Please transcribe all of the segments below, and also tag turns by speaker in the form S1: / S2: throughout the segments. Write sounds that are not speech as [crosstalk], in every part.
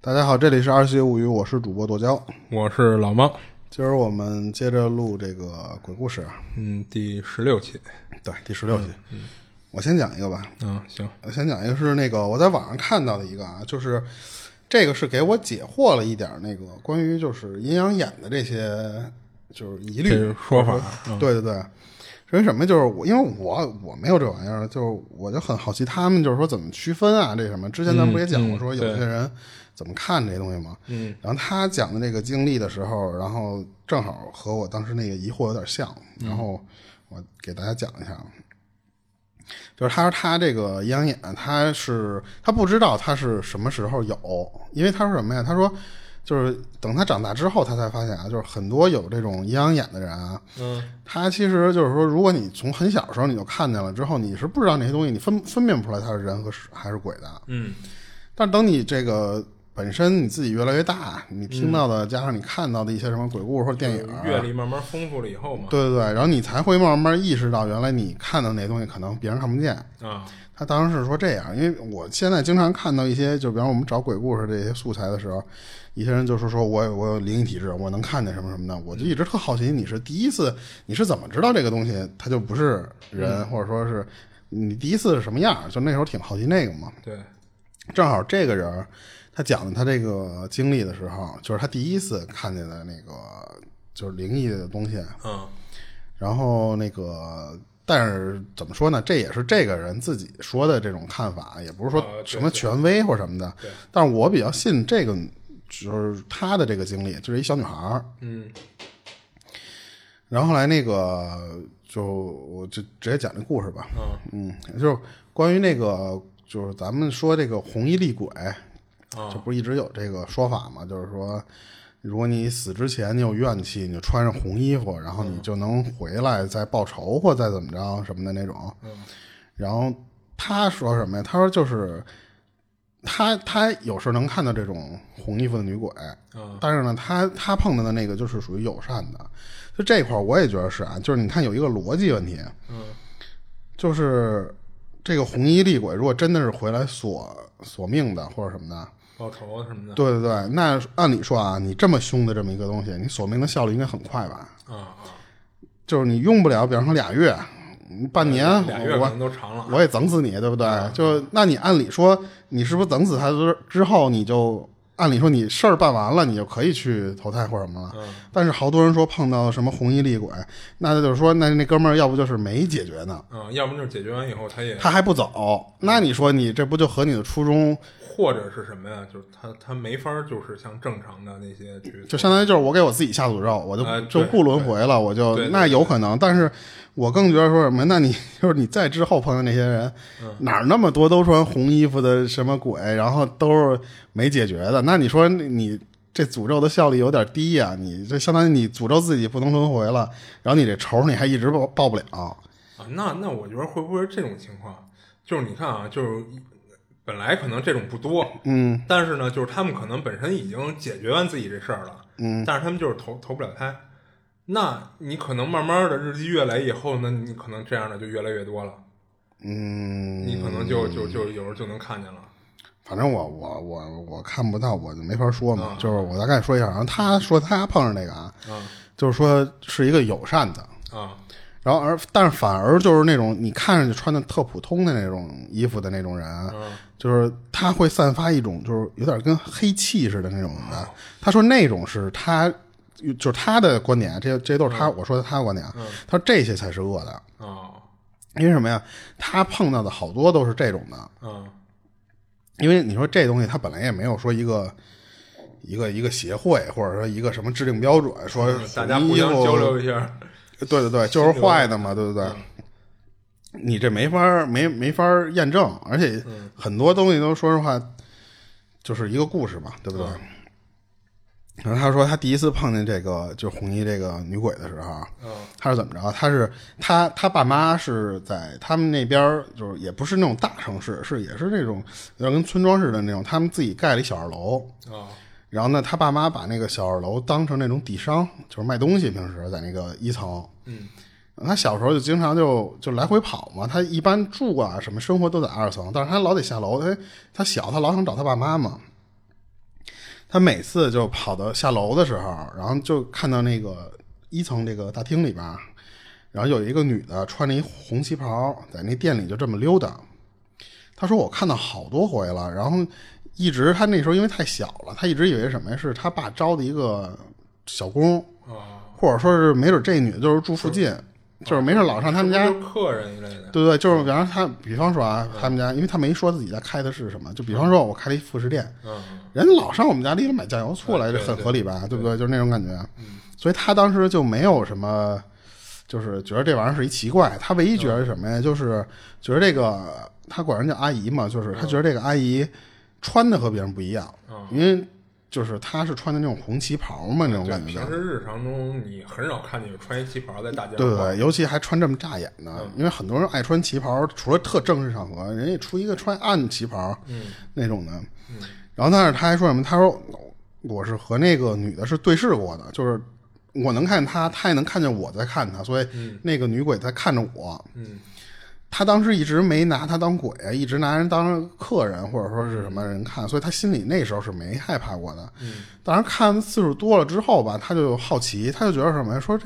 S1: 大家好，这里是二七物语，我是主播剁椒。
S2: 我是老猫，
S1: 今儿我们接着录这个鬼故事，啊
S2: 嗯，第十六期，
S1: 对，第十六集。我先讲一个吧，
S2: 嗯，行，
S1: 我先讲一个是那个我在网上看到的一个啊，就是这个是给我解惑了一点儿那个关于就是阴阳眼的这些就是疑虑
S2: 这是说法
S1: 对对对，因为什么？就是我，因为我我没有这玩意儿，就是我就很好奇他们就是说怎么区分啊，这什么？之前咱们不也讲过说有些人怎么看这些东西吗？嗯，然后他讲的这个经历的时候，然后正好和我当时那个疑惑有点像，然后我给大家讲一下。啊就是他说他这个阴阳眼，啊他是他不知道他是什么时候有，因为他说什么呀？他说就是等他长大之后，他才发现啊，就是很多有这种阴阳眼的人啊，嗯，他其实就是说，如果你从很小的时候你就看见了之后，你是不知道那些东西，你分分辨不出来他是人和是还是鬼的，啊
S2: 嗯，
S1: 但等你这个本身你自己越来越大，你听到的、加上你看到的一些什么鬼故事或者电影啊，
S2: 阅历慢慢丰富了以后嘛，
S1: 对对对，然后你才会慢慢意识到，原来你看到那东西可能别人看不见。
S2: 啊，
S1: 他当时是说这样，因为我现在经常看到一些，就比方我们找鬼故事这些素材的时候，一些人就说说我有我有灵异体质，我能看见什么什么的，我就一直特好奇，你是第一次，你是怎么知道这个东西它就不是人，或者说是你第一次是什么样？就那时候挺好奇那个嘛。
S2: 对，
S1: 正好这个人儿他讲的他这个经历的时候，就是他第一次看见的那个就是灵异的东西，啊
S2: 嗯，
S1: 然后那个，但是怎么说呢？这也是这个人自己说的这种看法，也不是说
S2: 啊对
S1: 什么权威或什么的。
S2: 对
S1: 但是我比较信这个，就是她的这个经历，就是一小女孩儿。
S2: 嗯，
S1: 然后后来那个，就我就直接讲这故事吧。
S2: 嗯
S1: 嗯，就是关于那个，就是咱们说这个红衣厉鬼，
S2: 啊
S1: 这不是一直有这个说法吗？就是说，如果你死之前你有怨气，你就穿上红衣服，然后你就能回来再报仇或再怎么着什么的那种。然后他说什么呀？他说就是他他有时候能看到这种红衣服的女鬼，但是呢，他他碰到的那个就是属于友善的。就这一块儿我也觉得是啊，就是你看有一个逻辑问题，
S2: 嗯，
S1: 就是这个红衣厉鬼如果真的是回来索索命的或者什么的。
S2: 报仇啊什么的，
S1: 对对对，那按理说啊，你这么凶的这么一个东西，你索命的效率应该很快吧？
S2: 啊啊，
S1: 就是你用不了，比方说俩月、嗯半年，
S2: 俩月可
S1: 我
S2: 能都长了，
S1: 我也整死你，对不对？就那你按理说，你是不是整死他之之后，你就按理说你事儿办完了，你就可以去投胎或者什么了？
S2: 嗯
S1: 但是好多人说碰到什么红衣厉鬼，那就是说，那那哥们儿要不就是没解决呢，
S2: 嗯，要不就是解决完以后他也，
S1: 他还不走，那你说你这不就和你的初衷
S2: 或者是什么呀，就是他他没法儿就是像正常的那些去，
S1: 就相当于就是我给我自己下诅咒，我就、
S2: 呃
S1: 就
S2: 对
S1: 不轮回了，我就
S2: 对对
S1: 那有可能，但是我更觉得说什么？那你 [laughs] 就是你在之后碰到那些人，
S2: 嗯
S1: 哪儿那么多都穿红衣服的什么鬼，然后都是没解决的，那你说你你这诅咒的效率有点低呀、你这相当于你诅咒自己不能轮回了，然后你这仇你还一直报报不了，
S2: 啊，那那我觉得会不会是这种情况？就是你看啊，就是一本来可能这种不多，
S1: 嗯，
S2: 但是呢，就是他们可能本身已经解决完自己这事儿了，
S1: 嗯，
S2: 但是他们就是投投不了胎。那你可能慢慢的日积月累以后呢，你可能这样的就越来越多了，
S1: 嗯，
S2: 你可能就就就有时候就能看见了。
S1: 反正我我我我看不到，我就没法说嘛。就是我大概说一下，然后他说他碰上那个啊，
S2: 嗯
S1: 就是说是一个友善的，
S2: 啊，
S1: 然后而但是反而就是那种你看上去穿的特普通的那种衣服的那种人，啊
S2: 嗯
S1: 就是他会散发一种就是有点跟黑气似的那种的。他说那种是他。就是他的观点，这这都是他、
S2: 嗯
S1: 我说的他的观点。啊。他说这些才是恶的，
S2: 啊
S1: 因为什么呀？他碰到的好多都是这种的，
S2: 啊
S1: 因为你说这东西它本来也没有说一个一个一个协会或者说一个什么制定标准，说
S2: 嗯，大家
S1: 红
S2: 互
S1: 衣
S2: 相
S1: 服
S2: 交，流一下。
S1: 对对对，就是坏的嘛，对不对？你这没法儿没没法儿验证，而且很多东西都说实话，就是一个故事嘛，对不对？然后他说他第一次碰见这个就是红衣这个女鬼的时候啊，
S2: 嗯
S1: 他是怎么着？他是他他爸妈是在他们那边儿，就是也不是那种大城市，是也是那种有点跟村庄似的那种，他们自己盖了一小二楼。
S2: 啊
S1: 然后呢，他爸妈把那个小二楼当成那种底商，就是卖东西。平时在那个一层，
S2: 嗯
S1: 他小时候就经常就就来回跑嘛。他一般住啊什么生活都在二层，但是他老得下楼，他他小，他老想找他爸妈嘛。他每次就跑到下楼的时候，然后就看到那个一层这个大厅里边，然后有一个女的穿着一红旗袍，在那店里就这么溜达。他说我看到好多回了，然后一直他那时候因为太小了，他一直以为什么呀？是他爸招的一个小工，
S2: 啊，
S1: 或者说是没准这女的就是住附近，就是没事老上他们家
S2: 是不是客人一类的，
S1: 对对，就是然后他，比方说啊，他们家，因为他没说自己家开的是什么，就比方说我开了一副食店，
S2: 嗯，
S1: 人家老上我们家里头买酱油醋来，
S2: 啊
S1: 这
S2: 对
S1: 很
S2: 对
S1: 合理吧？对不对？就是那种感觉啊
S2: 嗯。
S1: 所以他当时就没有什么，就是觉得这玩意儿是一奇怪。他唯一觉得是什么
S2: 嗯
S1: 呀？就是觉得这个他管人叫阿姨嘛，就是他觉得这个阿姨穿的和别人不一样，
S2: 嗯
S1: 因为就是她是穿的那种红旗袍嘛，那种
S2: 对，
S1: 感觉
S2: 平
S1: 的。
S2: 时日常中你很少看见有穿一旗袍在大街上
S1: 对对
S2: 跑
S1: 对，尤其还穿这么扎眼的，
S2: 嗯
S1: 因为很多人爱穿旗袍，除了特正式场合，人家出一个穿暗旗袍，
S2: 嗯
S1: 那种的。
S2: 嗯
S1: 然后但是他还说什么？他说我是和那个女的是对视过的，就是我能看见她，她也能看见我在看她，所以
S2: 嗯
S1: 那个女鬼在看着我。
S2: 嗯
S1: 他当时一直没拿她当鬼，啊一直拿人当客人或者说是什么人看，所以他心里那时候是没害怕过的。
S2: 嗯
S1: 当然看次数多了之后吧，他就好奇，他就觉得什么呀？说这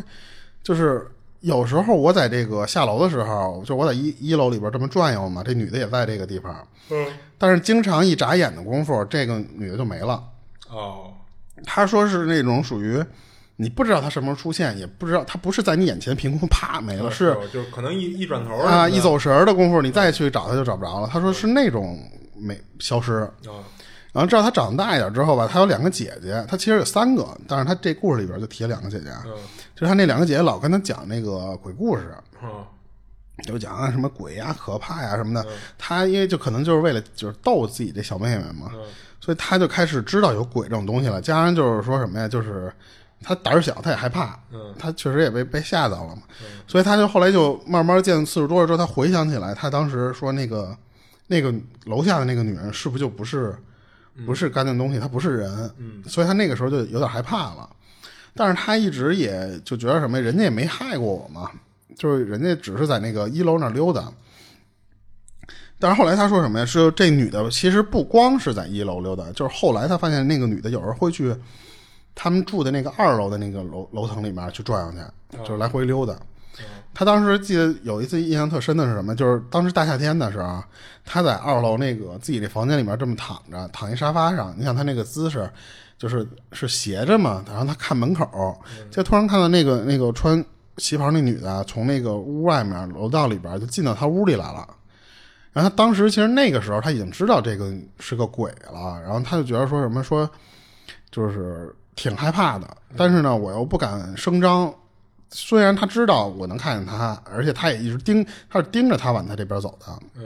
S1: 就是有时候我在这个下楼的时候，就我在一一楼里边这么转悠嘛，这女的也在这个地方，
S2: 嗯，
S1: 但是经常一眨眼的功夫，这个女的就没了。
S2: 哦，
S1: 他说是那种属于你不知道她什么时候出现，也不知道她不是在你眼前凭空啪没了，是
S2: 有就是可能一一转头
S1: 啊一
S2: 走
S1: 走神儿的功夫，你再去找她就找不着了。他说是那种没消失，
S2: 啊，
S1: 然后直到他长大一点之后吧，他有两个姐姐，他其实有三个，但是他这故事里边就提了两个姐姐，
S2: 嗯
S1: 就是他那两个姐姐老跟他讲那个鬼故事，
S2: 嗯
S1: 就讲啊什么鬼呀、可怕呀、什么的。他因为就可能就是为了就是逗自己这小妹妹嘛，
S2: 嗯
S1: 所以他就开始知道有鬼这种东西了。加上就是说什么呀，就是他胆儿小，他也害怕，
S2: 嗯
S1: 他确实也被被吓到了嘛，所以他就后来就慢慢见次数多了之后，他回想起来，他当时说那个那个楼下的那个女人是不是就不是不是干净东西，她不是人，
S2: 嗯
S1: 所以他那个时候就有点害怕了。但是他一直也就觉得什么，人家也没害过我嘛，就是人家只是在那个一楼那儿溜达。但是后来他说什么呀？是这女的其实不光是在一楼溜达，就是后来他发现那个女的有时候会去他们住的那个二楼的那个楼楼层里面去转悠去，就是来回溜达。他当时记得有一次印象特深的是什么？就是当时大夏天的时候，啊他在二楼那个自己这房间里面这么躺着，躺一沙发上。你想他那个姿势，就是是斜着嘛，然后他看门口，就突然看到那个那个穿旗袍那女的啊从那个屋外面楼道里边就进到他屋里来了。然后他当时其实那个时候他已经知道这个是个鬼了，然后他就觉得说什么说就是挺害怕的，但是呢我又不敢声张。虽然他知道我能看见他，而且他也一直盯，他是盯着他往他这边走的。
S2: 嗯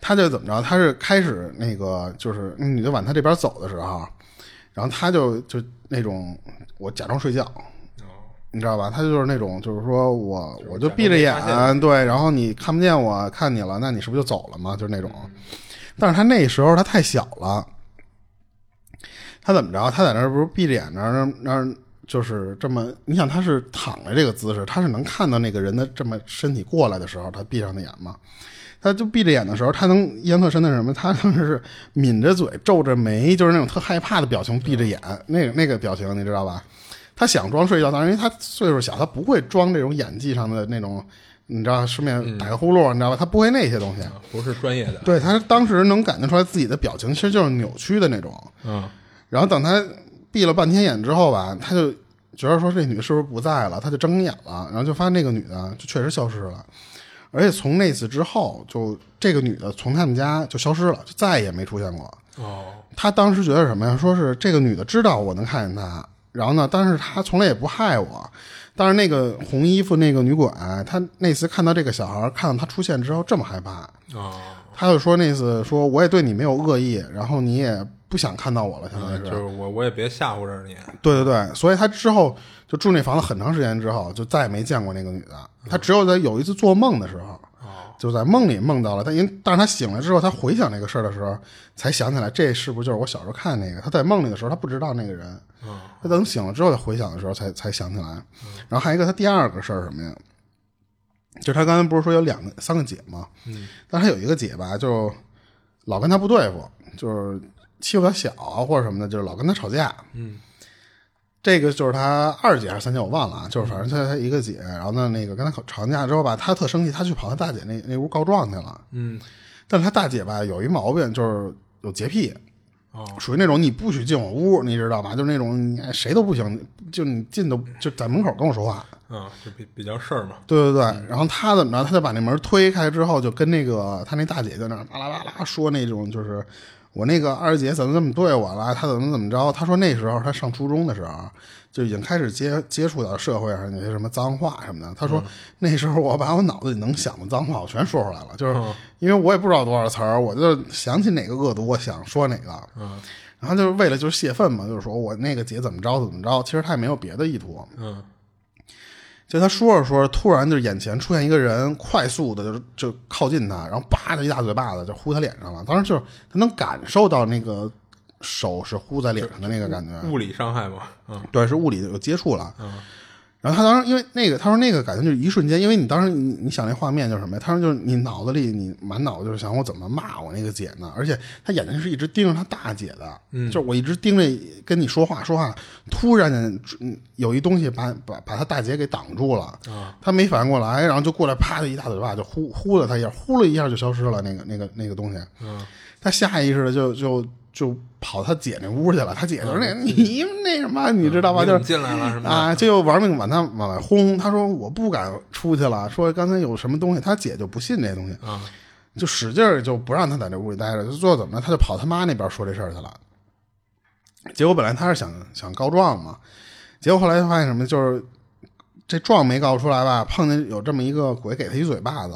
S1: 他就怎么着？他是开始那个，就是那女的往他这边走的时候，然后他就就那种，我假装睡觉，
S2: 哦
S1: 你知道吧？他就是那种，就是说我
S2: 就是
S1: 我就闭着
S2: 假装没发
S1: 眼，对，然后你看不见我，看你了，那你是不是就走了嘛？就是那种。
S2: 嗯
S1: 但是他那时候他太小了，他怎么着？他在那儿不是闭着眼那儿那儿就是这么，你想他是躺着这个姿势，他是能看到那个人的这么身体过来的时候，他闭上的眼嘛。他就闭着眼的时候，他能印象特深的是什么？他当时是抿着嘴、皱着眉，就是那种特害怕的表情，闭着眼，那个那个表情，你知道吧？他想装睡觉，当然因为他岁数小，他不会装这种演技上的那种，你知道，顺便打个呼噜，你知道吧？他不会那些东西。
S2: 啊，不是专业的，
S1: 对他当时能感觉出来自己的表情其实就是扭曲的那种。
S2: 嗯
S1: 然后等他闭了半天眼之后吧，他就觉得说这女是不是不在了，他就睁眼了，然后就发现那个女的就确实消失了，而且从那次之后，就这个女的从他们家就消失了，就再也没出现过。
S2: 哦
S1: 他当时觉得什么呀？说是这个女的知道我能看见她，然后呢，但是她从来也不害我。但是那个红衣服那个女鬼，她那次看到这个小孩，看到她出现之后这么害怕，
S2: 哦，
S1: 她就说那次说我也对你没有恶意，然后你也不想看到我了，相当于
S2: 嗯
S1: 是。啊
S2: 就是我我也别吓唬着你，
S1: 对对对，所以他之后就住那房子很长时间之后，就再也没见过那个女的。他只有在有一次做梦的时候，
S2: 哦
S1: 就在梦里梦到了。但因但是他醒来之后，他回想这个事儿的时候，才想起来这是不是就是我小时候看那个？他在梦里的时候，他不知道那个人。
S2: 嗯
S1: 他等醒了之后再回想的时候才，才想起来。然后还有一个，他第二个事儿是什么呀？就是他刚才不是说有两个、三个姐吗？嗯，但是他有一个姐吧，就老跟他不对付，就是欺负他小啊或者什么的，就是老跟他吵架。
S2: 嗯
S1: 这个就是他二姐还是三姐，我忘了
S2: 嗯
S1: 啊，就是反正他他一个姐，然后呢，那个跟他吵完架之后吧，他特生气，他去跑他大姐那那屋告状去了。
S2: 嗯
S1: 但是他大姐吧有一毛病，就是有洁癖，
S2: 哦
S1: 属于那种你不许进我屋，你知道吧？就是那种你哎谁都不行，就你进都就在门口跟我说话。
S2: 啊，就比比较事儿嘛。
S1: 对对对，然后他怎么着？他就把那门推开之后，就跟那个他那大姐在那儿巴拉巴拉说那种，就是我那个二姐怎么怎么对我了，她怎么怎么着。他说那时候他上初中的时候就已经开始接接触到社会上那些什么脏话什么的。他说、那时候我把我脑子里能想的脏话我全说出来了，就是
S2: 嗯
S1: 因为我也不知道多少词儿，我就想起哪个恶毒，我想说哪个。
S2: 嗯
S1: 然后就是为了就是泄愤嘛，就是说我那个姐怎么着怎么着，其实他也没有别的意图。
S2: 嗯
S1: 就他说着说着，突然就眼前出现一个人，快速的就就靠近他，然后叭的一大嘴巴子就呼他脸上了。当时就是他能感受到那个手是呼在脸上的那个感觉，
S2: 物理伤害嘛。嗯
S1: 对，是物理有接触了。
S2: 嗯
S1: 然后他当时因为那个，他说那个感觉就是一瞬间，因为你当时你你想那画面就是什么呀？他说就是你脑子里你满脑子就是想我怎么骂我那个姐呢？而且他眼睛是一直盯着他大姐的，嗯，就是我一直盯着跟你说话说话，突然间嗯有一东西把把把他大姐给挡住了，
S2: 啊
S1: 他没反应过来，然后就过来啪的一大嘴巴就呼呼了他一下，呼了一下就消失了那个那个那个东西，
S2: 嗯
S1: 他下意识的就就就跑他姐那屋去了，他姐
S2: 啊
S1: 就说那、你那什么你知道吧？就是
S2: 你进来了什么的？
S1: 啊，就玩命往他往外轰。他说我不敢出去了，说刚才有什么东西，他姐就不信这些东西，
S2: 啊
S1: 就使劲儿就不让他在这屋里待着。就最后怎么着，他就跑他妈那边说这事儿去了。结果本来他是想想告状嘛，结果后来他发现什么，就是这状没告出来吧，碰见有这么一个鬼给他一嘴巴子，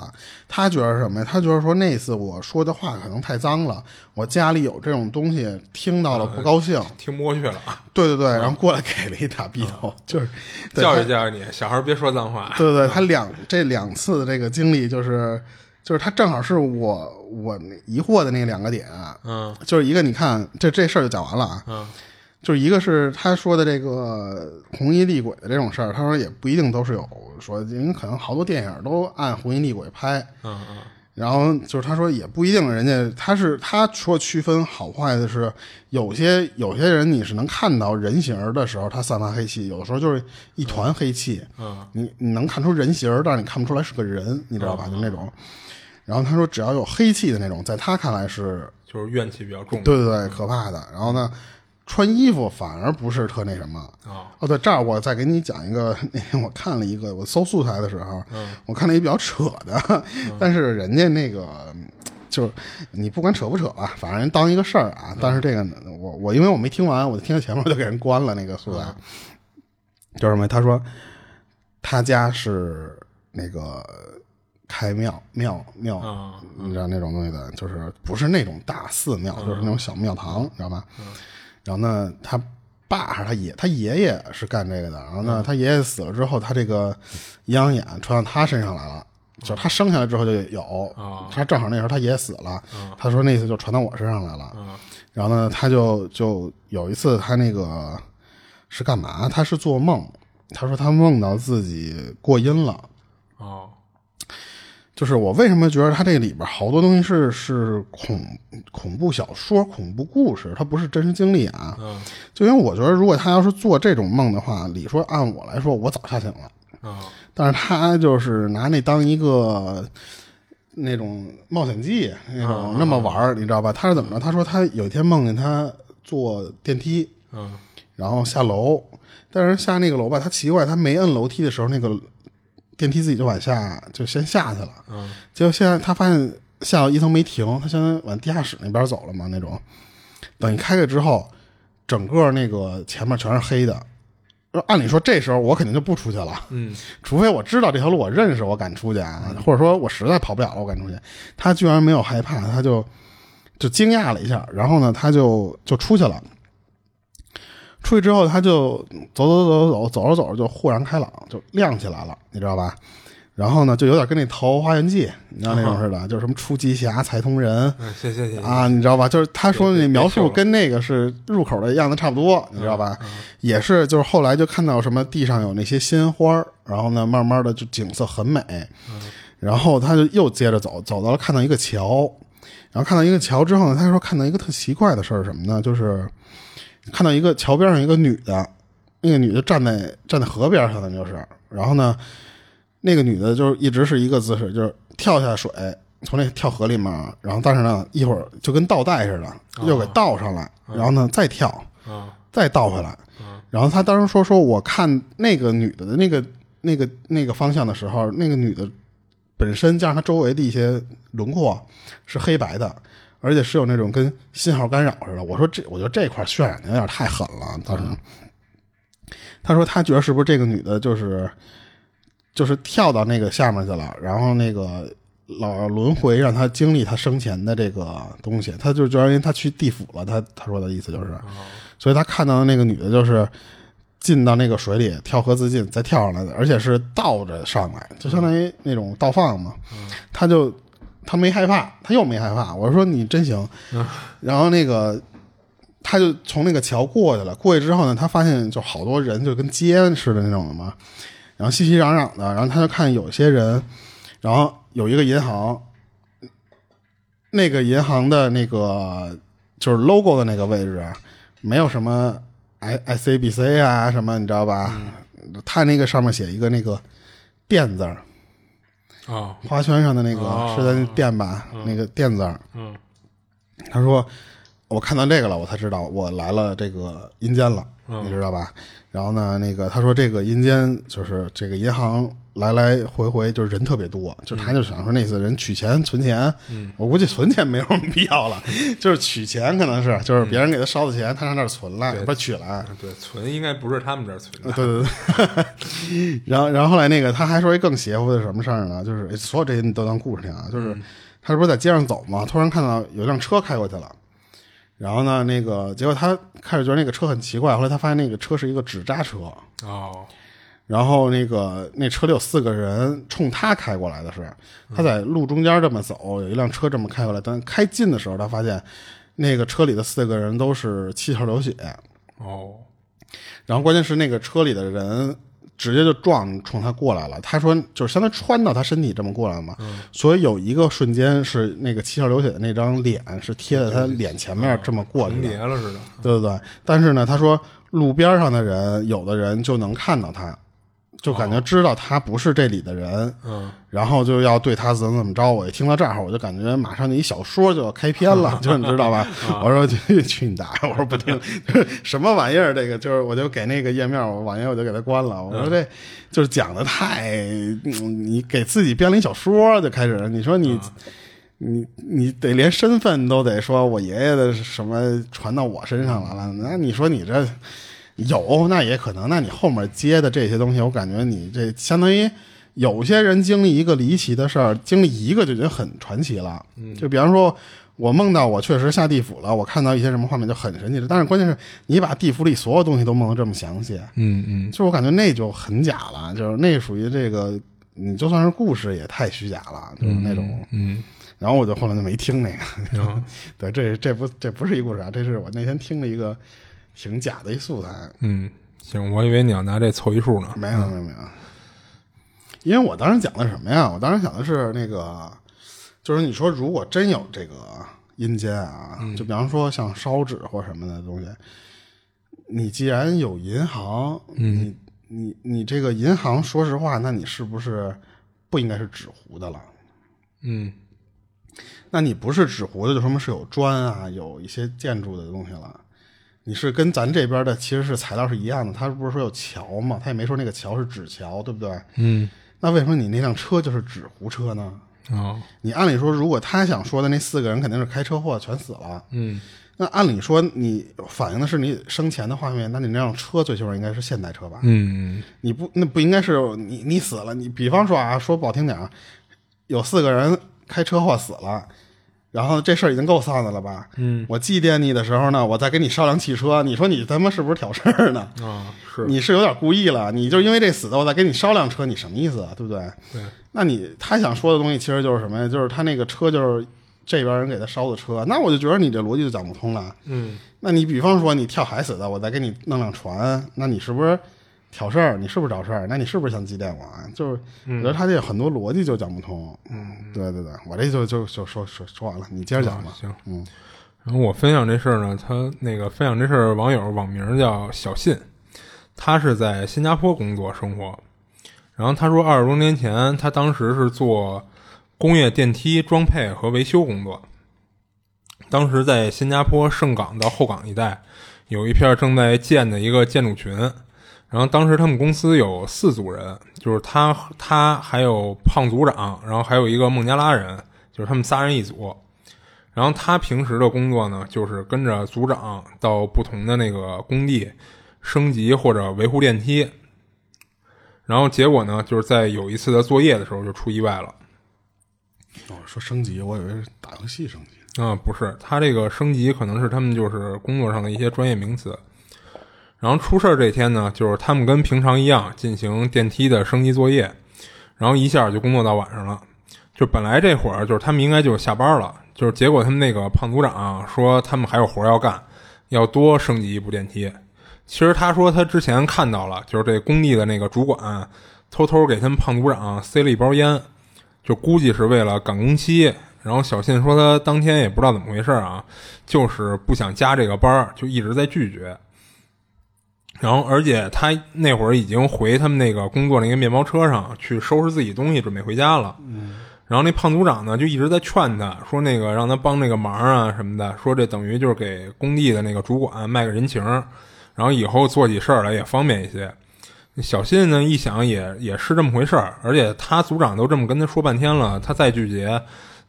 S1: 他觉得是什么呀？他觉得说那次我说的话可能太脏了，我家里有这种东西听到了不高兴，
S2: 听不过去了啊！
S1: 对对对，然后过来给了一大逼头， [laughs] 就是 [laughs] 对
S2: 嗯教育教育你，小孩别说脏话。
S1: 对对，他两这两次的这个经历，就是就是他正好是我我疑惑的那两个点啊、
S2: 嗯
S1: 就是一个你看这这事儿就讲完了啊，
S2: 嗯
S1: 就是一个是他说的这个红衣厉鬼的这种事儿，他说也不一定都是有说，因为可能好多电影都按红衣厉鬼拍，
S2: 嗯嗯
S1: 然后就是他说也不一定，人家他是他说区分好坏的是，有些有些人你是能看到人形儿的时候他散发黑气，有的时候就是一团黑气，
S2: 嗯
S1: 你你能看出人形儿，但是你看不出来是个人，你知道吧？
S2: 嗯
S1: 就那种。然后他说，只要有黑气的那种，在他看来是
S2: 就是怨气比较重
S1: 对对对可怕的。然后呢，穿衣服反而不是特那什么。
S2: 啊
S1: 哦，对，这儿我再给你讲一个，那天我看了一个，我搜素材的时候，我看了一比较扯的，但是人家那个嗯就是你不管扯不扯吧，反正人当一个事儿啊。但是这个呢我我因为我没听完，我就听到前面就给人关了那个素材，叫什么？他说他家是那个开庙庙庙。
S2: 啊
S1: 你知道那种东西的，就是不是那种大寺庙，就是那种小庙堂，你知道吧？然后呢，他爸还是他爷，他爷爷是干这个的。然后呢，他爷爷死了之后，他这个阴阳眼传到他身上来了，就是他生下来之后就有
S2: 哦。
S1: 他正好那时候他爷爷死了，他说那次就传到我身上来了。
S2: 啊
S1: 然后呢，他就就有一次他那个是干嘛？他是做梦，他说他梦到自己过阴了。
S2: 哦
S1: 就是我为什么觉得它这里边好多东西是是恐恐怖小说、恐怖故事，它不是真实经历啊。
S2: 嗯
S1: 就因为我觉得，如果他要是做这种梦的话，理说按我来说，我早吓醒了。
S2: 啊
S1: 但是他就是拿那当一个那种冒险记那种那么玩儿，你知道吧？他是怎么着？他说他有一天梦见他坐电梯，
S2: 嗯
S1: 然后下楼，但是下那个楼吧，他奇怪，他没摁楼梯的时候，那个电梯自己就往下就先下去了。
S2: 嗯
S1: 结果现在他发现下到一层没停，他相当于往地下室那边走了嘛那种。等一开开之后，整个那个前面全是黑的。按理说这时候我肯定就不出去了，
S2: 嗯
S1: 除非我知道这条路我认识，我敢出去啊，或者说我实在跑不了了，我敢出去。他居然没有害怕，他就就惊讶了一下，然后呢，他就就出去了。出去之后，他就走走走走走着走着就豁然开朗，就亮起来了，你知道吧？然后呢，就有点跟那《桃花源记》你知道那种似的，就是什么出奇侠、财通人
S2: 嗯，谢谢谢谢
S1: 啊，你知道吧？就是他说那描
S2: 别秀
S1: 述
S2: 了
S1: 跟那个是入口的样子差不多，你知道吧？也是，就是后来就看到什么地上有那些鲜花儿，然后呢，慢慢的就景色很美，然后他就又接着走，走到了看到一个桥，然后看到一个桥之后呢，他说看到一个特奇怪的事儿是什么呢？就是看到一个桥边上一个女的，那个女的站在站在河边上，相当于就是，然后呢，那个女的就是一直是一个姿势，就是跳下水，从那跳河里面，然后但是呢，一会儿就跟倒带似的，又给倒上来，然后呢再跳，
S2: 啊
S1: 再倒回来。然后他当时说说，我看那个女的的那个那个那个方向的时候，那个女的本身加上她周围的一些轮廓是黑白的，而且是有那种跟信号干扰似的。我说这，我觉得这块渲染的有点太狠了。当时他说他觉得是不是这个女的就是就是跳到那个下面去了，然后那个老轮回让她经历她生前的这个东西，他就觉得因为她去地府了，他他说的意思就是。所以他看到的那个女的就是进到那个水里跳河自尽，再跳上来的，而且是倒着上来，就相当于那种倒放嘛。他就他没害怕，他又没害怕。我说你真行。然后那个他就从那个桥过去了，过去之后呢，他发现就好多人就跟街似的那种的嘛，然后熙熙攘攘的，然后他就看有些人，然后有一个银行，那个银行的那个就是 logo 的那个位置啊，没有什么 I I C B C 啊什么，你知道吧？他那个上面写一个那个“店”字儿，
S2: 啊
S1: 花圈上的那个、
S2: 哦
S1: 是在店吧？那个“店”字儿，
S2: 嗯
S1: 他说我看到这个了，我才知道我来了这个阴间了，
S2: 嗯
S1: 你知道吧？然后呢，那个他说这个阴间就是这个银行来来回回就是人特别多，就是他就想说那次人取钱存钱，
S2: 嗯
S1: 我估计存钱没有什么必要
S2: [laughs]
S1: 了，就是取钱可能是就是别人给他烧的
S2: 嗯
S1: 钱，他上那儿存来，不是取来。
S2: 啊对，存应该不是他们这儿存
S1: 对
S2: 的，
S1: [laughs] 对对， [laughs] 然后然后后来那个他还说一更邪乎的什么事儿呢？就是哎所有这些你都当故事听啊，就是他是不是在街上走嘛，突然看到有辆车开过去了，然后呢，那个结果他开始觉得那个车很奇怪，后来他发现那个车是一个纸扎车，
S2: 哦
S1: 然后那个那车里有四个人冲他开过来的是，他在路中间这么走，有一辆车这么开过来，但开近的时候他发现那个车里的四个人都是七窍流血，
S2: 哦
S1: 然后关键是那个车里的人直接就撞冲他过来了。他说就是相当于穿到他身体这么过来嘛，所以有一个瞬间是那个七窍流血的那张脸是贴在他脸前面这么过去
S2: 重
S1: 的，
S2: 叠了似的，
S1: 对对对。但是呢，他说路边上的人有的人就能看到他，就感觉知道他不是这里的人。
S2: 嗯
S1: 然后就要对他怎么怎么着，我一听到这儿，我就感觉马上那一小说就要开篇了，就是你知道吧？我说去去你大爷！我说不听，就是什么玩意儿？这个就是我就给那个页面，我网页我就给它关了。我说这就是讲的太，嗯你给自己编了一小说就开始，你说你。你你得连身份都得说，我爷爷的什么传到我身上来了？那你说你这有那也可能，那你后面接的这些东西，我感觉你这相当于有些人经历一个离奇的事儿，经历一个就已经很传奇了。就比方说，我梦到我确实下地府了，我看到一些什么画面就很神奇了。但是关键是你把地府里所有东西都梦得这么详细，
S2: 嗯嗯，
S1: 就是我感觉那就很假了，就是那属于这个，你就算是故事也太虚假了，就是那种。
S2: 嗯
S1: 然后我就后来就没听那个。
S2: 啊
S1: [laughs] 对，这这不这不是一故事啊，这是我那天听了一个挺假的一素材。
S2: 嗯，行，我以为你要拿这凑一数呢，
S1: 没有没有没有，因为我当时讲的是什么呀？我当时讲的是那个，就是你说如果真有这个阴间啊，就比方说像烧纸或什么的东西，你既然有银行，你你你这个银行，说实话，那你是不是不应该是纸糊的了？
S2: 嗯
S1: 那你不是纸糊的，就说明是有砖啊，有一些建筑的东西了。你是跟咱这边的其实是材料是一样的，他不是说有桥嘛？他也没说那个桥是纸桥，对不对？
S2: 嗯
S1: 那为什么你那辆车就是纸糊车呢？
S2: 啊
S1: 你按理说，如果他想说的那四个人肯定是开车祸全死了，
S2: 嗯
S1: 那按理说你反映的是你生前的画面，那你那辆车最起码应该是现代车吧？
S2: 嗯
S1: 你不那不应该是你你死了？你比方说啊，说不好听点啊，有四个人开车祸死了，然后这事儿已经够丧的了吧？嗯，我祭奠你的时候呢，我再给你烧辆汽车，你说你他妈是不是挑事儿呢？
S2: 啊 [laughs] 是，
S1: 你是有点故意了，你就因为这死的，我再给你烧辆车，你什么意思啊？对不对？
S2: 对，
S1: 那你他想说的东西其实就是什么呀？就是他那个车就是这边人给他烧的车，那我就觉得你这逻辑就讲不通了。
S2: 嗯
S1: 那你比方说你跳海死的，我再给你弄辆船，那你是不是挑事儿，你是不是找事儿？那你是不是想祭奠我啊？就是
S2: 嗯
S1: 我觉得他这很多逻辑就讲不通。嗯，对对对，我这就就就说说说完了，你接着讲吧。
S2: 行，
S1: 嗯，
S2: 然后我分享这事儿呢，他那个分享这事儿网友网名叫小信，他是在新加坡工作生活。然后他说，二十多年前，他当时是做工业电梯装配和维修工作。当时在新加坡盛港到后港一带，有一片正在建的一个建筑群。然后当时他们公司有四组人，就是他、他还有胖组长，然后还有一个孟加拉人，就是他们仨人一组。然后他平时的工作呢，就是跟着组长到不同的那个工地升级或者维护电梯。然后结果呢，就是在有一次的作业的时候就出意外了。
S1: 哦，说升级，我以为是打游戏升级。
S2: 啊、不是，他这个升级可能是他们就是工作上的一些专业名词。然后出事儿这天呢，就是他们跟平常一样进行电梯的升级作业，然后一下就工作到晚上了。就本来这会儿就是他们应该就下班了，就是结果他们那个胖组长、啊说他们还有活儿要干，要多升级一部电梯。其实他说他之前看到了，就是这工地的那个主管啊偷偷给他们胖组长啊塞了一包烟，就估计是为了赶工期。然后小信说他当天也不知道怎么回事儿啊，就是不想加这个班儿，就一直在拒绝。然后，而且他那会儿已经回他们那个工作那个面包车上去收拾自己东西，准备回家了。嗯。然后那胖组长呢，就一直在劝他说：“那个让他帮这个忙啊什么的，说这等于就是给工地的那个主管卖个人情儿，然后以后做起事儿来也方便一些。”小信呢一想也也是这么回事儿，而且他组长都这么跟他说半天了，他再拒绝，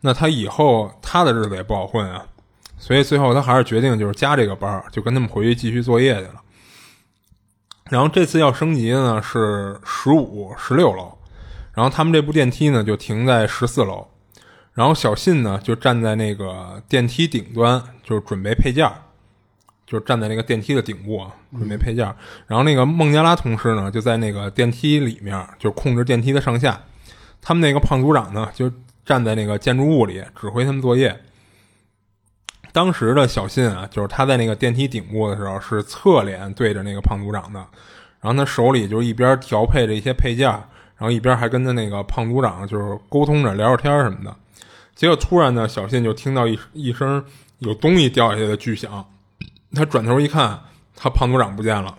S2: 那他以后他的日子也不好混啊。所以最后他还是决定就是加这个班儿，就跟他们回去继续作业去了。然后这次要升级的呢是十五、十六楼，然后他们这部电梯呢就停在十四楼，然后小信呢就站在那个电梯顶端，就是准备配件儿，就是站在那个电梯的顶部啊，准备配件儿。然后那个孟加拉同事呢就在那个电梯里面，就控制电梯的上下。他们那个胖组长呢就站在那个建筑物里指挥他们作业。当时的小信啊，就是他在那个电梯顶部的时候是侧脸对着那个胖组长的，然后他手里就一边调配着一些配件，然后一边还跟他那个胖组长就是沟通着聊聊天儿什么的。结果突然呢，小信就听到一一声有东西掉下去的巨响，他转头一看，他胖组长不见了。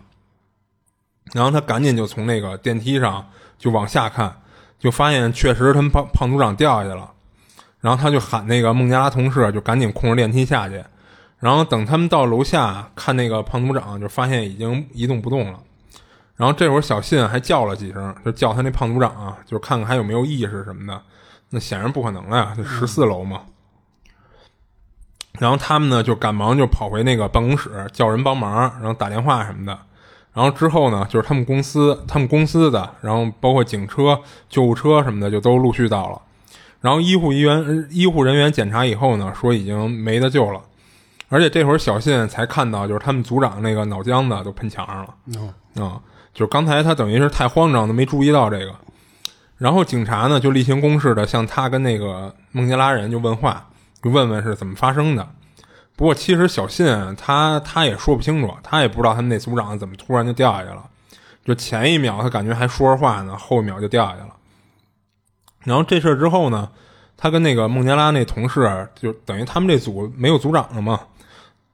S2: 然后他赶紧就从那个电梯上就往下看，就发现确实他们胖胖组长掉下去了。然后他就喊那个孟加拉同事就赶紧控制电梯下去，然后等他们到楼下看那个胖组长，就发现已经一动不动了。然后这会儿小信还叫了几声，就叫他那胖组长啊，就看看还有没有意识什么的。那显然不可能了呀，就十四楼嘛。然后他们呢就赶忙就跑回那个办公室叫人帮忙，然后打电话什么的。然后之后呢，就是他们公司、他们公司的，然后包括警车、救护车什么的，就都陆续到了。然后医护人员医护人员检查以后呢，说已经没得救了。而且这会儿小信才看到，就是他们组长那个脑浆子都喷墙上了。
S1: 哦，
S2: 啊、就是刚才他等于是太慌张了，没注意到这个。然后警察呢就例行公事的向他跟那个孟加拉人就问话，就问问是怎么发生的。不过其实小信他他也说不清楚，他也不知道他们那组长怎么突然就掉下去了。就前一秒他感觉还说着话呢，后一秒就掉下去了。然后这事儿之后呢，他跟那个孟加拉那同事，就等于他们这组没有组长了嘛，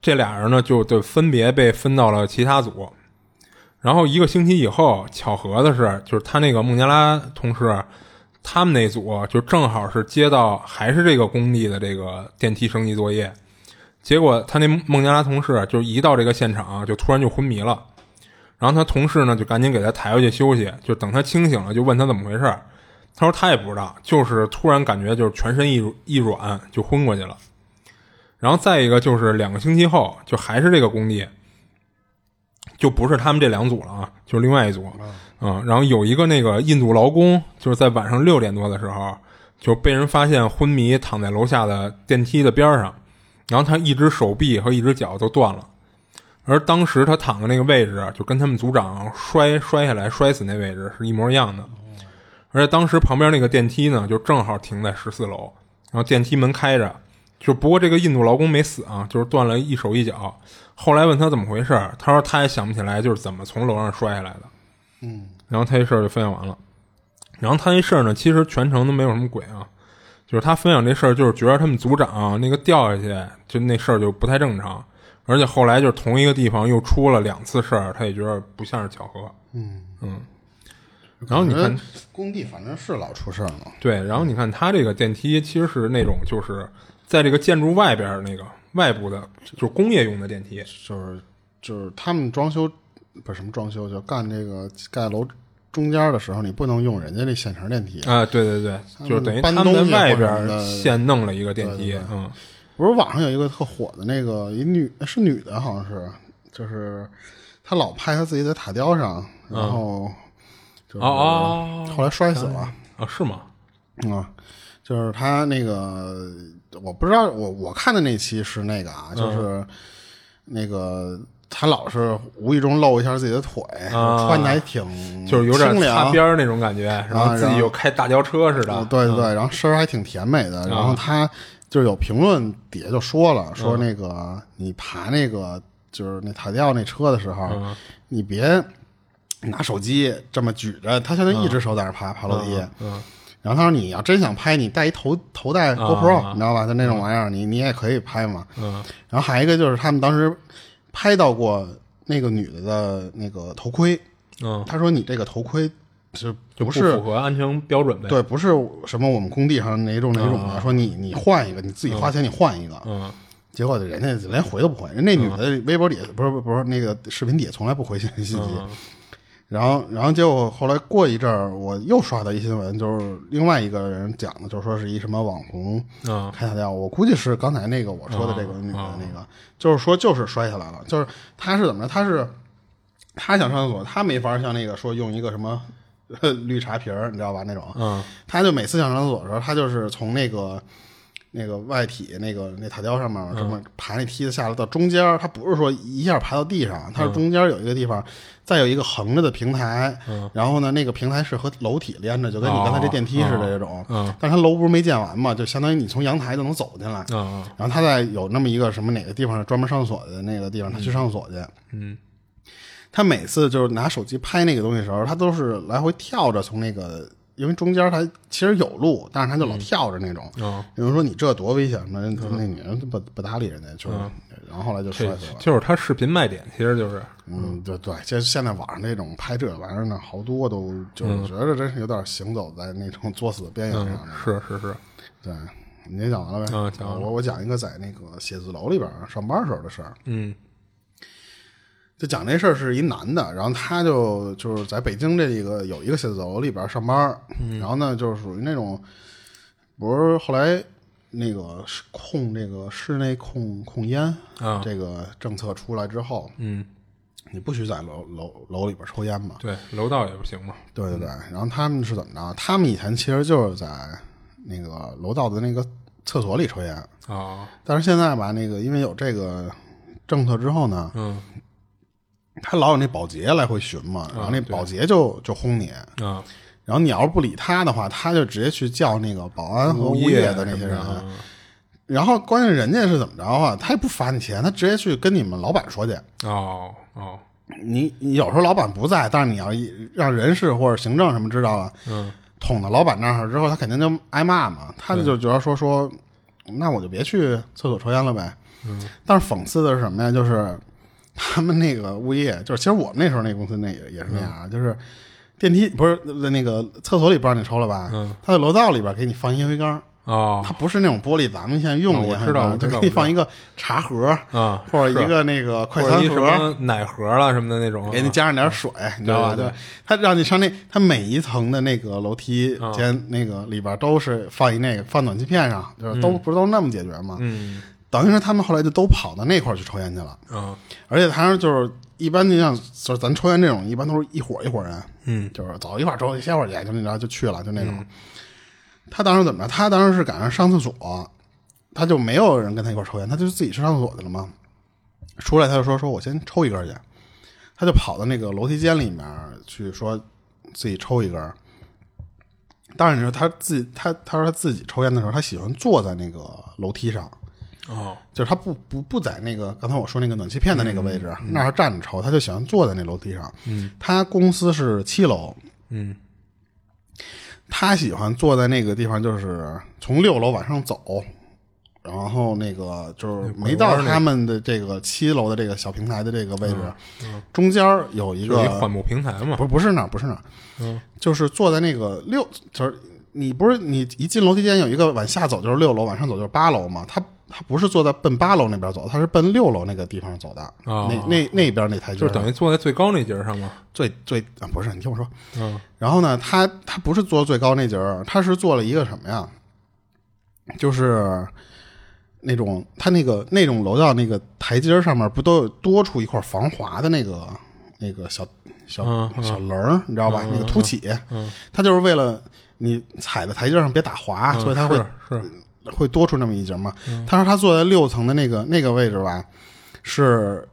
S2: 这俩人呢就就分别被分到了其他组。然后一个星期以后，巧合的是，就是他那个孟加拉同事，他们那组就正好是接到还是这个工地的这个电梯升级作业，结果他那孟加拉同事就一到这个现场，就突然就昏迷了。然后他同事呢就赶紧给他抬回去休息，就等他清醒了，就问他怎么回事儿。他说他也不知道，就是突然感觉就是全身一一软就昏过去了。然后再一个就是两个星期后，就还是这个工地，就不是他们这两组了啊，就是另外一组嗯，然后有一个那个印度劳工，就是在晚上六点多的时候就被人发现昏迷躺在楼下的电梯的边儿上，然后他一只手臂和一只脚都断了。而当时他躺的那个位置，就跟他们组长摔摔下来摔死那位置是一模一样的。而且当时旁边那个电梯呢，就正好停在十四楼，然后电梯门开着，就不过这个印度劳工没死啊，就是断了一手一脚。后来问他怎么回事儿，他说他也想不起来，就是怎么从楼上摔下来的。
S1: 嗯，
S2: 然后他这事儿就分享完了。然后他那事儿呢，其实全程都没有什么鬼啊，就是他分享这事儿，就是觉得他们组长、那个掉下去，就那事儿就不太正常。而且后来就是同一个地方又出了两次事儿，他也觉得不像是巧合。
S1: 嗯
S2: 嗯。然后你看
S1: 感觉工地反正是老出事儿嘛，
S2: 对，然后你看它这个电梯其实是那种就是在这个建筑外边儿那个外部的，就是工业用的电梯。
S1: 就是就是他们装修不是什么装修，就干这个盖楼中间的时候，你不能用人家那现成电梯。
S2: 啊，对对对，就是等于
S1: 搬
S2: 他们在
S1: 东西
S2: 外
S1: 或者
S2: 边
S1: 什么
S2: 儿
S1: 的
S2: 现弄了一个电梯，嗯，
S1: 不是网上有一个特火的那个，一女是女的，好像是，就是她老拍她自己在塔吊上，然后就是
S2: 嗯哦哦嗯哦
S1: 后来摔死了
S2: 哦，是吗？
S1: 啊，就是她那个我不知道，我我看的那期是那个
S2: 嗯
S1: 啊，就是那个。她老是无意中露一下自己的腿，
S2: 啊
S1: 穿的还挺
S2: 就是有点
S1: 清凉啊
S2: 擦边儿那种感觉，然后自
S1: 然
S2: 己
S1: 后
S2: 又开大轿车似的
S1: 哦，对对对，然后声儿还挺甜美的。
S2: 嗯
S1: 然后他就是有评论底下就说了，说那个你爬那个就是那塔吊那车的时候，
S2: 嗯
S1: 你别拿手机这么举着，他现在一只手在那爬爬楼梯。
S2: 嗯，
S1: 然后他说你要真想拍，你带一头头戴 GoPro，、你知道吧？就那种玩意儿，你你也可以拍嘛。
S2: 嗯。
S1: 然后还有一个就是他们当时拍到过那个女的的那个头盔，
S2: 嗯，
S1: 他说你这个头盔是
S2: 就
S1: 不是
S2: 符合安全标准呗。，
S1: 对，不是什么我们工地上哪种哪种的，说你你换一个，你自己花钱你换一个，
S2: 嗯，
S1: 结果人家连回都不回，人那女的微博底下不是不是那个视频底下从来不回信信息， [laughs] 然后然后结果后来过一阵儿，我又刷到一新闻，就是另外一个人讲的，就是说是一什么网红
S2: 嗯
S1: 开塔吊，我估计是刚才那个我说的这个女的那个，就是说就是摔下来了，就是她是怎么着，她是。她想上厕所，她没法像那个说用一个什么 [laughs] 呃绿茶瓶儿，你知道吧？那种，
S2: 嗯，
S1: 他就每次想上厕所的时候，他就是从那个那个外体那个那塔吊上面这
S2: 嗯
S1: 么爬那梯子下来到中间儿，他不是说一下爬到地
S2: 嗯
S1: 上，他是中间有一个地方，再有一个横着的平台，
S2: 嗯
S1: 然后呢，那个平台是和楼体连着，就
S2: 哦
S1: 跟你刚才这电梯似的这种，
S2: 嗯
S1: 但是他楼不是没建完嘛，就相当于你从阳台就能走进来，
S2: 嗯
S1: 然后他在有那么一个什么哪个地方专门上厕所的那个地方，他去上厕所去。
S2: 嗯，
S1: 他每次就是拿手机拍那个东西的时候，他都是来回跳着从那个，因为中间他其实有路，但是他就老跳着那种。
S2: 嗯，
S1: 有人说你这多危险那那女人不不搭理人家，就是，
S2: 嗯
S1: 然后后来就摔
S2: 这
S1: 死了。
S2: 就是它视频卖点，其实就是
S1: 嗯，对对，现现在网上那种拍这玩意儿呢，好多都就是
S2: 嗯
S1: 我觉得真是有点行走在那种作死的边缘上的。
S2: 是是是，
S1: 对，你也讲完了呗？啊
S2: 嗯讲完了
S1: 我我讲一个在那个写字楼里边儿上班时候的事儿。
S2: 嗯
S1: 就讲这事儿是一男的，然后他就就是在北京这一个有一个写字楼里边上班儿，然后呢就是属于那种，不是后来那个是控这个室内控控烟、
S2: 啊
S1: 这个政策出来之后，
S2: 嗯，
S1: 你不许在楼楼楼里边抽烟嘛？
S2: 对，楼道也不行嘛，
S1: 对对对，然后他们是怎么着？他们以前其实就是在那个楼道的那个厕所里抽烟，
S2: 啊，
S1: 但是现在吧，那个因为有这个政策之后呢，
S2: 嗯
S1: 他老有那保洁来回巡嘛，然后那保洁就就轰你，
S2: 啊，
S1: 然后你要是不理他的话，他就直接去叫那个保安和物业的那些人。
S2: 嗯
S1: 然后关键人家是怎么着啊？他也不罚你钱，他直接去跟你们老板说去。
S2: 哦哦，
S1: 你你有时候老板不在，但是你要一让人事或者行政什么知道了，
S2: 嗯
S1: 捅到老板那儿之后，他肯定就挨骂嘛。他就觉得说说，那我就别去厕所抽烟了呗。嗯。但是讽刺的是什么呀？就是 [laughs] 他们那个物业，就是其实我们那时候那公司那也也是那样啊，
S2: 嗯
S1: 就是电梯不是那个厕所里不让你抽了吧？
S2: 嗯。
S1: 他在楼道里边给你放烟灰缸，
S2: 哦
S1: 它不是那种玻璃，咱们现在用的
S2: 哦我
S1: 烟
S2: 知
S1: 灰
S2: 道
S1: 缸，
S2: 我知
S1: 就
S2: 道
S1: 给
S2: 我
S1: 你
S2: 知道
S1: 放一个茶盒
S2: 啊，
S1: 或者
S2: 是
S1: 一个那个快
S2: 或者
S1: 餐
S2: 一
S1: 盒
S2: 什。么奶盒啦什么的那种，
S1: 给你加上点水，你知道吧？
S2: 啊嗯对
S1: 对，他让你上那，他每一层的那个楼梯
S2: 啊
S1: 间那个里边都是放一那个放暖气片上，就是都不是都那么解决吗？
S2: 嗯
S1: 等于说他们后来就都跑到那块儿去抽烟去了，
S2: 啊
S1: 而且他就是一般就像就是咱抽烟这种，一般都是一伙一伙人，
S2: 嗯
S1: 就是走一块儿抽，歇会儿去，就那然后就去了，就那种。他当时怎么着？他当时是赶上上厕所，他就没有人跟他一块儿抽烟，他就自己去上厕所去了嘛。出来他就说：“说我先抽一根儿去。”他就跑到那个楼梯间里面去说自己抽一根儿。当然，你说他自己，他他说他自己抽烟的时候，他喜欢坐在那个楼梯上，
S2: 哦，
S1: 就是他不不不在那个刚才我说那个暖气片的那个位置，啊那儿站着抽，他就喜欢坐在那楼梯上。嗯，他公司是七楼，
S2: 嗯，
S1: 他喜欢坐在那个地方，就是从六楼往上走，然后那个就是没到他们的这个七楼的这个小平台的这个位置，中间儿有一
S2: 有
S1: 个
S2: 一缓步平台嘛，嗯
S1: 不不是嗯那儿，不是那儿，就是坐在那个六，就是你不是你一进楼梯间有一个往下走就是六楼，往上走就是八楼嘛，他他不是坐在奔八楼那边走，他是奔六楼那个地方走的，
S2: 哦
S1: 那那那边那台阶
S2: 就
S1: 儿
S2: 是等于坐在最高那节儿上嘛。
S1: 最最、啊、不是你听我说，
S2: 嗯
S1: 然后呢，他他不是做最高那节儿，他是做了一个什么呀？就是那种他那个那种楼道那个台阶儿上面不都有多出一块防滑的那个那个小小、
S2: 嗯
S1: 小棱儿，你知道吧？那个凸起，他就是为了你踩在台阶上别打滑，所以他会
S2: 嗯是是
S1: 会多出那么一节嘛。
S2: 嗯
S1: 他说他坐在六层的那个那个位置吧，是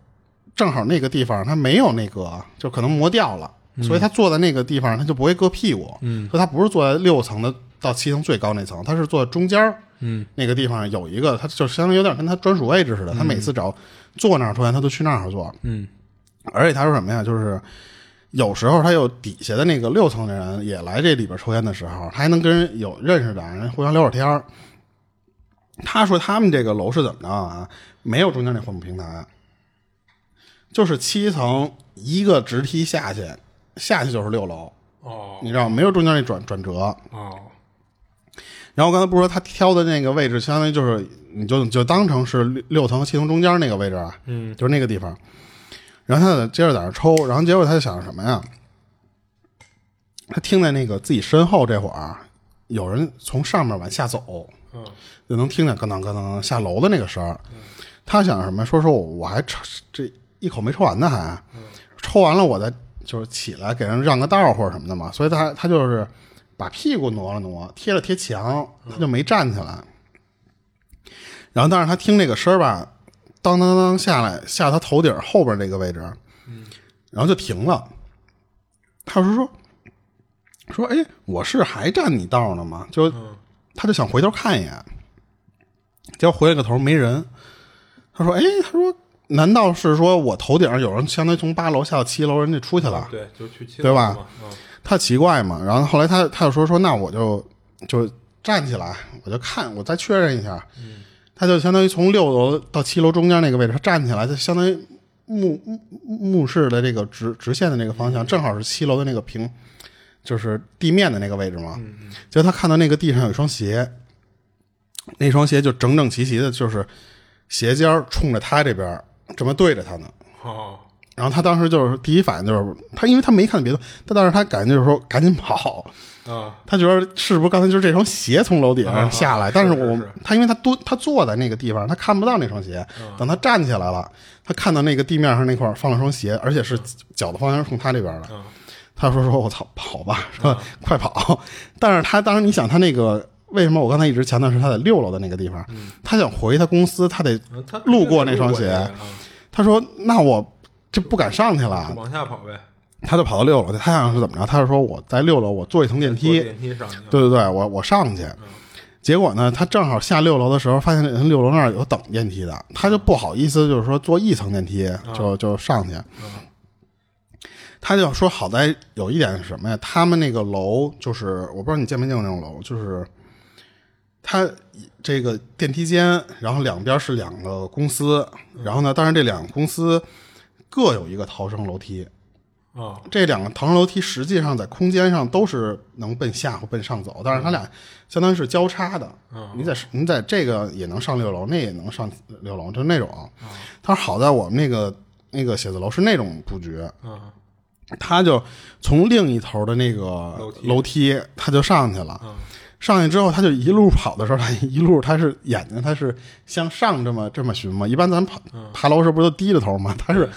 S1: 正好那个地方他没有那个，就可能磨掉了，
S2: 嗯
S1: 所以他坐在那个地方他就不会硌屁股。嗯，所以他不是坐在六层的到七层最高那层，他是坐在中间儿
S2: 嗯
S1: 那个地方有一个，他就相当于有点跟他专属位置似的。他每次只要坐那儿出来，他都去那儿坐。
S2: 嗯
S1: 而且他说什么呀？就是有时候他有底下的那个六层的人也来这里边抽烟的时候，他还能跟人有认识的人互相聊会儿天儿。他说他们这个楼是怎么着啊？没有中间那缓步平台，就是七层一个直梯下去，下去就是六楼，
S2: 哦
S1: 你知道没有中间那转转折。
S2: 哦
S1: 然后我刚才不是说他挑的那个位置，相当于就是你就就当成是六六层和七层中间那个位置啊，
S2: 嗯，
S1: 就是那个地方。然后他在接着在那抽，然后结果他就想什么呀？他听在那个自己身后这会儿，啊有人从上面往下走，
S2: 嗯，
S1: 就能听见咯噔咯噔下楼的那个声儿。他想什么？说说我我还抽这一口没抽完呢还，抽完了我再就是起来给人让个道儿或者什么的嘛。所以他他就是把屁股挪了挪，贴了贴墙，他就没站起来。然后但是他听这个声儿吧，当当当下来下他头顶儿后边儿这个位置，然后就停了。他说说说，哎，我是还占你道呢吗？就他就想回头看一眼，结果回了个头没人。他说，哎，他说。难道是说我头顶上有人，相当于从八楼下到七楼，人家出去了？
S2: 对，就去七
S1: 对
S2: 楼
S1: 吧
S2: 嘛？嗯
S1: 他奇怪嘛。然后后来他他就说说那我就就站起来，我就看我再确认一下。他就相当于从六楼到七楼中间那个位置，他站起来，就相当于目目目视的这个直直线的那个方向，正好是七楼的那个平，就是地面的那个位置嘛。结果他看到那个地上有一双鞋，那双鞋就整整齐齐的，就是鞋尖儿冲着他这边儿这么对着他呢。
S2: 哦
S1: 然后他当时就是第一反应就是他，因为他没看别的，他当时他感觉就是说赶紧跑，
S2: 啊
S1: 他觉得是不是刚才就是这双鞋从楼顶上下来？
S2: 啊
S1: 但是
S2: 是
S1: 我
S2: 是嗯是
S1: 他因为他蹲他坐在那个地方，他看不到那双鞋。等他站起来了，他看到那个地面上那块儿放了双鞋，而且是脚的方向是冲他这边的。
S2: 啊
S1: 他说：“说我操，跑吧，说、
S2: 嗯
S1: [laughs] 快跑！”但是他当时你想，他那个为什么我刚才一直强调是他在六楼的那个地方，他想回他公司，他得
S2: 嗯他
S1: 路过那双鞋
S2: 啊
S1: 他说：“那我这不敢上去了
S2: 就，嗯往下跑呗，
S1: 他就跑到六楼去，他想是怎么着？他就说我在六楼，我坐一层电梯，
S2: 坐电梯嗯上去了。
S1: 对对对，我我上去。结果呢，他正好下六楼的时候，发现人六楼那儿有等电梯的，他就不好意思，就是说坐一层电梯
S2: 嗯
S1: 就就上去。他就说，好在有一点是什么呀？他们那个楼就是，我不知道你见没见过那种楼，就是它这个电梯间，然后两边是两个公司，然后呢，当然这两个公司各有一个逃生楼梯。
S2: 啊
S1: 这两个唐楼梯实际上在空间上都是能奔下或奔上走，但是它俩相当于是交叉的。
S2: 嗯
S1: 你在你在这个也能上六楼，那也能上六楼，就是那种。但是好在我们那个那个写字楼是那种布局，
S2: 啊
S1: 他就从另一头的那个
S2: 楼梯
S1: 楼梯，他就上去了。
S2: 嗯
S1: 上去之后，他就一路跑的时候，他哎一路他是眼睛他是向上这么这么寻嘛。一般咱爬
S2: 嗯
S1: 爬楼时候不都低着头嘛？他是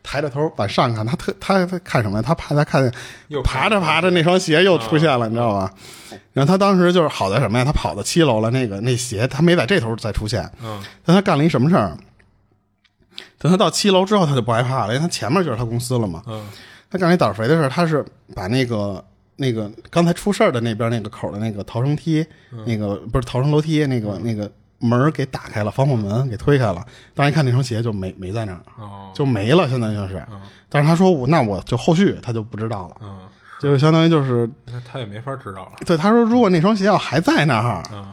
S1: 抬着头往上看，他特他他看什么呀？他怕他看见
S2: 又嗯
S1: 爬着爬着那双鞋又出现了，你知道吧？然后他当时就是好在什么呀？他跑到七楼了，那个那鞋他没在这头再出现，
S2: 嗯
S1: 但他干了一什么事儿？等他到七楼之后，他就不害怕了，因为他前面就是他公司了嘛。
S2: 嗯
S1: 他干了一胆儿肥的事儿，他是把那个那
S2: 嗯
S1: 个刚才出事儿的那边那个口儿的那个逃生梯，那个不是逃生楼梯，那个那个门给打开了，防火门给推开了，当时一看那双鞋就没没在那儿，
S2: 哦，
S1: 就没了，相当于就是。但是他说我那我就后续他就不知道了，
S2: 嗯，
S1: 就是相当于就是
S2: 那他也没法知道了，
S1: 对他说如果那双鞋要还在那儿，
S2: 嗯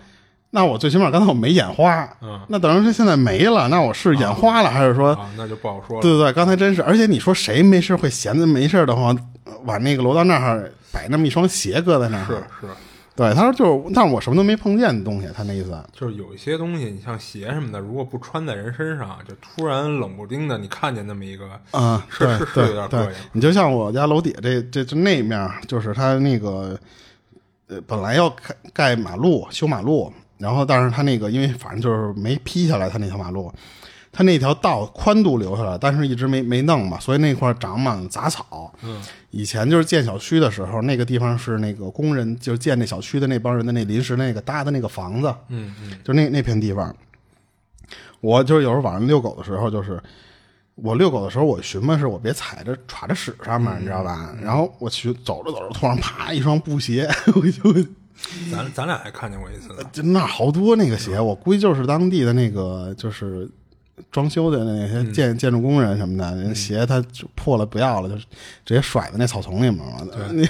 S1: 那我最起码刚才我没眼花，
S2: 嗯，
S1: 那等于是现在没了，那我是眼花了，还是说？
S2: 啊，那就不好说了，
S1: 呃对对对，刚才真是，而且你说谁没事会闲着没事的话，呃往那个楼道那儿摆那么一双鞋搁在那儿？
S2: 是是，
S1: 对，他说就是，但是我什么都没碰见的东西，他那意思。
S2: 就是有一些东西，你像鞋什么的，如果不穿在人身上，就突然冷不丁的你看见那么一个，
S1: 嗯，
S2: 是
S1: 对
S2: 是是有
S1: 对
S2: 点
S1: 对
S2: 膈应，
S1: 你就像我家楼底下这这这那面儿，就是他那个呃，本来要盖盖马路修马路，然后但是他那个因为反正就是没批下来，他那条马路，他那条道宽度留下来，但是一直没没弄嘛，所以那块儿长满了杂草。嗯，以前就是建小区的时候，那个地方是那个工人就是建那小区的那帮人的那临时那个搭的那个房子，
S2: 嗯嗯，
S1: 就那那片地方。我就是有时候晚上遛狗的时候，就是我遛狗的时候，我寻摸是我别踩着歘着屎上面，你知道吧？然后我去走着走着，突然啪一双布鞋，我就
S2: 咱咱俩还看见过一次呢，
S1: 就那儿好多那个鞋，我估计就是当地的那个就是装修的那些建、建筑工人什么的，人鞋他就破了不要了，就直接甩在那草丛里面了。 [laughs] 你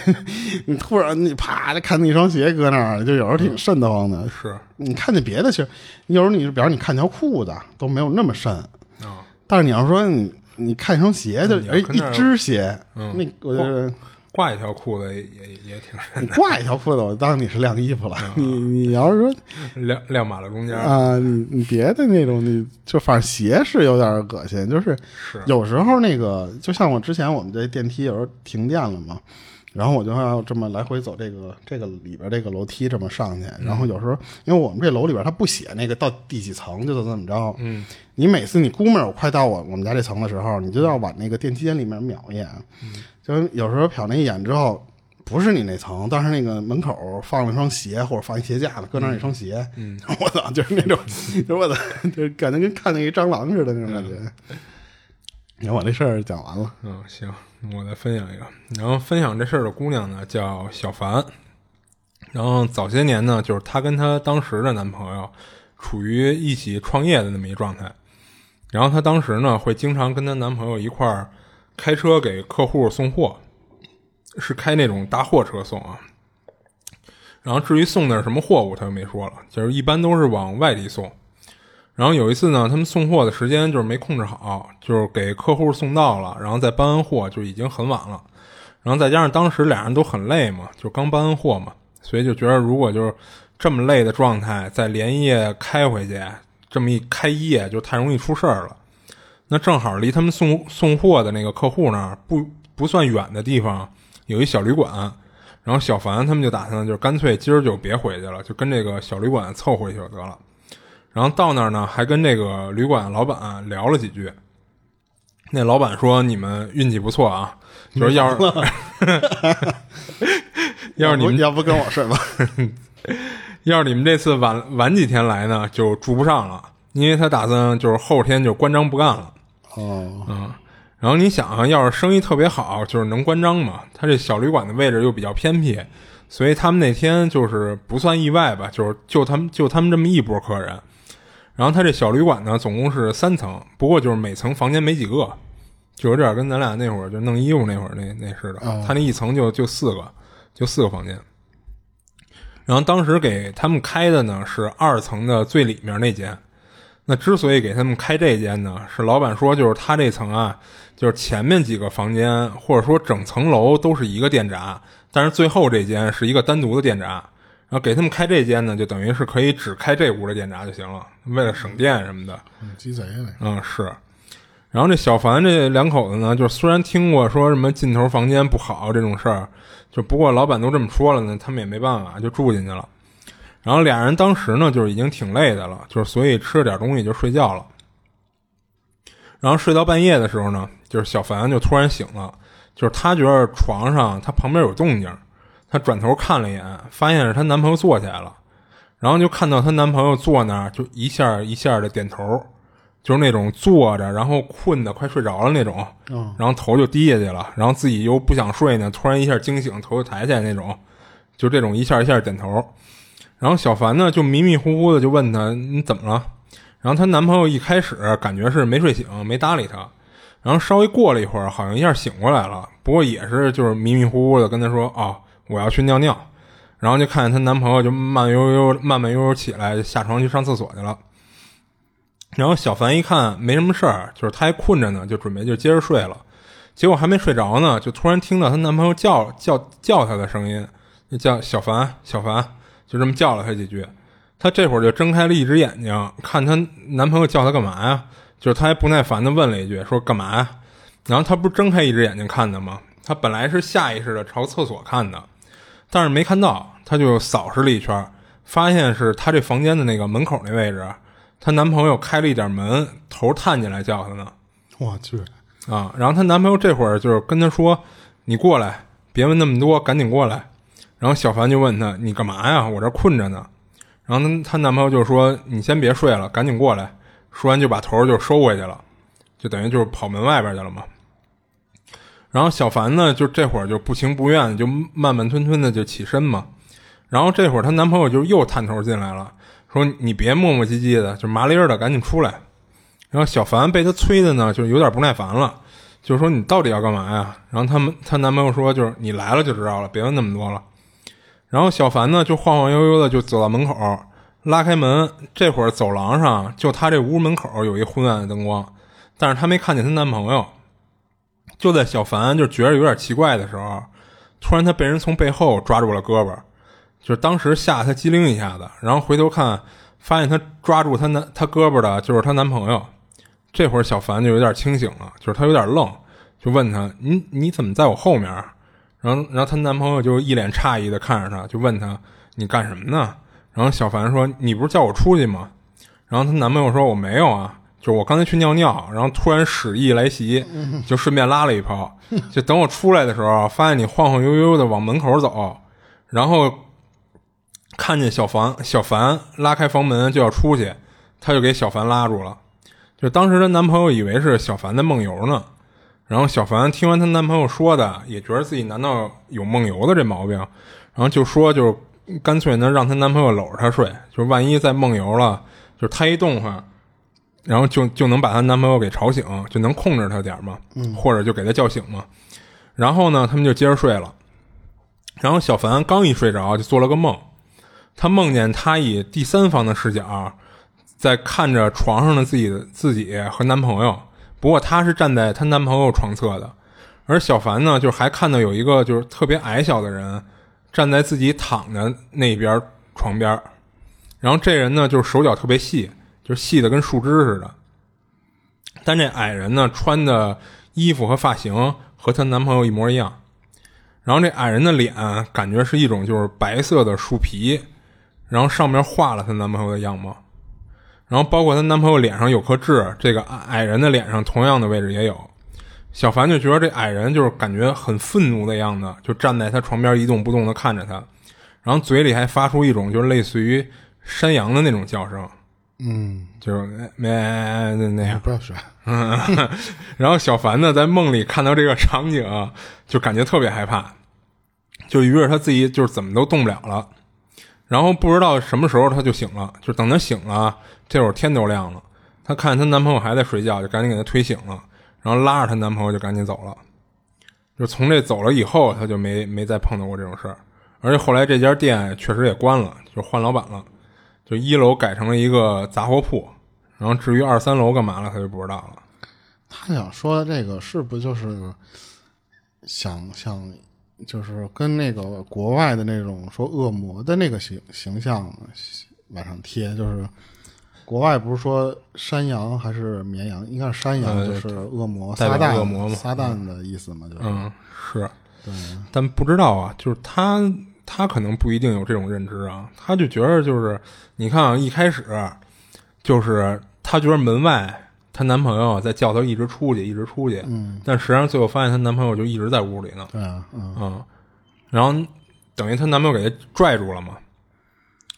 S1: 你突然你啪就看那双鞋搁那儿，就有时候挺瘆得慌的。
S2: 是
S1: 你看见别的其实，你有时候你比如你看条裤子都没有那么瘆，
S2: 啊，嗯
S1: 但是你要说你你看一双鞋，就
S2: 你要
S1: 而
S2: 跟
S1: 一
S2: 那儿
S1: 只鞋，
S2: 嗯
S1: 那我觉得
S2: 挂一条裤子也也也挺深
S1: 你挂一条裤子，我当你是晾衣服了。
S2: 嗯
S1: 你你要是说
S2: 晾晾马路中间，
S1: 啊、你你别的那种，你就反正鞋是有点恶心，就是
S2: 是
S1: 有时候那个，就像我之前我们这电梯有时候停电了嘛，然后我就要这么来回走这个这个里边这个楼梯这么上去，然
S2: 嗯
S1: 后有时候因为我们这楼里边它不写那个到第几层就怎么着，
S2: 嗯，
S1: 你每次你估摸我快到我我们家这层的时候，你就要往那个电梯间里面瞟一眼，
S2: 嗯
S1: 就是有时候瞟那一眼之后。不是你那层，但是那个门口放了一双鞋，或者放一鞋架子，搁那儿一双鞋，嗯， [laughs] 我操，就是那种，就是我操，就是感觉跟看见一蟑螂似的那种感觉。你看我这事儿讲完了，
S2: 嗯，行，我再分享一个。然后分享这事儿的姑娘呢叫小凡，然后早些年呢，就是她跟她当时的男朋友处于一起创业的那么一状态。然后她当时呢会经常跟她男朋友一块儿开车给客户送货，是开那种大货车送啊。然后至于送的是什么货物，她就没说了，就是一般都是往外地送。然后有一次呢，他们送货的时间就是没控制好，就是给客户送到了，然后再搬完货就已经很晚了。然后再加上当时俩人都很累嘛，就刚搬完货嘛，所以就觉得如果就是这么累的状态再连夜开回去，这么一开夜就太容易出事儿了。那正好离他们送送货的那个客户那儿不不算远的地方有一小旅馆，然后小凡他们就打算就是干脆今儿就别回去了，就跟这个小旅馆凑回去就得了。然后到那儿呢，还跟这个旅馆老板聊了几句。那老板说：“你们运气不错啊，就是
S1: [laughs]
S2: 要是要是你
S1: 不
S2: 们
S1: 要不跟我睡
S2: [laughs]
S1: 吧？
S2: 要是你们这次晚晚几天来呢，就住不上了，因为他打算就是后天就关张不干了。
S1: 哦，
S2: 然后你想啊，要是生意特别好，就是能关张嘛。他这小旅馆的位置又比较偏僻，所以他们那天就是不算意外吧，就是就他们就他们这么一波客人。然后他这小旅馆呢，总共是三层，不过就是每层房间没几个，就有点跟咱俩那会儿就弄衣服那会儿那那似的。他那一层就就四个，就四个房间。然后当时给他们开的呢是二层的最里面那间。那之所以给他们开这间呢，是老板说就是他这层啊，就是前面几个房间或者说整层楼都是一个电闸，但是最后这间是一个单独的电闸。然后给他们开这间呢，就等于是可以只开这屋的电闸就行了，为了省电什么的。
S1: 鸡贼嘞！
S2: 嗯，是。然后这小凡这两口子呢，就是虽然听过说什么尽头房间不好这种事儿，就不过老板都这么说了呢，他们也没办法，就住进去了。然后俩人当时呢，就是已经挺累的了，就是所以吃了点东西就睡觉了。然后睡到半夜的时候呢，就是小凡就突然醒了，就是她觉得床上她旁边有动静，她转头看了一眼，发现是她男朋友坐起来了，然后就看到她男朋友坐那儿，就一下一下的点头，就是那种坐着然后困的快睡着了那种，然后头就低下去了，然后自己又不想睡呢，突然一下惊醒，头就抬起来那种，就这种一下一下点头。然后小凡呢就迷迷糊糊的就问她你怎么了？然后她男朋友一开始感觉是没睡醒，没搭理她。然后稍微过了一会儿，好像一下醒过来了，不过也是就是迷迷糊糊的跟她说哦，我要去尿尿。然后就看见她男朋友就慢悠悠、慢慢悠悠起来，下床去上厕所去了。然后小凡一看没什么事儿，就是她还困着呢，就准备就接着睡了。结果还没睡着呢，就突然听到她男朋友叫叫叫她的声音，就叫小凡小凡，就这么叫了她几句。她这会儿就睁开了一只眼睛，看她男朋友叫她干嘛呀？就是她还不耐烦的问了一句，说干嘛呀？然后她不是睁开一只眼睛看的吗？她本来是下意识的朝厕所看的，但是没看到，她就扫视了一圈，发现是她这房间的那个门口那位置，她男朋友开了一点门，头探进来叫她呢。
S1: 我去，
S2: 啊，然后她男朋友这会儿就是跟她说：“你过来，别问那么多，赶紧过来。”然后小凡就问她：“你干嘛呀？我这困着呢。”然后她她男朋友就说：“你先别睡了，赶紧过来。”说完就把头就收回去了，就等于就是跑门外边去了嘛。然后小凡呢，就这会儿就不情不愿，就慢慢吞吞的就起身嘛。然后这会儿她男朋友就又探头进来了，说：“你别磨磨唧唧的，就麻利儿的，赶紧出来。”然后小凡被她催的呢，就是有点不耐烦了，就是说你到底要干嘛呀？然后他们她男朋友说，就是你来了就知道了，别问那么多了。然后小凡呢就晃晃悠悠的就走到门口，拉开门，这会儿走廊上就她这屋门口有一昏暗的灯光，但是她没看见她男朋友。就在小凡就觉得有点奇怪的时候，突然她被人从背后抓住了胳膊，就是当时吓她机灵一下子，然后回头看，发现她抓住她男她胳膊的就是她男朋友。这会儿小凡就有点清醒了，就是她有点愣，就问她：“你你怎么在我后面？”然后然后她男朋友就一脸诧异的看着她，就问她：“你干什么呢？”然后小凡说：“你不是叫我出去吗？”然后她男朋友说：“我没有啊，就我刚才去尿尿，然后突然屎意来袭，就顺便拉了一泡。就等我出来的时候，发现你晃晃悠悠的往门口走，然后看见小凡小凡拉开房门就要出去，她就给小凡拉住了。”就当时她男朋友以为是小凡在梦游呢，然后小凡听完她男朋友说的，也觉得自己难道有梦游的这毛病，然后就说就干脆呢让她男朋友搂着她睡，就是万一再梦游了，就是她一动唤，然后就就能把她男朋友给吵醒，就能控制她点儿嘛，或者就给她叫醒嘛。然后呢，他们就接着睡了。然后小凡刚一睡着，就做了个梦，她梦见她以第三方的视角。在看着床上的自己的自己和男朋友，不过她是站在她男朋友床侧的，而小凡呢，就还看到有一个就是特别矮小的人站在自己躺的那边床边儿，然后这人呢，就是手脚特别细，就是细的跟树枝似的，但这矮人呢，穿的衣服和发型和她男朋友一模一样，然后这矮人的脸啊感觉是一种就是白色的树皮，然后上面画了她男朋友的样貌。然后包括她男朋友脸上有颗痣，这个矮矮人的脸上同样的位置也有。小凡就觉得这矮人就是感觉很愤怒的样子，就站在她床边一动不动的看着她，然后嘴里还发出一种就是类似于山羊的那种叫声，
S1: 嗯，
S2: 就是哎咩那那样。
S1: 不要学，
S2: 嗯， [laughs] 然后小凡呢，在梦里看到这个场景啊，就感觉特别害怕，就于是他自己就是怎么都动不了了。然后不知道什么时候他就醒了，就等他醒了，这会儿天都亮了。她看她男朋友还在睡觉，就赶紧给她推醒了，然后拉着她男朋友就赶紧走了。就从这走了以后，她就没没再碰到过这种事儿。而且后来这家店确实也关了，就换老板了，就一楼改成了一个杂货铺。然后至于二三楼干嘛了，她就不知道了。
S1: 他想说这个是不就是想想就是跟那个国外的那种说恶魔的那个形形象往上贴，就是国外不是说山羊还是绵羊，应该是山羊，
S2: 呃
S1: 就是恶魔
S2: 代
S1: 撒
S2: 表
S1: 旦
S2: 恶魔嘛
S1: 撒旦的意思嘛，就是、
S2: 嗯，是，
S1: 对，
S2: 但不知道啊，就是他他可能不一定有这种认知啊，他就觉得就是你看啊，一开始就是她觉得门外她男朋友在叫她一直出去，一直出去，
S1: 嗯，
S2: 但实际上最后发现她男朋友就一直在屋里呢，
S1: 对啊，嗯，
S2: 嗯，然后等于她男朋友给她拽住了嘛，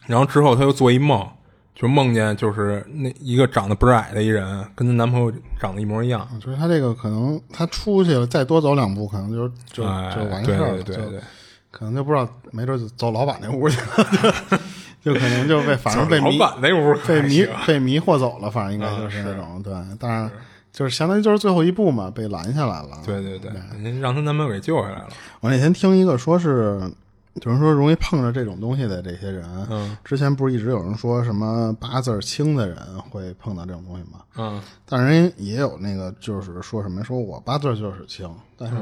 S2: 然后之后她又做一梦，就梦见就是那一个长得倍儿矮的一人跟她男朋友长得一模一样，
S1: 就是他这个可能他出去了，再多走两步，可能就就就
S2: 哎
S1: 完
S2: 对
S1: 事儿了，
S2: 对对
S1: 就
S2: 对，
S1: 可能就不知道，没准就走老板那屋去了，就 [laughs] 有可能就被反正被
S2: 老
S1: 迷
S2: 板那 [laughs] 屋可
S1: 被
S2: 还
S1: 迷
S2: 哎行
S1: 被迷惑走了，反正应该
S2: 啊
S1: 就是
S2: 是
S1: 那种对，但是就是相当于就是最后一步嘛，被拦下来了。
S2: 对对对，您让她男朋友给救回来了。
S1: 我那天听一个说是，就是说容易碰着这种东西的这些人，
S2: 嗯
S1: 之前不是一直有人说什么八字儿轻的人会碰到这种东西吗？
S2: 嗯
S1: 但是人也有那个就是说什么说我八字儿就是轻，但是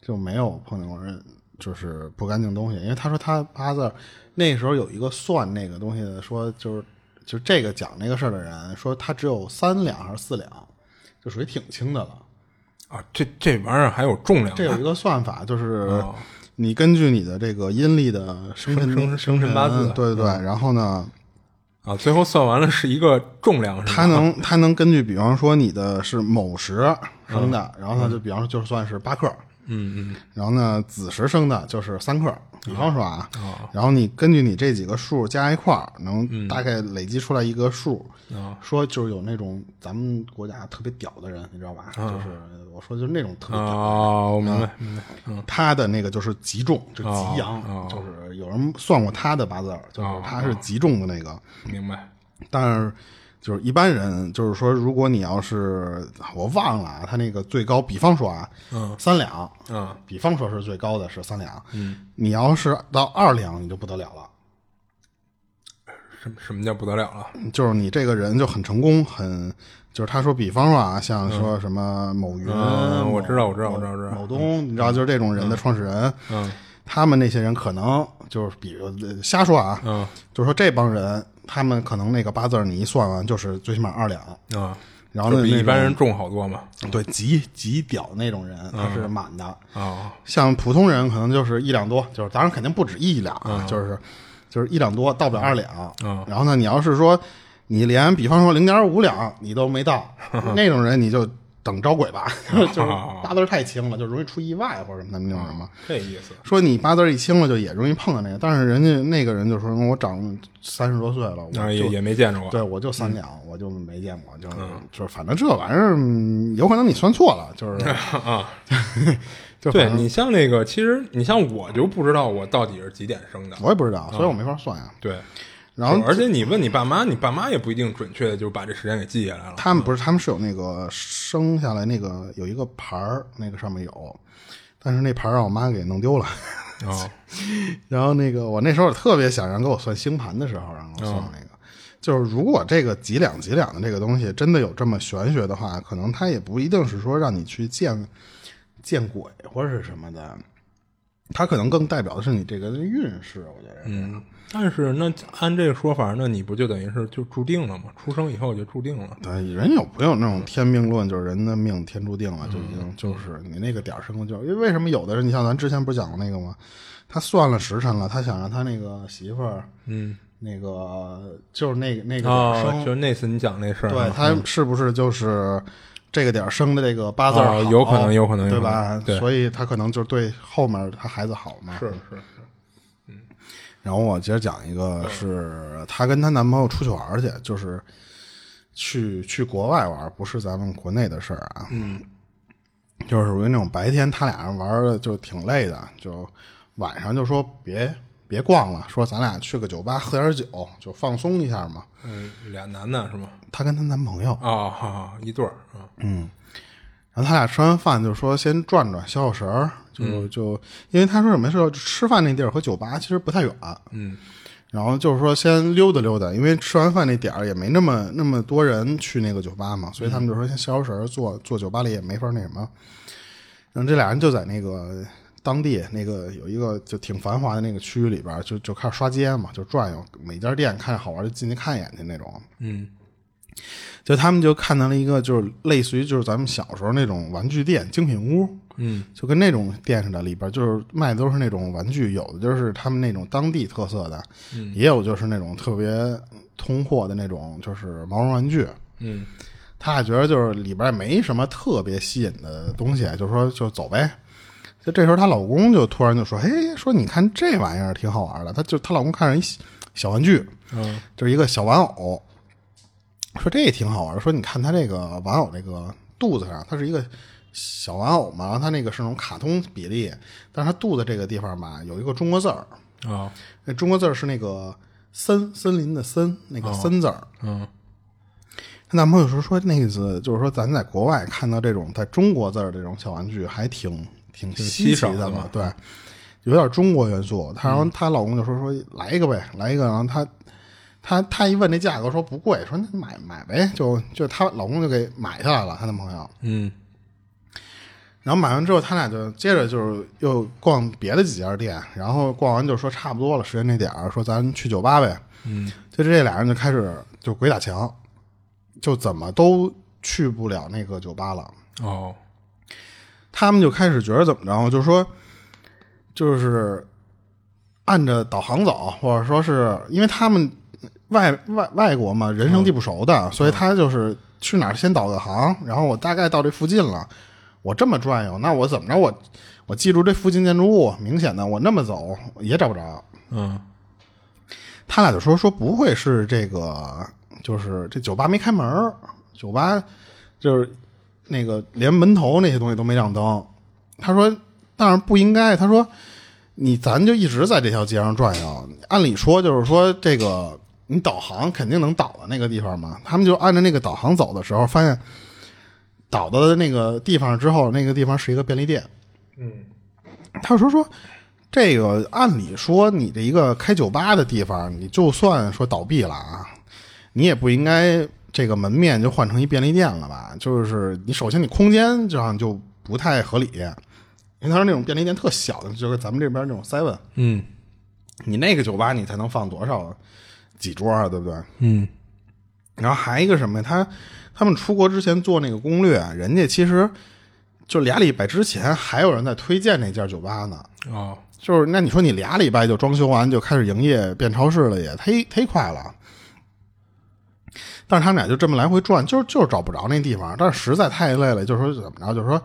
S1: 就没有碰见过人就是不干净东西，因为他说他八字儿那时候有一个算那个东西的说就是就这个讲那个事儿的人说他只有三两还是四两，就属于挺轻的了。
S2: 啊，这这玩意儿还有重量
S1: 这
S2: 呢，
S1: 有一个算法，就是
S2: 哦
S1: 你根据你的这个阴历的生辰
S2: 生
S1: 生
S2: 生辰八字
S1: 嗯对对对，然后呢，
S2: 啊，最后算完了是一个重量是吧？
S1: 它能它能根据，比方说你的是某时生的，然后呢，就比方说就算是八克，
S2: 嗯嗯
S1: 然后呢子时生的就是三克，比方说啊，
S2: 哦
S1: 然后你根据你这几个数加一块儿，能大概累积出来一个数，
S2: 啊
S1: 说就是有那种咱们国家特别屌的人，你知道吧？
S2: 嗯
S1: 就是我说就是那种特别屌的人
S2: 啊，我明白明白，
S1: 他的那个就是极重，就极阳，
S2: 嗯哦哦哦
S1: 就是有人算过他的八字儿，就是他是极重的那个。
S2: 明白。
S1: 但是就是一般人，就是说，如果你要是我忘了啊他那个最高，比方说啊，
S2: 嗯
S1: 三两，
S2: 嗯，
S1: 比方说是最高的是三两，嗯，你要是到二两，你就不得了了，
S2: 什么什么叫不得了了？
S1: 就是你这个人就很成功，很。就是他说，比方说啊，像说什么某云，
S2: 嗯我
S1: 某
S2: 知道我知道我知道我知道
S1: 某东，你知道，就是这种人的创始人，
S2: 嗯
S1: 他们那些人可能就是比如呃瞎说啊，
S2: 嗯
S1: 就是说这帮人，他们可能那个八字儿你一算完就是最起码二两，
S2: 啊，
S1: 然后呢
S2: 就比
S1: 那
S2: 一般
S1: 种
S2: 人重好多嘛。
S1: 对极极屌那种人他
S2: 嗯
S1: 是满的，
S2: 啊
S1: 像普通人可能就是一两多，就是当然肯定不止一两啊，就是就是一两多到不了二两，
S2: 嗯
S1: 然后呢，你要是说你连比方说零点五两你都没
S2: [laughs]
S1: 到，那种人你就等招鬼吧，就是八字儿太轻了，就容易出意外或者什么的那种什么。
S2: 这意思
S1: 说你八字儿一轻了，就也容易碰到那个，但是人家那个人就说，我长三十多岁了，我就、
S2: 啊，也嗯也没见着过。
S1: 对，我就三两，我就没见过，就是、就是，反正这玩意儿嗯有可能你算错了，就是
S2: [laughs] 啊，
S1: 就
S2: 对
S1: 反正
S2: 你像那个，其实你像我就不知道我到底是几点生的。
S1: 我也不知道，所以我没法算呀。啊
S2: 对，
S1: 然后
S2: 而且你问你爸妈，你爸妈也不一定准确的就把这时间给记下
S1: [laughs]
S2: 来了。
S1: 他们不是，他们是有那个生下来那个有一个牌儿，那个上面有，但是那牌儿让我妈给弄丢了。 [laughs]
S2: 啊
S1: 然后那个我那时候特别想让给我算星盘的时候让我算那个，就是如果这个几两几两的这个东西真的有这么玄学的话，可能它也不一定是说让你去见见鬼或者是什么的，它可能更代表的是你这个运势，我觉得。
S2: 嗯，但是那按这个说法，那你不就等于是就注定了吗？出生以后就注定了。
S1: 对，人有没有那种天命论，就是人的命天注定啊
S2: 嗯
S1: 了，就已经就是你那个点儿生的就是，因为为什么有的人，你像咱之前不是讲过那个吗？他算了时辰了，他想让他那个媳妇儿，
S2: 嗯，
S1: 那个就是那个那个点儿
S2: 啊，
S1: 生，
S2: 就是那次你讲那事儿
S1: 对
S2: 啊，
S1: 他是不是就是这个点儿生的这个八字儿
S2: 哦
S1: 好
S2: 有可能有可能
S1: 对
S2: 有可能
S1: 吧？
S2: 对
S1: 所以他可能就对后面他孩子好嘛。
S2: 是。是是，
S1: 然后我接着讲一个，是她跟她男朋友出去玩儿去，就是去去国外玩儿，不是咱们国内的事儿啊。嗯，就是属于那种白天他俩人玩儿的就挺累的，就晚上就说别别逛了，说咱俩去个酒吧喝点儿酒，就放松一下嘛。
S2: 嗯，俩男的是吗？
S1: 她跟她男朋友，
S2: 啊，好好一对儿啊，
S1: 然后他俩吃完饭就说先转转消消食儿，就、就因为他说什么事儿，就吃饭那地儿和酒吧其实不太远，
S2: 嗯，
S1: 然后就是说先溜达溜达，因为吃完饭那点儿也没那么那么多人去那个酒吧嘛，所以他们就说先消消食儿，坐坐酒吧里也没法那什么。然后这俩人就在那个当地那个有一个就挺繁华的那个区域里边儿，就就开始刷街嘛，就转悠，每家店看着好玩就进去看一眼去那种。
S2: 嗯，
S1: 就他们就看到了一个就是类似于就是咱们小时候那种玩具店精品屋，
S2: 嗯，
S1: 就跟那种店似的，里边就是卖的都是那种玩具，有的就是他们那种当地特色的，也有就是那种特别通货的那种就是毛绒玩具，
S2: 嗯，
S1: 他俩觉得就是里边也没什么特别吸引的东西，就说就走呗。就这时候，她老公就突然就说：“嘿，哎说你看这玩意儿挺好玩的。”她就她老公看上一小小玩具，
S2: 嗯，
S1: 就是一个小玩偶，说这也挺好玩。说你看她这个玩偶那个肚子上，它是一个小玩偶嘛，然后它那个是那种卡通比例，但是它肚子这个地方吧有一个中国字儿，
S2: 啊
S1: 那中国字儿是那个森森林的森那个森字儿。
S2: 嗯，
S1: 她男朋友说说那意思就是说，咱在国外看到这种在中国字儿这种小玩具，还挺挺稀奇
S2: 稀少的
S1: 的嘛
S2: 嘛，
S1: 对，有点中国元素。她然后她老公就说说来一个呗，来一个。然后她她她一问这价格，说不贵，说那你买买呗，就就她老公就给买下来了，她男朋友。
S2: 嗯
S1: 然后买完之后，他俩就接着就是又逛别的几家店，然后逛完就说差不多了，时间这点儿，说咱去酒吧呗。
S2: 嗯，
S1: 就这俩人就开始就鬼打墙，就怎么都去不了那个酒吧了。
S2: 哦，
S1: 他们就开始觉得怎么着，就是说，就是按着导航走，或者说是因为他们外外外国嘛，人生地不熟的，所以他就是去哪儿先导个航，然后我大概到这附近了，我这么转悠，那我怎么着？我我记住这附近建筑物，明显的我那么走也找不着。
S2: 嗯
S1: 他俩就说说不会是这个，就是这酒吧没开门儿，酒吧就是那个连门头那些东西都没亮灯。他说，但是不应该。他说，你咱就一直在这条街上转悠，按理说就是说这个你导航肯定能导到那个地方嘛。他们就按照那个导航走的时候，发现导到那个地方之后，那个地方是一个便利店。
S2: 嗯
S1: 他说说，这个按理说你这一个开酒吧的地方，你就算说倒闭了啊，你也不应该这个门面就换成一便利店了吧？就是你首先你空间这样就不太合理，因为他说那种便利店特小的，就是咱们这边那种 seven，
S2: 嗯
S1: 你那个酒吧你才能放多少几桌啊，对不对？
S2: 嗯
S1: 然后还一个什么呀？他他们出国之前做那个攻略，啊人家其实就俩礼拜之前还有人在推荐那家酒吧呢。
S2: 哦，
S1: 就是那你说你俩礼拜就装修完就开始营业变超市了也，忒忒快了。但是他们俩就这么来回转，就是就是找不着那地方，但是实在太累了，就是说怎么着，就是说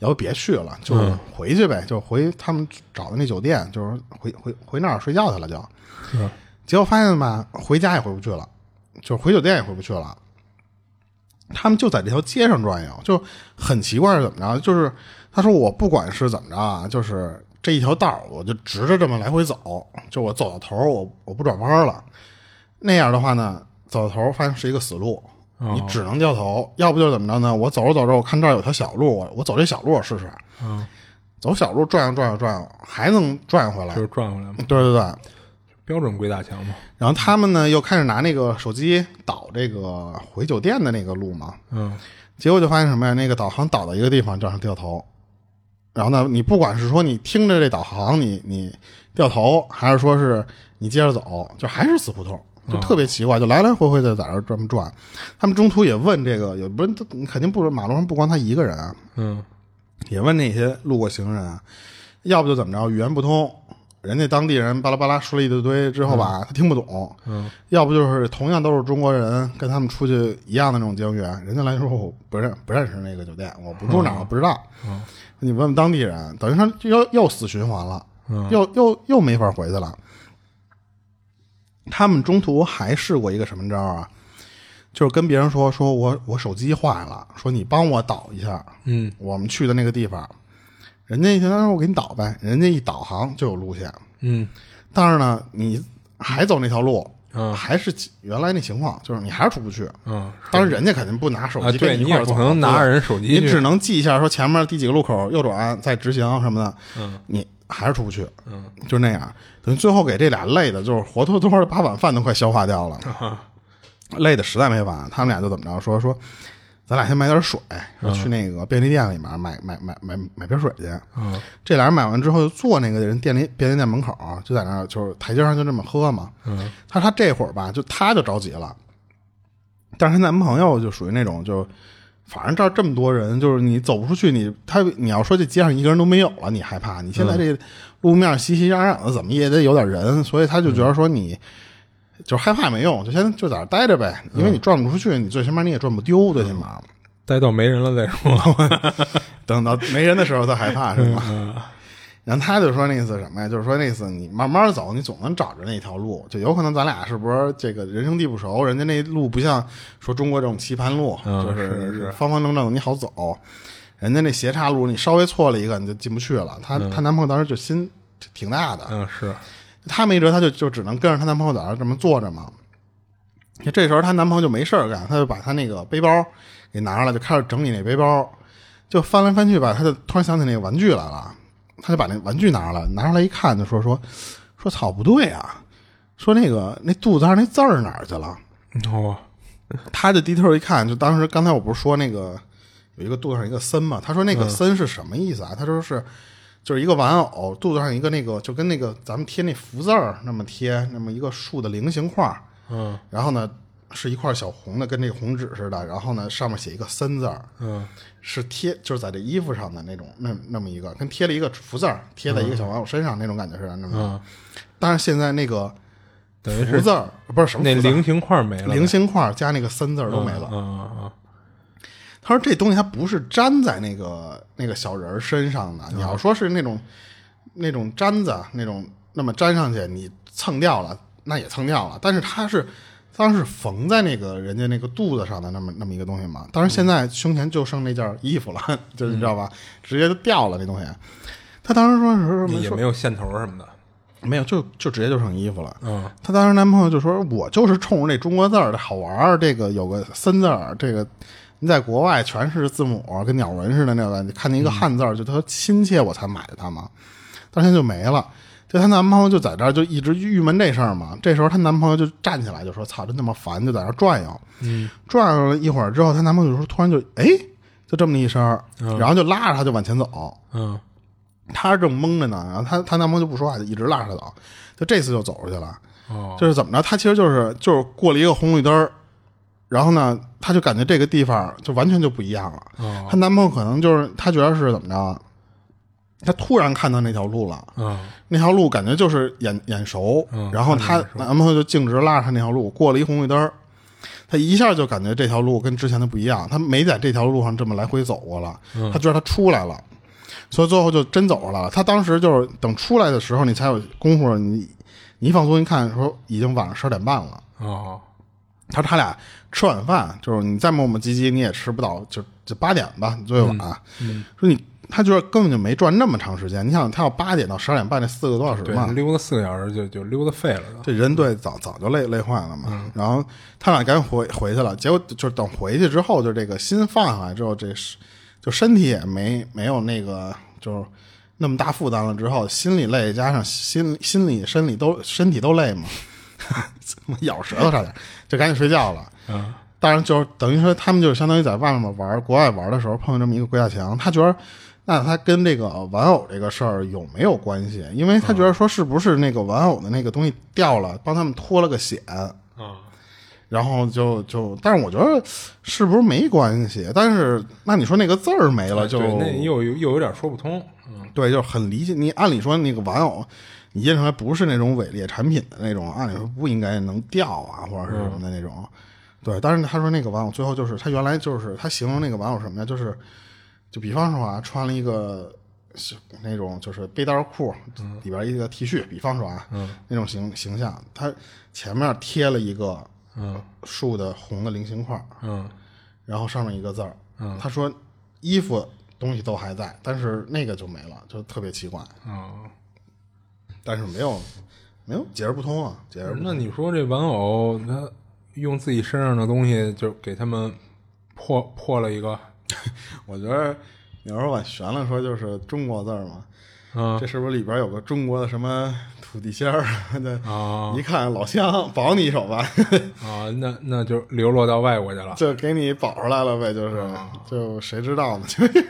S1: 要不别去了，就是回去呗，就回他们找的那酒店，就是回回回那儿睡觉去了就。
S2: 是
S1: 结果发现吧，回家也回不去了，就是回酒店也回不去了。他们就在这条街上转悠，就很奇怪是怎么着？就是他说我不管是怎么着啊，就是这一条道儿我就直着这么来回走，就我走到头儿我我不转弯儿了。那样的话呢，走到头儿发现是一个死路，
S2: 哦
S1: 你只能掉头，要不就是怎么着呢？我走着走着，我看这儿有条小路，我我走这小路试试，
S2: 嗯，
S1: 走小路转悠转悠转悠，还能转回来
S2: 就。是转回来嘛，
S1: 对对对，
S2: 标准鬼打墙嘛。
S1: 然后他们呢又开始拿那个手机导这个回酒店的那个路嘛，
S2: 嗯
S1: 结果就发现什么呀？那个导航导到一个地方，照样掉头。然后呢，你不管是说你听着这导航，你你掉头，还是说是你接着走，就还是死胡同，就特别奇怪，就来来回回的在这儿这么转。他们中途也问这个，也不是你肯定不是马路上不光他一个人啊，
S2: 嗯
S1: 也问那些路过行人啊，要不就怎么着语言不通，人家当地人巴拉巴拉说了一大堆之后吧，他听不懂，
S2: 嗯
S1: 要不就是同样都是中国人，跟他们出去一样的那种经遇，人家来说我不认不认识那个酒店，我不住哪儿，我不知道。
S2: 嗯
S1: 你问问当地人，等于说又又死循环了，
S2: 嗯
S1: 又又又没法回去了。他们中途还试过一个什么招儿啊？就是跟别人说说我我手机坏了，说你帮我导一下，
S2: 嗯
S1: 我们去的那个地方。人家一听，他哎说我给你导呗，人家一导航就有路线，
S2: 嗯
S1: 但是呢，你还走那条路，
S2: 嗯
S1: 还是原来那情况，就是你还是出不去。
S2: 嗯
S1: 当然，人家肯定不拿手
S2: 啊，
S1: 机跟
S2: 对你
S1: 一块
S2: 也
S1: 儿走，
S2: 不能拿着
S1: 对
S2: 人手
S1: 你
S2: 机
S1: 只
S2: 去。
S1: 能记一下说前面第几个路口右转再直行什么的，
S2: 嗯
S1: 你还是出不去，
S2: 嗯
S1: 就那样。等于最后给这俩累的，就是活脱脱的把晚饭都快消化掉了，
S2: 啊
S1: 累的实在没法。他们俩就怎么着说说，咱俩先买点水，说去那个便利店里面买买买买买瓶水去。
S2: 嗯
S1: 这俩人买完之后，就坐那个人店里便利店门口啊，就在那儿就是台阶上就这么喝嘛。
S2: 嗯
S1: 他说他这会儿吧，就他就着急了，但是她男朋友就属于那种就，反正这儿这么多人，就是你走不出去，你他你要说这街上一个人都没有了，你害怕，你现
S2: 嗯
S1: 在这路面熙熙攘攘的，怎么也得有点人，所以他就觉得说你。就是害怕没用，就先就在这儿待着呗，因
S2: 嗯
S1: 为你转不出去，你最起码你也转不丢，最起码。
S2: [laughs] 待到没人了再说。
S1: [laughs] 等到没人的时候再害怕是吗？
S2: 嗯
S1: [laughs] 然后他就说那意思什么呀？就是说那意思你慢慢走，你总能找着那条路。就有可能咱俩是不是这个人生地不熟？人家那路不像说中国这种棋盘路，
S2: 嗯
S1: 就是
S2: 是
S1: 方方正正的你好走。人家那斜岔
S2: 嗯
S1: 路，你稍微错了一个你就进不去了。她她、男朋友当时就心挺大的，
S2: 嗯，是，
S1: 她没辙，她就就只能跟着她男朋友在那儿这么坐着嘛。这时候她男朋友就没事儿干，她就把她那个背包给拿上来，就开始整理那背包，就翻来翻去吧，她就突然想起那个玩具来了，她就把那玩具拿出来，拿出来一看，就说说说草不对啊，说那个那肚子上那字儿哪儿去了？
S2: 哦，
S1: 她就低头一看，就当时刚才我不是说那个有一个肚子上一个森嘛，她说那
S2: 嗯
S1: 个森是什么意思啊？她说是。就是一个玩偶，肚子上一个那个，就跟那个咱们贴那福字儿那么贴，那么一个竖的菱形块儿，
S2: 嗯
S1: 然后呢是一块小红的，跟那个红纸似的，然后呢上面写一个森字儿，
S2: 嗯
S1: 是贴就是在这衣服上的那种那那么一个，跟贴了一个福字儿贴在一个小玩偶身上那种感觉似的，那么。
S2: 嗯，
S1: 但是现在那个
S2: 等于
S1: 福
S2: 是
S1: 字儿不是什么
S2: 那
S1: 福字儿
S2: 菱形块没了呗，
S1: 菱形块儿加那个森字儿都没了。
S2: 嗯
S1: 他说这东西它不是粘在那个那个小人儿身上
S2: 嗯
S1: 的，你要说是那种那种粘子啊那种那么粘上去，你蹭掉了那也蹭掉了，但是它是当时缝在那个人家那个肚子上的那么那么一个东西嘛。当然
S2: 嗯
S1: 现在胸前就剩那件衣服了， [laughs] 就是你知道吧，直接就掉了那东西。他当时说是
S2: 嗯，
S1: 说
S2: 也没有线头什么的，
S1: 没有，就就直接就剩衣服了。
S2: 嗯
S1: 她当时男朋友就说：“我就是冲着这中国字儿的好玩儿，这个有个森字儿，这个你在国外全是字母，跟鸟纹似的那个，你看见一
S2: 嗯
S1: 个汉字儿就特亲切，我才买的它嘛。但是现在就没了。就她男朋友就在这儿就一直郁闷这事儿嘛。这时候她男朋友就站起来就说：‘操，真他妈烦！’就在那儿转悠，
S2: 嗯，
S1: 转悠了一会儿之后，她男朋友就说突然就哎，就这么一声儿，然后就拉着她就往前走。
S2: 嗯
S1: 她正懵着呢，然后她她男朋友就不说话，就一直拉着她走。就这次就走出去了。”
S2: 哦，
S1: 就是怎么着，他其实就是就是过了一个红绿灯儿，然后呢，他就感觉这个地方就完全就不一样了。
S2: 哦
S1: 她男朋友可能就是他觉得是怎么着啊，他突然看到那条路了，
S2: 嗯
S1: 那条路感觉就是眼眼熟，
S2: 嗯
S1: 然后她男朋友就径直拉着她那条路，过了一红绿灯儿，她一下就感觉这条路跟之前的不一样，她没在这条路上这么来回走过了，
S2: 嗯
S1: 她觉得她出来了，所以最后就真走出来了。她当时就是等出来的时候，你才有功夫，你你一放松一看，说已经晚上十点半了。
S2: 哦
S1: 他说他俩吃晚饭，就是你再磨磨唧唧，你也吃不到，就就八点吧，最晚。
S2: 嗯
S1: 说你，他觉得根本就没转那么长时间。你想，他要八点到十二点半，这四个多小时
S2: 对
S1: 嘛，，
S2: 溜达四个小时就就溜达废了都，
S1: 这人对早早就累累坏了嘛。然后他俩赶紧回回去了，结果就是等回去之后，就这个心放下来之后，这是就身体也没没有那个就是那么大负担了，之后心里累，加上心心里生理都身体都累嘛， [laughs] 怎么咬舌头差点，就赶紧睡觉了。
S2: 嗯
S1: 当然就是等于说他们就是相当于在外面玩国外玩的时候碰见这么一个鬼打墙，他觉得那他跟这个玩偶这个事儿有没有关系？因为他觉得说是不是那个玩偶的那个东西掉了，帮他们脱了个险，
S2: 嗯
S1: 然后就就，但是我觉得是不是没关系？但是那你说那个字儿没了就
S2: 对那又又又有点说不通，嗯
S1: 对，就是很理解。你按理说那个玩偶，你验出来不是那种伪劣产品的那种，按理说不应该能掉啊，或者是什么的那种。对，但是他说那个玩偶最后就是他原来就是他形容那个玩偶什么呀？就是就比方说啊，穿了一个是那种就是背带裤，里边一个 T 恤，比方说啊，那种形形象，他前面贴了一个
S2: 嗯
S1: 竖的红的菱形块儿，
S2: 嗯
S1: 然后上面一个字儿。他说衣服东西都还在，但是那个就没了，就特别奇怪。
S2: 嗯，
S1: 但是没有没有解释不通啊，解释不通。
S2: 那你说这玩偶他用自己身上的东西就给他们破破了一个，
S1: 我觉得你要说往悬了说，就是中国字儿嘛，
S2: 嗯
S1: 这是不是里边有个中国的什么土地仙儿 [laughs] 的？
S2: 啊
S1: 一看老乡，保你一手吧， [laughs]
S2: 啊，那那就流落到外国去了，
S1: 就给你保出来了呗，就是，
S2: 嗯
S1: 就谁知道呢？ [laughs] 就是，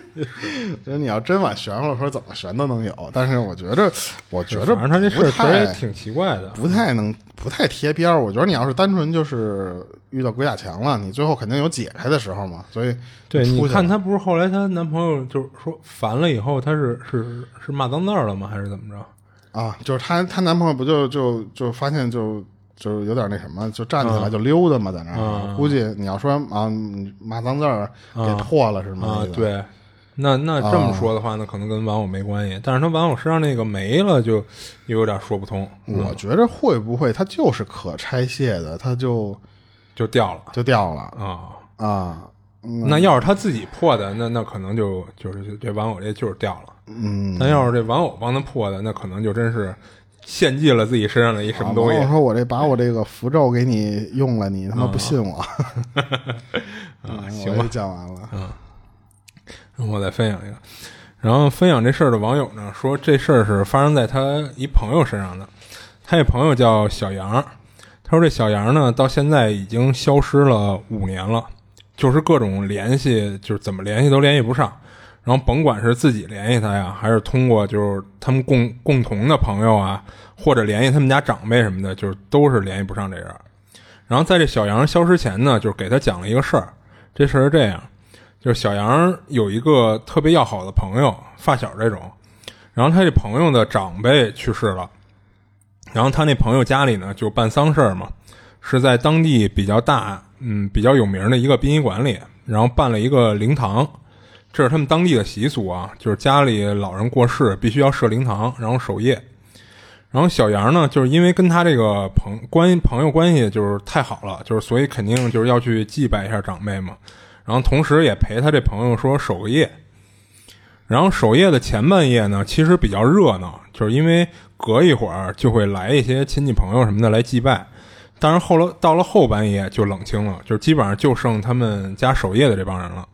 S1: 就是你要真往悬了说，怎么悬都能有。但是我觉着，我觉着
S2: 反正他这事
S1: 不
S2: 儿
S1: 太
S2: 确实挺奇怪的，
S1: 不太能不太贴边儿。我觉得你要是单纯就是遇到鬼打墙了，你最后肯定有解开的时候嘛。所以
S2: 对，
S1: 出去
S2: 你
S1: 了
S2: 看她不是后来她男朋友就是说烦了以后，她是是是骂脏字儿了吗？还是怎么着？
S1: 啊，就是她她男朋友不就就就发现就就有点那什么，就站起
S2: 啊
S1: 来就溜达嘛，在那儿、
S2: 嗯
S1: 估计你要说啊你骂脏字儿给破了是吗？
S2: 啊，对，那那这么说的话，那可能跟玩偶没关系，但是她玩偶身上那个没了，就又有点说不通，嗯
S1: 我觉着会不会它就是可拆卸的，它就
S2: 就掉了
S1: 就掉了
S2: 啊。
S1: 啊？嗯
S2: 那要是她自己破的，那那可能就就是这玩偶这就是掉了。
S1: 嗯，
S2: 但要是这玩偶帮她破的，那可能就真是献祭了自己身上的一什么东西。
S1: 啊我说我这把我这个符咒给你用了，你他妈不信我。
S2: [laughs] 啊，
S1: [laughs] 嗯
S2: 行
S1: 我
S2: 吧
S1: 也，讲完了。
S2: 然后我再分享一个。然后分享这事儿的网友呢，说这事儿是发生在他一朋友身上的。他一朋友叫小杨，他说这小杨呢，到现在已经消失了五年了，就是各种联系，就是怎么联系都联系不上。然后甭管是自己联系他呀，还是通过就是他们共共同的朋友啊，或者联系他们家长辈什么的，就是都是联系不上这人。然后在这小杨消失前呢，就是给他讲了一个事儿。这事儿是这样，就是小杨有一个特别要好的朋友，发小这种。然后他这朋友的长辈去世了，然后他那朋友家里呢就办丧事儿嘛，是在当地比较大、嗯比较有名的一个殡仪馆里，然后办了一个灵堂。这是他们当地的习俗啊，就是家里老人过世必须要设灵堂，然后守夜。然后小杨呢，就是因为跟他这个朋关朋友关系就是太好了，就是所以肯定就是要去祭拜一下长辈嘛。然后同时也陪他这朋友说守个夜。然后守夜的前半夜呢，其实比较热闹，就是因为隔一会儿就会来一些亲戚朋友什么的来祭拜。但是后来到了后半夜就冷清了，就是基本上就剩他们家守夜的这帮人了。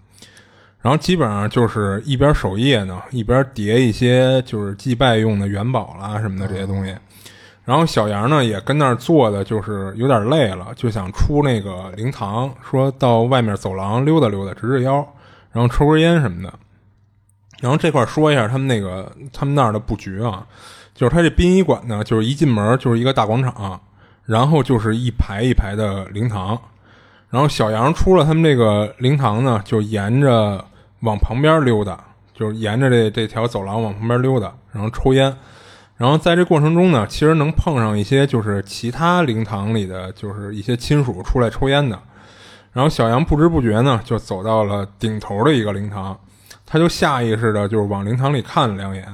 S2: 然后基本上就是一边守夜呢，一边叠一些就是祭拜用的元宝啦什么的这些东西。然后小杨呢也跟那儿坐的，就是有点累了，就想出那个灵堂，说到外面走廊溜达溜达，直直腰，然后抽根烟什么的。然后这块儿说一下他们那个他们那儿的布局啊，就是他这殡仪馆呢，就是一进门就是一个大广场，然后就是一排一排的灵堂，然后小杨出了他们这个灵堂呢，就沿着往旁边溜达，就是沿着这这条走廊往旁边溜达，然后抽烟。然后在这过程中呢，其实能碰上一些就是其他灵堂里的就是一些亲属出来抽烟的。然后小杨不知不觉呢，就走到了顶头的一个灵堂，他就下意识的就是往灵堂里看了两眼。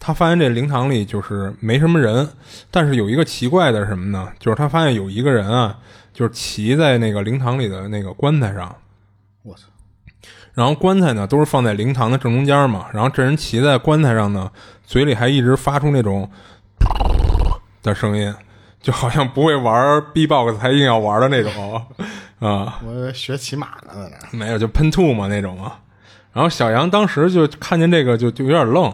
S2: 他发现这灵堂里就是没什么人，但是有一个奇怪的是什么呢？就是他发现有一个人啊，就是骑在那个灵堂里的那个棺材上，
S1: 我操！
S2: 然后棺材呢都是放在灵堂的正中间嘛，然后这人骑在棺材上呢，嘴里还一直发出那种的声音，就好像不会玩 B-box 还硬要玩的那种啊，
S1: 我以为学骑马呢，在那儿
S2: [laughs] 没有就喷吐嘛那种嘛。然后小杨当时就看见这个就就有点愣，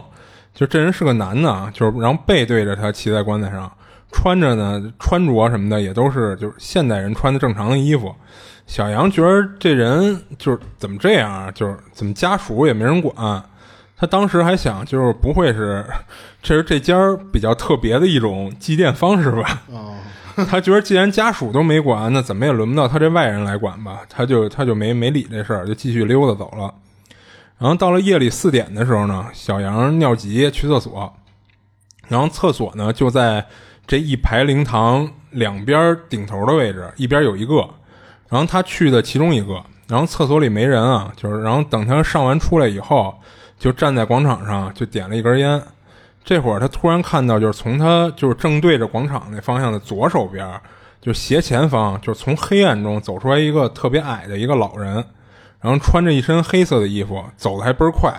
S2: 就这人是个男的啊，就是然后背对着他骑在棺材上，穿着呢穿着什么的也都是就是现代人穿的正常的衣服。小杨觉得这人就是怎么这样啊，就是怎么家属也没人管。他当时还想，就是不会是， [laughs] 这是这家儿比较特别的一种祭奠方式吧？
S1: 哦，
S2: 他觉得既然家属都没管，那怎么也轮不到他这外人来管吧？他就他就没没理这事儿，就继续溜达走了。然后到了夜里四点的时候呢，小杨尿急去厕所，然后厕所呢就在这一排灵堂两边顶头的位置，一边有一个。然后他去的其中一个，然后厕所里没人啊，就是然后等他上完出来以后，就站在广场上就点了一根烟。这会儿他突然看到，就是从他就是正对着广场那方向的左手边，就斜前方，就是从黑暗中走出来一个特别矮的一个老人，然后穿着一身黑色的衣服，走的还倍儿快，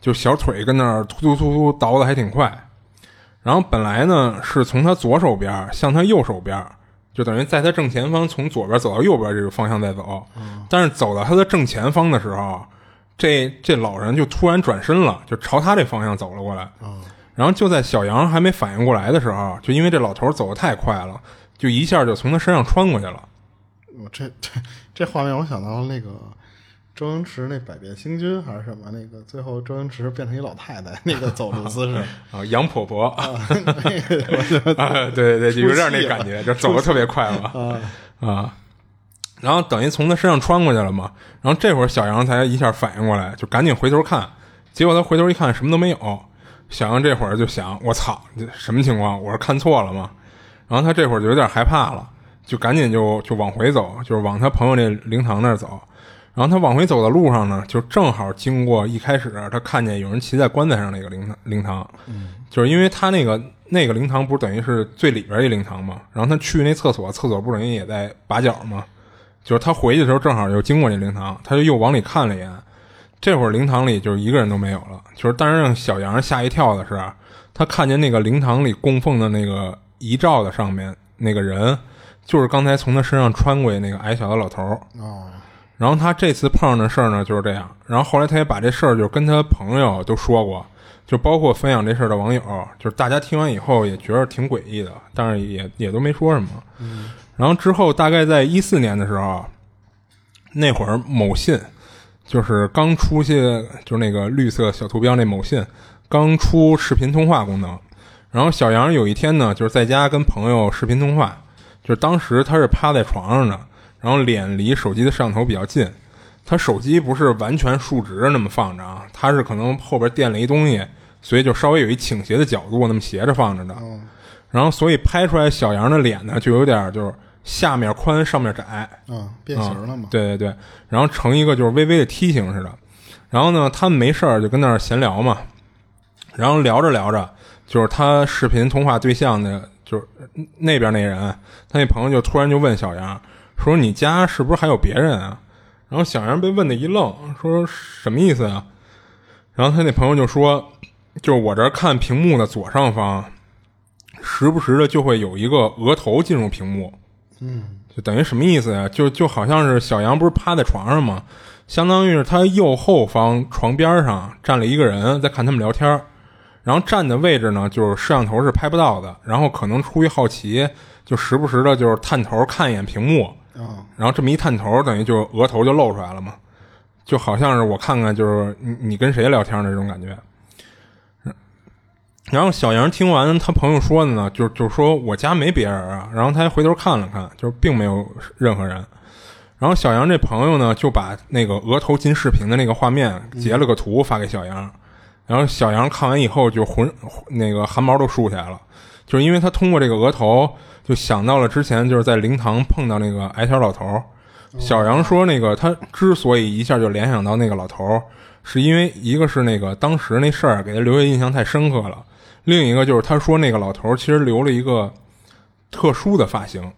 S2: 就小腿跟那儿突突突突倒的还挺快。然后本来呢是从他左手边儿向他右手边儿，就等于在他正前方从左边走到右边这个方向在走。但是走到他的正前方的时候，这这老人就突然转身了，就朝他这方向走了过来。然后就在小杨还没反应过来的时候，就因为这老头走得太快了，就一下就从他身上穿过去了。
S1: 我这这这画面，我想到了那个周星驰那《百变星君》还是什么那个，最后周星驰变成一老太太那个走路姿 [laughs] 势，
S2: 啊，杨婆婆，啊，
S1: 那个我觉得
S2: [laughs] 对对对，就有点
S1: [laughs] 出
S2: 那
S1: 戏了
S2: 感觉，就走得特别快嘛，啊，然后等于从他身上穿过去了嘛，然后这会儿小杨才一下反应过来，就赶紧回头看，结果他回头一看什么都没有，小杨这会儿就想，我操，这什么情况？我是看错了吗？然后他这会儿就有点害怕了，就赶紧就就往回走，就是往他朋友那灵堂那儿走。然后他往回走的路上呢，就正好经过一开始他看见有人骑在棺材上那个灵堂灵堂，就是因为他那个那个灵堂不是等于是最里边一灵堂嘛，然后他去那厕所，厕所不等于也在把角嘛，就是他回去的时候正好就经过那灵堂，他就又往里看了一眼，这会儿灵堂里就是一个人都没有了，就是但是让小杨吓一跳的是啊，他看见那个灵堂里供奉的那个遗照的上面那个人，就是刚才从他身上穿过去那个矮小的老头儿。
S1: 哦，
S2: 然后他这次碰上的事儿呢就是这样，然后后来他也把这事儿就跟他朋友都说过，就包括分享这事儿的网友，就是大家听完以后也觉得挺诡异的，但是也也都没说什么。然后之后大概在一四年的时候，那会儿某信就是刚出现，就是那个绿色小图标那某信刚出视频通话功能。然后小杨有一天呢，就是在家跟朋友视频通话，就是当时他是趴在床上的，然后脸离手机的摄像头比较近。他手机不是完全竖直着那么放着啊，他是可能后边垫了一东西，所以就稍微有一倾斜的角度，那么斜着放着的。然后所以拍出来小杨的脸呢，就有点就是下面宽上面窄，
S1: 嗯，变形了嘛？
S2: 啊对对对，然后成一个就是微微的梯形似的。然后呢，他们没事儿就跟那儿闲聊嘛，然后聊着聊着，就是他视频通话对象的，就是那边那人，他那朋友就突然就问小杨说：“你家是不是还有别人啊？”然后小杨被问的一愣，说：“什么意思啊？”然后他那朋友就说：“就是我这儿看屏幕的左上方，时不时的就会有一个额头进入屏幕。”
S1: 嗯
S2: 就等于什么意思呀、就就好像是小杨不是趴在床上吗？相当于是他右后方床边上站了一个人在看他们聊天儿，然后站的位置呢，就是摄像头是拍不到的，然后可能出于好奇，就时不时的就是探头看一眼屏幕，
S1: 啊，
S2: 然后这么一探头，等于就额头就露出来了嘛，就好像是我看看就是你你跟谁聊天的这种感觉。然后小杨听完他朋友说的呢，就就说我家没别人啊，然后他还回头看了看，就是并没有任何人。然后小杨这朋友呢，就把那个额头进视频的那个画面截了个图发给小杨，然后小杨看完以后就浑那个汗毛都竖起来了，就是因为他通过这个额头就想到了之前就是在灵堂碰到那个矮小老头儿。小杨说，那个他之所以一下就联想到那个老头儿，是因为一个是那个当时那事儿给他留下印象太深刻了，另一个就是他说那个老头儿其实留了一个特殊的发型，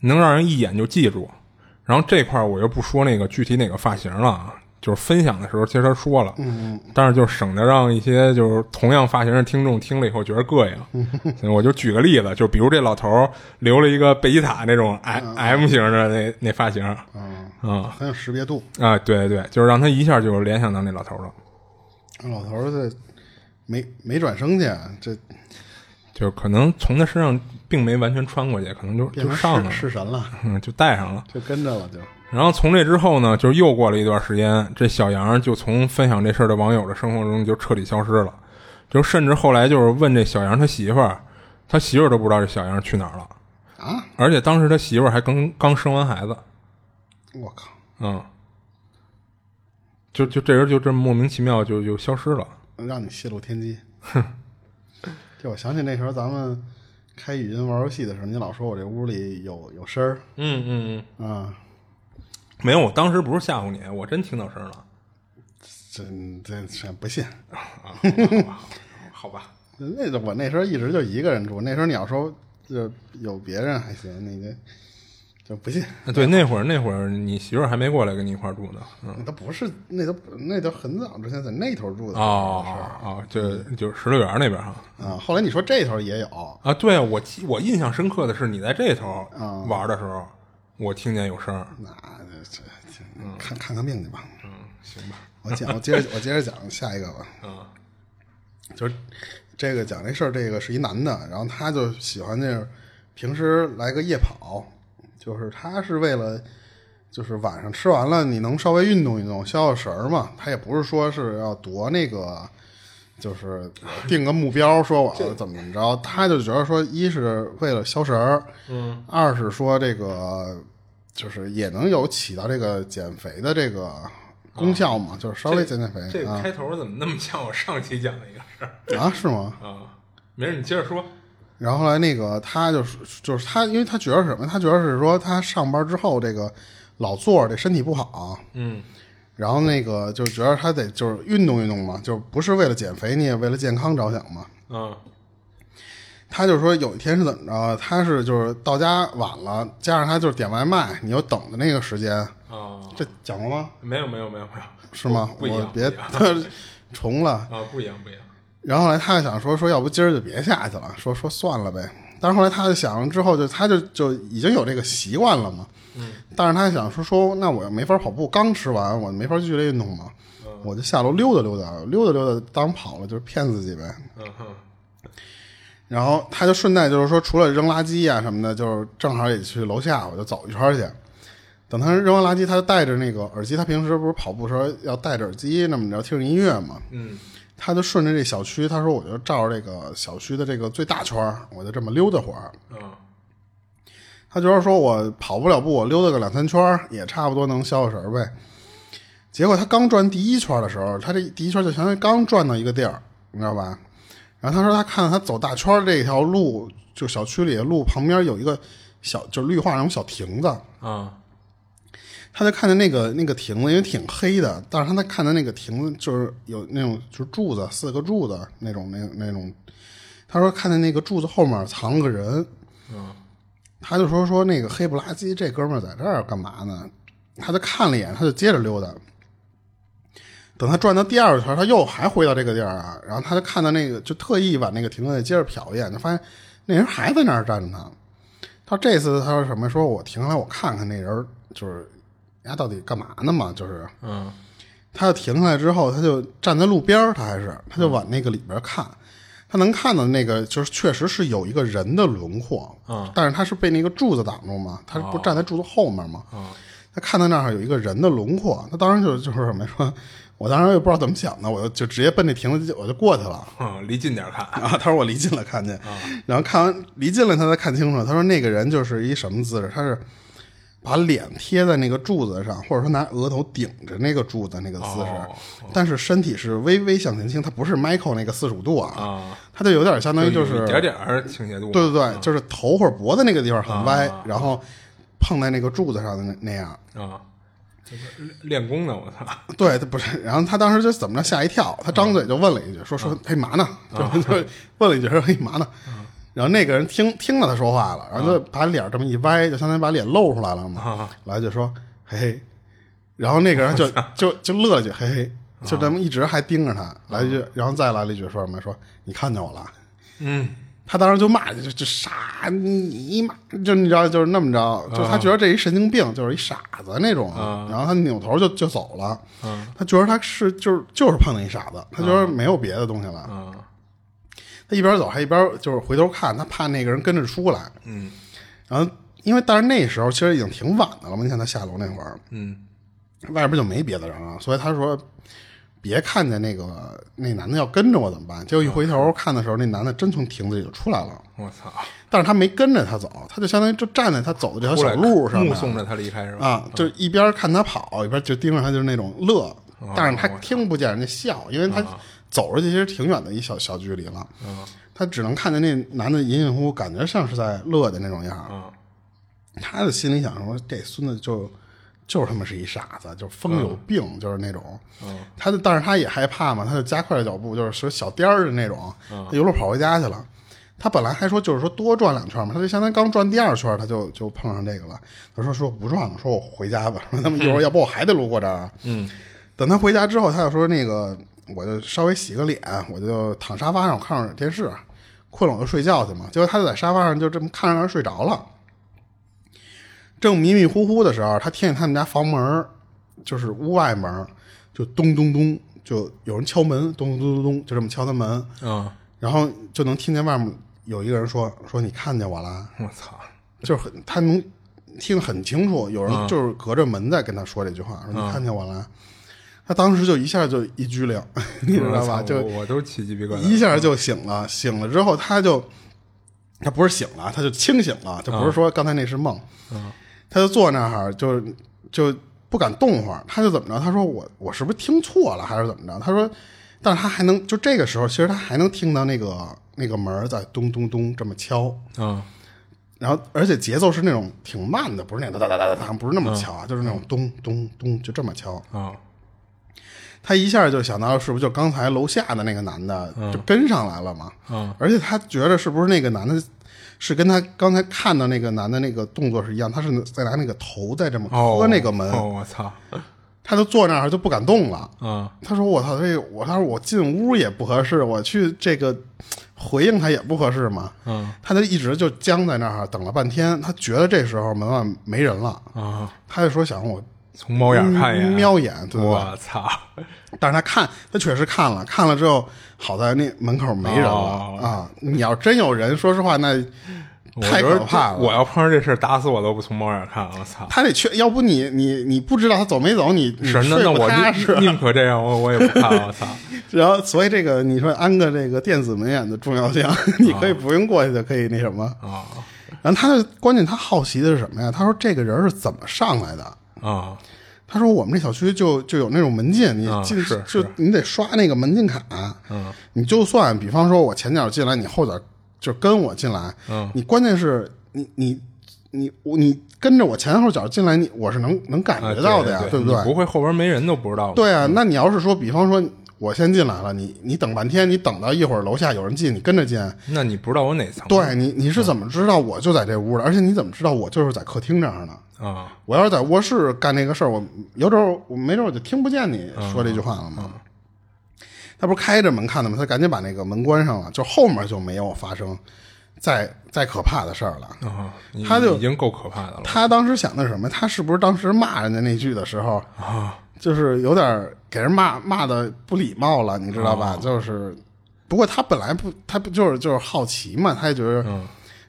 S2: 能让人一眼就记住。然后这块儿我就不说那个具体哪个发型了，啊，就是分享的时候其实他说了，嗯，但是就省得让一些就是同样发型的听众听了以后觉得膈应，所以我就举个例子，就比如这老头儿留了一个贝吉塔那种 M M 型的那那发型，
S1: 嗯，
S2: 嗯
S1: 很有识别度。
S2: 啊，对对，就是让他一下就联想到那老头儿了，
S1: 老头儿这没没转生去，啊这
S2: 就是可能从他身上并没完全穿过去，可能就
S1: 变
S2: 就
S1: 成
S2: 上了
S1: 弑，弑神了，
S2: 嗯，就带上了。
S1: 就跟着了，就
S2: 然后从这之后呢，就是又过了一段时间，这小杨就从分享这事儿的网友的生活中就彻底消失了，就甚至后来就是问这小杨他媳妇儿，他媳妇儿都不知道这小杨去哪儿了，
S1: 啊，
S2: 而且当时他媳妇儿还刚刚生完孩子，
S1: 我靠，
S2: 嗯，就就这人就这么莫名其妙就就消失了，
S1: 让你泄露天机。 [laughs] 就我想起那时候咱们开语音玩游戏的时候，你老说我这屋里有有声儿
S2: 嗯嗯嗯，
S1: 啊，
S2: 没有，我当时不是吓唬你，我真听到声儿了，
S1: 这这这不信。
S2: [laughs] 好吧，
S1: 那我那时候一直就一个人住，那时候你要说就有别人还行，你这就不信。
S2: 啊对，那会儿那会儿你媳妇儿还没过来跟你一块儿住呢，嗯。
S1: 那都不是，那都那都很早之前在那头住的
S2: 哦哦，就就是石榴园那边哈，
S1: 啊。后来你说这头也有，
S2: 啊，对啊，我记我印象深刻的是你在这头玩的时候，我听见有声儿。
S1: 那这这看看看病去吧。嗯，行吧。我讲，我接着我接着讲下一个吧。嗯，就是这个讲这事儿，这个是一男的，然后他就喜欢就是平时来个夜跑，就是他是为了。就是晚上吃完了，你能稍微运动运动，消消食儿嘛。他也不是说是要夺那个，就是定个目标，说我要怎么怎么着。他就觉得说，一是为了消食儿，嗯，二是说这个就是也能有起到这个减肥的这个功效嘛，就是稍微减减肥
S2: 这个啊开头怎么那么像我上期讲的一个事儿
S1: 啊，是吗？
S2: 啊？没事，你接着说。
S1: 然后后来那个他就是就是他，因为他觉得什么？他觉得是说他上班之后这个老坐着这身体不好，
S2: 嗯，
S1: 然后那个就觉得他得就是运动运动嘛，就不是为了减肥，你也为了健康着想嘛。
S2: 啊，
S1: 他就说有一天是怎么着？他是就是到家晚了，加上他就是点外卖，你又等的那个时间，
S2: 啊啊，
S1: 这讲过吗？
S2: 没有没有没有没有，
S1: 是吗？
S2: 不一
S1: 我
S2: 样
S1: 别
S2: 不一样
S1: [laughs] 重了。
S2: 啊，不一样不一样，
S1: 然后后来他就想说说，要不今儿就别下去了，说说算了呗。但是后来他就想了之后就，他就就已经有这个习惯了嘛。嗯。但是他想说说，那我没法跑步，刚吃完我没法剧烈运动嘛，我就下楼溜达溜达，溜达溜达当跑了，就是骗自己呗。
S2: 嗯哼，
S1: 然后他就顺带就是说，除了扔垃圾啊什么的，就是正好也去楼下，我就走一圈去。等他扔完垃圾，他就戴着那个耳机，他平时不是跑步时候要戴着耳机那么着听着音乐嘛，
S2: 嗯
S1: 他就顺着这小区，他说我就照着这个小区的这个最大圈儿，我就这么溜达会儿。
S2: 啊
S1: 他觉得说我跑不了步，我溜达个两三圈儿也差不多能消消神儿呗。结果他刚转第一圈儿的时候，他这第一圈儿就相当于刚转到一个地儿，你知道吧？然后他说他看他走大圈儿这条路，就小区里的路旁边有一个小就是绿化那种小亭子，
S2: 啊
S1: 他就看见那个那个亭子，因为挺黑的，但是他在看见那个亭子就是有那种就是柱子，四个柱子那种那那种，他说看见那个柱子后面藏了个人，
S2: 嗯
S1: 他就说说那个黑不拉几这哥们儿在这儿干嘛呢？他就看了一眼，他就接着溜达。等他转到第二圈，他又还回到这个地儿啊，然后他就看到那个，就特意往那个亭子里接着瞟一眼，就发现那人还在那儿站着呢。他这次他说什么？说我停下来，我看看那人儿就是人家到底干嘛呢嘛？就是
S2: 嗯
S1: 他就停下来之后，他就站在路边儿，他还是他就往那个里边儿看，他能看到那个就是确实是有一个人的轮廓，
S2: 嗯
S1: 但是他是被那个柱子挡住嘛，他不站在柱子后面嘛，
S2: 啊
S1: 他看到那儿有一个人的轮廓，他当时就就是什么呀说，我当时也不知道怎么想的，我就就直接奔那亭子就我就过去了。
S2: 哼，离近点看，
S1: [laughs] 啊，他说我离近了看见，
S2: 啊
S1: 然后看完离近了，他才看清楚。他说那个人就是一什么姿势？他是把脸贴在那个柱子上，或者说拿额头顶着那个柱子那个姿势，
S2: 哦
S1: 但是身体是微微向前倾，他不是 Michael 那个四十五度啊，
S2: 啊，
S1: 他就有点相当于就
S2: 有
S1: 是
S2: 一点点嗯啊儿倾斜度，
S1: 对对对，就是头或者脖子那个地方很歪，然后碰在那个柱子上的那那样。
S2: 啊，这不是练功呢，我操，
S1: [laughs] 对，他不是，然后他当时就怎么着吓一跳，他张嘴就问了一句，说说嘿嘛呢， [laughs] 就就问了一句说嘿嘛呢，然后那个人听听到他说话了，然后就把脸这么一歪，就相当于把脸露出来了嘛
S2: 啊，
S1: 来就说嘿嘿，然后那个人就 [laughs] 就就乐了一句嘿嘿，就这么一直还盯着他，来一句，然后再来了一句说什么说你看见我了。
S2: 嗯
S1: 他当时就骂，就就傻你妈，就你知道，就是那么
S2: 啊
S1: 着，就他觉得这一神经病，就是一傻子那种。然后他扭头就就走了，
S2: 啊
S1: 他觉得他是就是就是碰见一傻子，他觉得没有别的东西了。
S2: 啊
S1: 他一边走还一边就是回头看，他怕那个人跟着出来。
S2: 嗯
S1: 然后因为但是那时候其实已经挺晚的了嘛，你想他下楼那会儿，
S2: 嗯
S1: 外边就没别的人了，所以他说别看见那个那男的要跟着我怎么办？结果一回头看的时候，那男的真从亭子里就出来了。
S2: 我操，
S1: 但是他没跟着他走，他就相当于就站在他走的这条
S2: 出
S1: 小
S2: 来
S1: 路上面
S2: 目送着他离开是吧？
S1: 啊，就一边看他跑，一边就盯着他，就是那种乐
S2: 哦，啊
S1: 但是他听不见人家笑，因为他走出去其实挺远的一小小距离了，
S2: 嗯
S1: 他只能看见那男的隐隐乎乎，感觉像是在乐的那种样儿。
S2: 嗯
S1: 他的心里想说，这孙子就就是他妈是一傻子，就是疯有病，就是那种。
S2: 嗯
S1: 他就，但是他也害怕嘛，他就加快了脚步，就是说小颠儿的那种，
S2: 嗯
S1: 他一路跑回家去了。他本来还说就是说多转两圈嘛，他就相当于刚转第二圈，他就就碰上这个了。他说说不转了，说我回家吧，说他们一会儿要不我还得路过这儿。啊
S2: 嗯
S1: 等他回家之后，他就说那个我就稍微洗个脸，我就躺沙发上我看会儿电视，困了我就睡觉去嘛。结果他就在沙发上就这么看着看着睡着了，正迷迷糊糊的时候，他听见他们家房门儿就是屋外门儿就咚咚咚，就有人敲门，咚咚咚咚咚，就这么敲他门，
S2: 嗯，
S1: 然后就能听见外面有一个人说说你看见我了，
S2: 我操，
S1: 就是很他能听得很清楚，有
S2: 啊
S1: 人就是隔着门在跟他说这句话，说你看见我了。他当时就一下就一激灵， [laughs] 你知道吧？
S2: 我操
S1: 就
S2: 我我都起鸡皮疙
S1: 一
S2: 瘩，
S1: 下就醒了，醒了之后他就他不是醒了，他就清醒了，就不是说刚才那是梦，他就坐那儿就就不敢动会儿，他就怎么着？他说我我是不是听错了还是怎么着？他说，但是他还能就这个时候，其实他还能听到那个那个门儿在咚咚咚这么敲，
S2: 嗯
S1: 然后而且节奏是那种挺慢的，不是那种哒哒哒哒哒，不是那么敲啊，就是那种咚咚咚就这么敲。
S2: 嗯
S1: 他一下就想到是不是就刚才楼下的那个男的就跟上来了嘛？
S2: 嗯
S1: 而且他觉得是不是那个男的，是跟他刚才看到那个男的那个动作是一样，他是在拿那个头在这么磕那个门，
S2: 哦，我操，
S1: 他就坐那儿就不敢动了。
S2: 嗯，
S1: 他说：“我操，这我他说我进屋也不合适，我去这个回应他也不合适嘛。”
S2: 嗯，
S1: 他就一直就僵在那儿等了半天，他觉得这时候门外没人了，
S2: 啊，
S1: 他就说想我
S2: 从猫
S1: 嗯
S2: 眼看一眼，
S1: 瞄眼，对不对？
S2: 我操，
S1: 但是他看，他确实看了，看了之后，好在那门口没人了、
S2: 哦
S1: 啊。你要真有人，说实话，那
S2: 我
S1: 太
S2: 觉得
S1: 可怕了。
S2: 这我要碰上这事儿，打死我都不从猫眼看，我操！
S1: 他得确，要不你你你不知道他走没走，你你
S2: 是，那
S1: 睡
S2: 那
S1: 不
S2: 我
S1: 踏实啊
S2: 宁宁可这样，我我也不看，我
S1: [laughs]
S2: 操！
S1: 然后，所以这个你说安个这个电子门眼的重要性， [laughs] 你可以不用过去就可以那什么。
S2: 啊
S1: 然后他的关键他好奇的是什么呀？他说这个人是怎么上来的？
S2: 啊
S1: 他说我们这小区就就有那种门禁，你
S2: 啊
S1: 进、
S2: 是
S1: 就你得刷那个门禁卡。
S2: 嗯，
S1: 你就算比方说我前脚进来，你后脚就跟我进来，
S2: 嗯，
S1: 你关键是你你你我你跟着我前后脚进来，你我是能能感
S2: 啊
S1: 觉到的呀，
S2: 对
S1: 不对？
S2: 你不会后边没人都不知道。
S1: 对啊，那你要是说，比方说我先进来了，你你等半天，你等到一会儿楼下有人进，你跟着进，
S2: 那你不知道我哪层？
S1: 对你你是怎么知道我就在这屋的？而且你怎么知道我就是在客厅这儿呢？
S2: 啊，
S1: 我要是在卧室干这个事儿，我有准儿我没准儿我就听不见你说这句话了
S2: 嗯
S1: 嘛。他不是开着门看的吗？他赶紧把那个门关上了，就后面就没有发生再再可怕的事儿了。
S2: 啊你
S1: 他就
S2: 已经够可怕的了
S1: 他当时想的是什么？他是不是当时骂人家那句的时候，
S2: 啊
S1: 就是有点儿给人骂骂的不礼貌了，你知道
S2: 啊
S1: 吧？就是，不过他本来不，他不就是就是好奇嘛，他也觉得，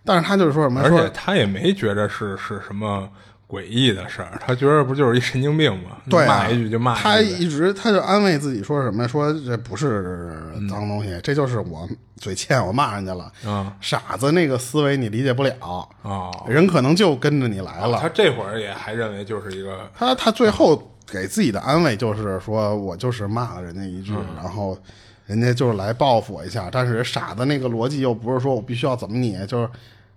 S1: 但是他就是说什么
S2: 嗯而
S1: 说
S2: 且。他也没觉着是是什么诡异的事儿，他觉着不就是一神经病吗？
S1: 对啊、
S2: 骂一句就骂
S1: 他
S2: 一句。
S1: 一直他就安慰自己说什么说这不是脏东西，这就是我嘴欠，我骂人家了。
S2: 嗯
S1: 傻子那个思维你理解不了，
S2: 哦，
S1: 人可能就跟着你来了。
S2: 他这会儿也还认为就是一个
S1: 他他最后给自己的安慰就是说，我就是骂了人家一句，然后人家就是来报复我一下。但是傻的那个逻辑又不是说我必须要怎么你，就是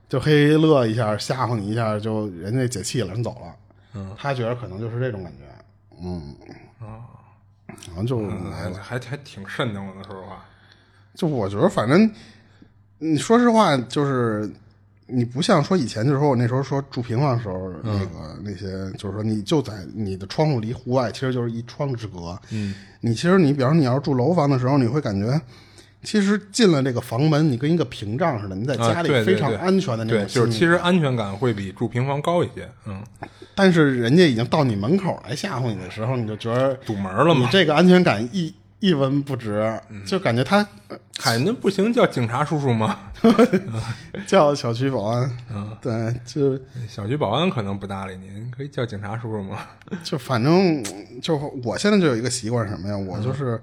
S1: 就嘿嘿乐一下，吓唬你一下，就人家解气了，人走了。嗯，他觉得可能就是这种感觉。嗯，然后就嗯来
S2: 还嗯还还挺慎的，我能说实话。
S1: 就我觉得，反正你说实话，就是你不像说以前，就是说我那时候说住平房的时
S2: 嗯
S1: 候，那个那些就是说你就在你的窗户离户外，其实就是一窗户之隔。嗯，你其实你比方说你要是住楼房的时候，你会感觉。其实进了这个房门，你跟一个屏障似的，你在
S2: 啊
S1: 家里
S2: 对对
S1: 非常
S2: 对
S1: 安全的那种
S2: 对，
S1: 心
S2: 就
S1: 理。
S2: 是其实安全感会比住平房高一些。嗯，
S1: 但是人家已经到你门口来吓唬你的时候，你就觉得
S2: 堵门了
S1: 你
S2: 嘛，嗯
S1: 这个安全感一一文不值，就感觉他
S2: 嗨，那不行，叫警察叔叔吗？ [laughs]
S1: 叫小区保安，
S2: 嗯
S1: 对，就
S2: 小区保安可能不搭理你，你可以叫警察叔叔吗？
S1: 就反正就我现在就有一个习惯是什么呀？
S2: 嗯
S1: 我就是、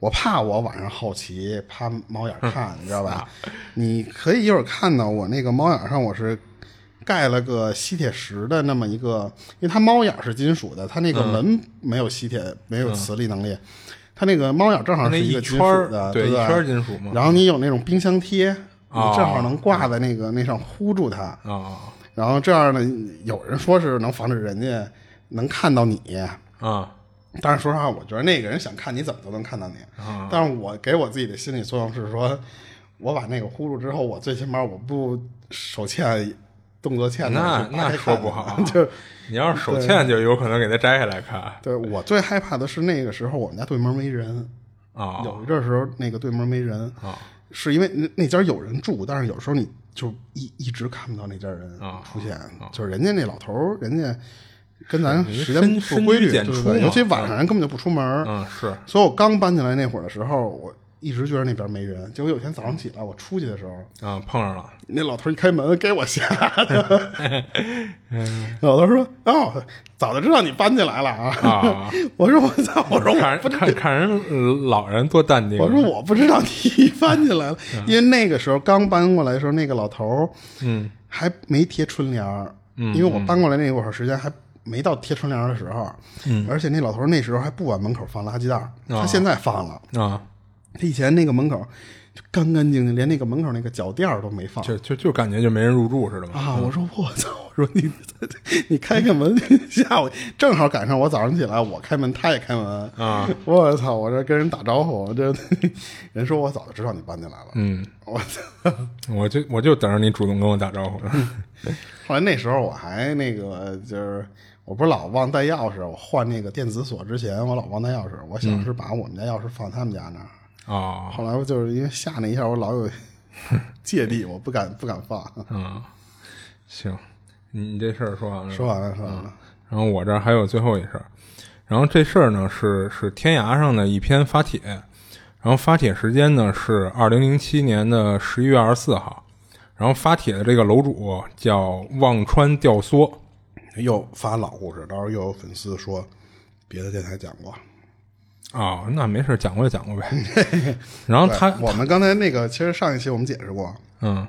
S1: 我怕我晚上好奇，怕猫眼
S2: [laughs]
S1: 看，你知道吧？你可以一会儿看到我那个猫眼上我是盖了个吸铁石的那么一个，因为它猫眼是金属的，它那
S2: 嗯
S1: 个门没有吸铁，没有磁力能力。它那个猫眼正好
S2: 那
S1: 啊是
S2: 一
S1: 个金
S2: 圈儿
S1: 属的，
S2: 对
S1: 不对？
S2: 一圈儿金属嘛
S1: 然后你有那种冰箱贴，你
S2: 哦
S1: 正好能挂在那个那上糊住它。
S2: 啊、啊
S1: 然后这样呢，有人说是能防止人家能看到你，
S2: 啊
S1: 但是说实话，我觉得那个人想看你怎么都能看到你。
S2: 啊
S1: 但是我给我自己的心理作用是说，我把那个呼住之后，我最起码我不手欠、动作欠的，啊
S2: 那
S1: 我就扒开
S2: 那说
S1: 看
S2: 不 [laughs] 好
S1: [laughs] 就
S2: 你要是手欠，就有可能给他摘下来看啊、
S1: 对我最害怕的是那个时候我们家对门没人，有一阵儿时候那个对门没人，
S2: 啊
S1: 是因为那那家有人住，但是有时候你就一一直看不到那家人
S2: 啊
S1: 出现，就是人家那老头儿，人家跟咱
S2: 是
S1: 时间
S2: 深
S1: 不规律，
S2: 深居简
S1: 对不
S2: 出嘛
S1: 对？尤其晚上人根本就不出门儿。
S2: 嗯是
S1: 所以我刚搬进来那会儿的时候，我一直觉得那边没人，结果有一天早上起来我出去的时候，
S2: 啊碰上了
S1: 那老头一开门给我吓的，
S2: [laughs]
S1: 老头说：“哦，早就知道你搬进来了啊！”
S2: 啊，
S1: [laughs] 我说：“我操！”我
S2: [laughs]
S1: 说：“我
S2: 看人看看人呃老人多淡定，
S1: 我说嗯我不知道你翻进 [laughs] 来了，因为那个时候刚搬过来的时候，那个老头儿
S2: 嗯
S1: 还没贴春联儿，因为我搬过来那会儿时间还没到贴春联儿的时候，而且那老头哦儿那时候还不往门口放垃圾袋儿，他现在放了，
S2: 啊
S1: 他以前那个门口就干干净净，连那个门口那个脚垫儿都没放
S2: 就就就感觉就没人入住似的嘛。
S1: 啊！我说我操！我说你你开开门，下午正好赶上我早上起来，我开门，他也开门
S2: 啊！
S1: 我操！我这跟人打招呼，我这 [laughs] 人说我早就知道你搬进来了。
S2: 嗯，
S1: 我操！
S2: 我就我就等着你主动跟我打招呼。
S1: 嗯后来那时候我还那个就是，我不是老忘带钥匙，我换那个电子锁之前，我老忘带钥匙。我想
S2: 嗯
S1: 是把我们家钥匙放他们家那儿，
S2: 哦，
S1: 后来我就是因为吓那一下，我老有 [laughs] 芥蒂，我不敢不敢放。
S2: 嗯，行，你你这事儿说完了。
S1: 说完了，说完了。
S2: 然后我这儿还有最后一事儿，然后这事儿呢是是天涯上的一篇发帖，然后发帖时间呢是二零零七年的十一月二十四号，然后发帖的这个楼主叫忘川吊梭，
S1: 又发老故事，到时候又有粉丝说别的电台讲过。
S2: 哦，那没事儿，讲过就
S1: [laughs]
S2: 讲过呗。然后他，
S1: 我们刚才那个，其实上一期我们解释过，
S2: 嗯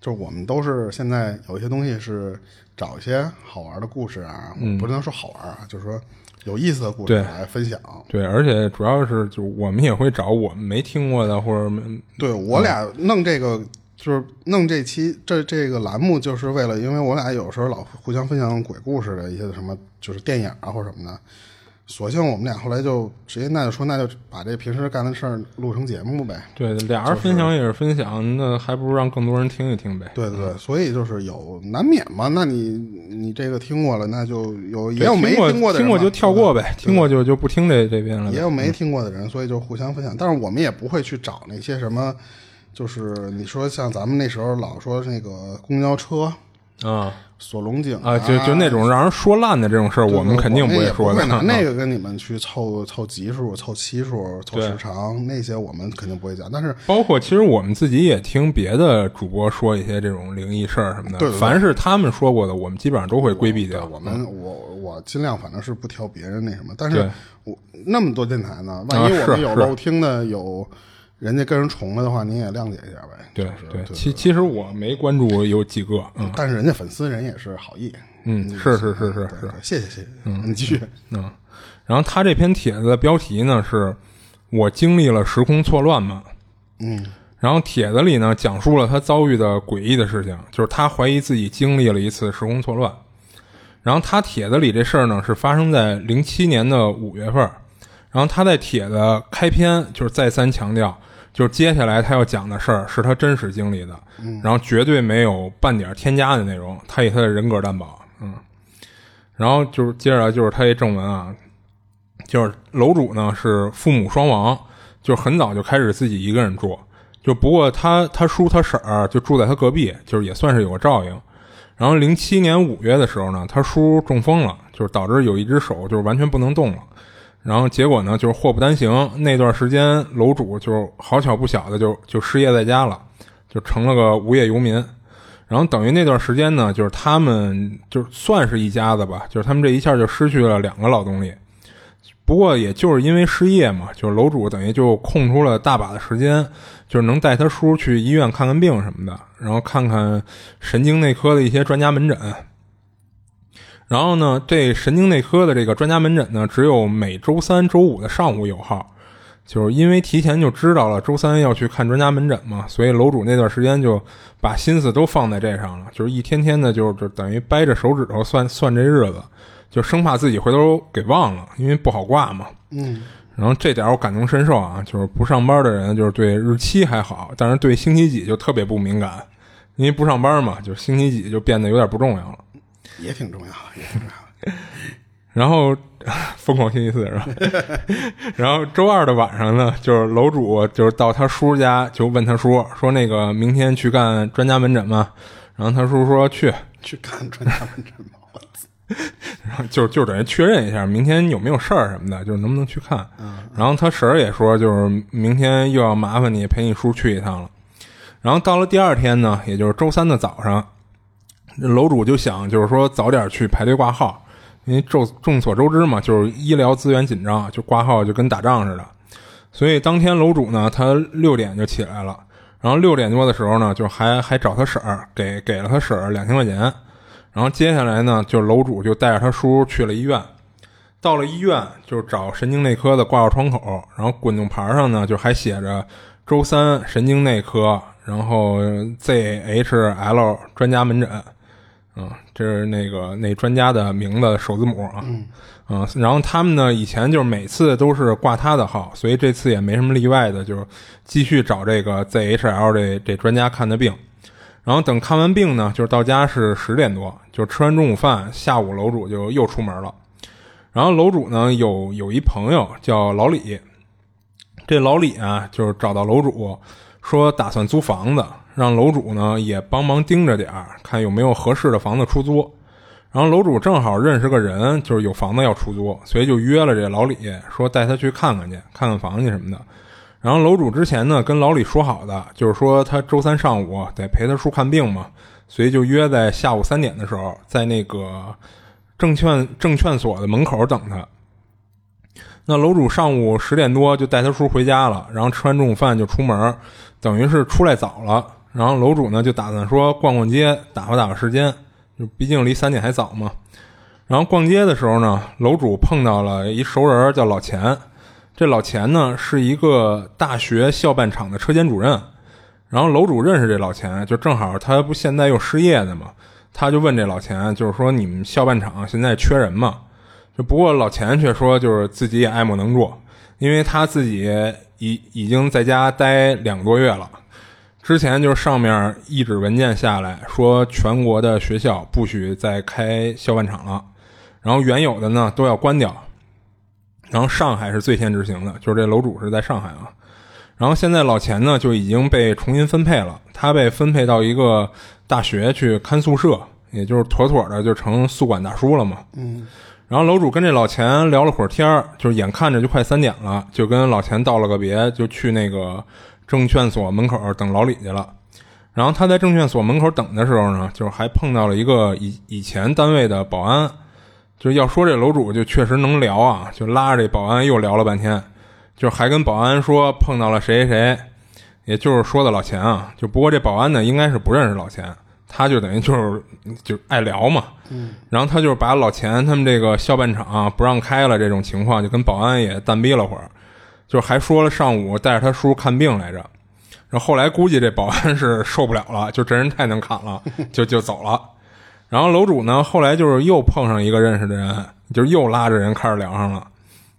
S1: 就是我们都是现在有一些东西是找一些好玩的故事啊，我不能说好玩啊，就是说有意思的故事
S2: 对
S1: 来分享。
S2: 对，而且主要是就我们也会找我们没听过的或者没
S1: 对我俩弄这个，就是弄这期这这个栏目，就是为了，因为我俩有时候老互相分享鬼故事的一些什么，就是电影啊或者什么的。索性我们俩后来就直接那就说，那就把这平时干的事儿录成节目呗。
S2: 对俩人分享也是分享，那还不如让更多人听一听呗。
S1: 对对对，所以就是有难免嘛。那你你这个听过了，那就有也
S2: 对
S1: 有没
S2: 听过
S1: 过的人
S2: 听
S1: 嘛，
S2: 过就跳过呗，听过就就不听这这边了嗯
S1: 也
S2: 呗。
S1: 有没听过的人，所以就互相分享。但是我们也不会去找那些什么，就是你说像咱们那时候老说那个公交车
S2: 啊
S1: 锁龙井
S2: 啊，就就那种让人说烂的这种事儿，
S1: 哎对对
S2: 我们肯定
S1: 我
S2: 不
S1: 们也
S2: 说的。
S1: 拿那
S2: 啊
S1: 个跟你们去凑凑集数、凑期数、凑
S2: 对
S1: 时长，那些我们肯定不会讲。但是
S2: [laughs] 包括其实我们自己也听别的主播说一些这种灵异事儿什么的，
S1: 对对对
S2: 凡是他们说过的，我们基本上都会规避掉。
S1: 我们我我尽量反正是不挑别人那什么，但
S2: 对
S1: 是我那么多电台呢，万一我
S2: 啊是
S1: 们有
S2: 是
S1: 漏听的，有人家跟人重了的话，您也谅解一下呗。
S2: 对
S1: 就是
S2: 对，其其实我没关注有几个，嗯
S1: 但是人家粉丝人也是好意，
S2: 嗯，是是是是
S1: 对
S2: 是，
S1: 对谢谢谢谢，嗯，你继续，
S2: 嗯。然后他这篇帖子的标题呢是“我经历了时空错乱吗？”
S1: 嗯，
S2: 然后帖子里呢讲述了他遭遇的诡异的事情，就是他怀疑自己经历了一次时空错乱。然后他帖子里这事儿呢是发生在零七年的五月份儿，然后他在帖子开篇就是再三强调，就是接下来他要讲的事儿是他真实经历的，然后绝对没有半点添加的内容，他以他的人格担保，嗯。然后就是接着来就是他这正文啊，就是楼主呢是父母双亡，就是很早就开始自己一个人住，就不过他他叔他婶儿就住在他隔壁，就是也算是有个照应。然后零七年五月的时候呢，他叔中风了，就是导致有一只手就是完全不能动了。然后结果呢，就是祸不单行，那段时间楼主就好巧不巧的就就失业在家了，就成了个无业游民。然后等于那段时间呢，就是他们就算是一家子吧，就是他们这一下就失去了两个劳动力。不过也就是因为失业嘛，就是楼主等于就空出了大把的时间，就是能带他叔去医院看看病什么的，然后看看神经内科的一些专家门诊。然后呢，这神经内科的这个专家门诊呢，只有每周三、周五的上午有号。就是因为提前就知道了周三要去看专家门诊嘛，所以楼主那段时间就把心思都放在这上了，就是一天天的就，就等于掰着手指头算算这日子，就生怕自己回头给忘了，因为不好挂嘛。
S1: 嗯，
S2: 然后这点我感同身受啊，就是不上班的人，就是对日期还好，但是对星期几就特别不敏感，因为不上班嘛，就是星期几就变得有点不重要了。
S1: 也挺重要，也挺重要。
S2: 然后疯狂星期四是吧？ [laughs] 然后周二的晚上呢，就是楼主就是到他叔家，就问他叔说那个明天去干专家门诊吗？然后他叔说去，
S1: 去看专家门诊吧，我操
S2: 然后就就等于确认一下明天有没有事儿什么的，就是能不能去看。然后他婶儿也说，就是明天又要麻烦你陪你叔去一趟了。然后到了第二天呢，也就是周三的早上，这楼主就想就是说早点去排队挂号，因为众众所周知嘛，就是医疗资源紧张，就挂号就跟打仗似的。所以当天楼主呢，他六点就起来了，然后六点多的时候呢，就还还找他婶儿，给给了他婶儿两千块钱。然后接下来呢，就楼主就带着他叔去了医院。到了医院，就是找神经内科的挂号窗口，然后滚动牌上呢就还写着周三神经内科，然后 ZHL 专家门诊，嗯，这是那个那专家的名字首字母啊，嗯，然后他们呢以前就是每次都是挂他的号，所以这次也没什么例外的，就是继续找这个 ZHL 这这专家看的病。然后等看完病呢，就是到家是十点多，就吃完中午饭，下午楼主就又出门了。然后楼主呢有有一朋友叫老李，这老李啊就是找到楼主说打算租房子，让楼主呢也帮忙盯着点儿，看有没有合适的房子出租。然后楼主正好认识个人，就是有房子要出租，所以就约了这老李说带他去看看去，看看房去什么的。然后楼主之前呢跟老李说好的，就是说他周三上午得陪他叔看病嘛，所以就约在下午三点的时候，在那个证券证券所的门口等他。那楼主上午十点多就带他叔回家了，然后吃完中午饭就出门，等于是出来早了。然后楼主呢就打算说逛逛街，打发打发时间，就毕竟离三点还早嘛。然后逛街的时候呢，楼主碰到了一熟人叫老钱。这老钱呢是一个大学校办厂的车间主任，然后楼主认识这老钱，就正好他不现在又失业的嘛，他就问这老钱，就是说你们校办厂现在缺人吗？就不过老钱却说就是自己也爱莫能助，因为他自己已已经在家待两个多月了，之前就是上面一纸文件下来说全国的学校不许再开校办厂了，然后原有的呢都要关掉。然后上海是最先执行的，就是这楼主是在上海啊。然后现在老钱呢就已经被重新分配了，他被分配到一个大学去看宿舍，也就是妥妥的就成宿管大叔了嘛。
S1: 嗯，
S2: 然后楼主跟这老钱聊了会儿天儿，就是眼看着就快三点了，就跟老钱道了个别，就去那个证券所门口等老李去了。然后他在证券所门口等的时候呢，就是还碰到了一个以以前单位的保安。就是要说这楼主就确实能聊啊，就拉着这保安又聊了半天，就还跟保安说碰到了谁谁谁，也就是说的老钱啊。就不过这保安呢应该是不认识老钱，他就等于就是就爱聊嘛。
S1: 嗯，
S2: 然后他就是把老钱他们这个校办厂、啊不让开了这种情况，就跟保安也淡逼了会儿，就还说了上午带着他叔看病来着。然后后来估计这保安是受不了了，就这人太能侃了，就就走了。然后楼主呢，后来就是又碰上一个认识的人，就是又拉着人开始聊上了。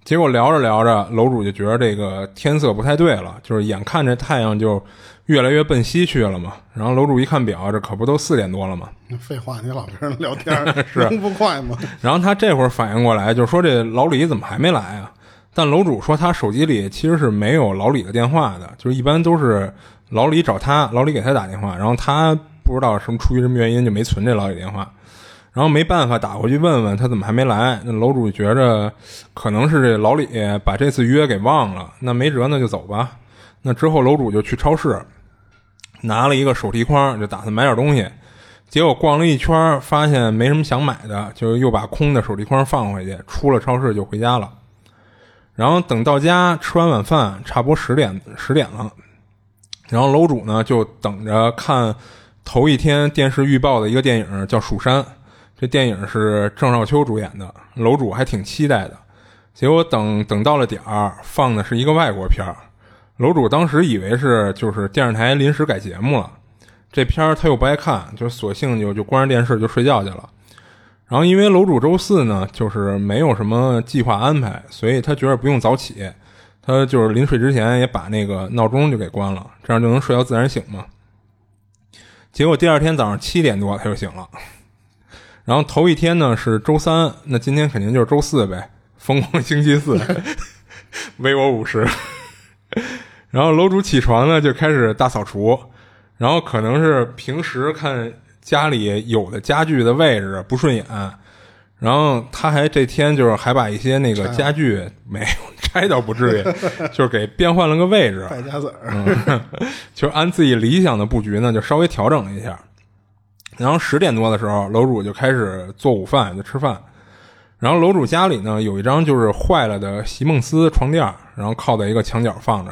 S2: 结果聊着聊着，楼主就觉得这个天色不太对了，就是眼看着太阳就越来越奔西去了嘛。然后楼主一看表，这可不都四点多了嘛。
S1: 废话，你老跟人聊
S2: [laughs]
S1: 天儿
S2: 啊
S1: 能不快吗？
S2: 然后他这会儿反应过来，就说这老李怎么还没来啊？但楼主说他手机里其实是没有老李的电话的，就是一般都是老李找他，老李给他打电话，然后他不知道什么出于什么原因就没存这老李电话，然后没办法打回去问问他怎么还没来。那楼主觉着可能是这老李把这次约给忘了，那没辙那就走吧。那之后楼主就去超市，拿了一个手提筐，就打算买点东西。结果逛了一圈儿，发现没什么想买的，就又把空的手提筐放回去，出了超市就回家了。然后等到家吃完晚饭，差不多十点十点了。然后楼主呢就等着看头一天电视预报的一个电影叫《蜀山》，这电影是郑少秋主演的，楼主还挺期待的。结果等等到了点儿，放的是一个外国片儿，楼主当时以为是就是电视台临时改节目了，这片儿他又不爱看，就索性就就关上电视就睡觉去了。然后因为楼主周四呢，就是没有什么计划安排，所以他觉得不用早起，他就是临睡之前也把那个闹钟就给关了，这样就能睡到自然醒嘛。结果第二天早上七点多他就醒了，然后头一天呢是周三，那今天肯定就是周四呗，疯狂星期四， [laughs] 微我五十。然后楼主起床呢，就开始大扫除，然后可能是平时看家里有的家具的位置不顺眼，然后他还这天就是还把一些那个家具没有 [laughs] 拆倒不至于，就是给变换了个位置，
S1: 败家子儿，
S2: 嗯就是按自己理想的布局呢，就稍微调整了一下。然后十点多的时候，楼主就开始做午饭，就吃饭。然后楼主家里呢有一张就是坏了的席梦思床垫儿，然后靠在一个墙角放着。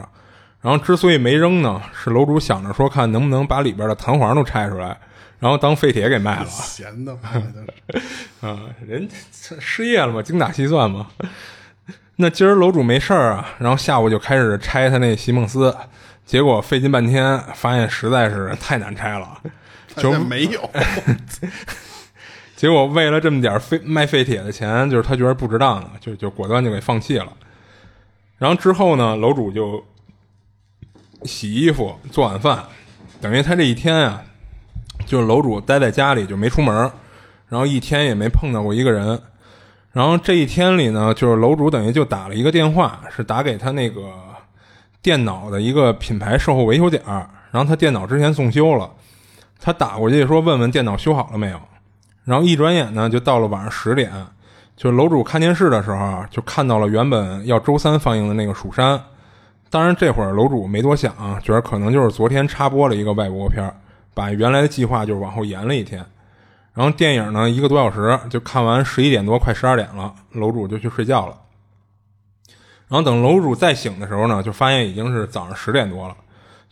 S2: 然后之所以没扔呢，是楼主想着说看能不能把里边的弹簧都拆出来，然后当废铁给卖了。
S1: [laughs] 闲的慌的
S2: [laughs]
S1: 就是
S2: 啊，人这失业了嘛，精打细算 [laughs] 嘛。那今儿楼主没事儿啊，然后下午就开始拆他那席梦思，结果费劲半天，发现实在是太难拆了，就
S1: 发现没
S2: [laughs]
S1: 有，
S2: 结果为了这么点儿废卖废铁的钱，就是他觉得不值当的，就就果断就给放弃了。然后之后呢，楼主就洗衣服、做晚饭，等于他这一天啊，就是楼主待在家里就没出门儿，然后一天也没碰到过一个人。然后这一天里呢，就是楼主等于就打了一个电话，是打给他那个电脑的一个品牌售后维修点儿，然后他电脑之前送修了，他打过去说问问电脑修好了没有。然后一转眼呢，就到了晚上十点，就楼主看电视的时候啊，就看到了原本要周三放映的那个《蜀山》，当然这会儿楼主没多想、啊，觉得可能就是昨天插播了一个外国片儿，把原来的计划就往后延了一天。然后电影呢一个多小时就看完，十一点多快十二点了，楼主就去睡觉了。然后等楼主再醒的时候呢，就发现已经是早上十点多了，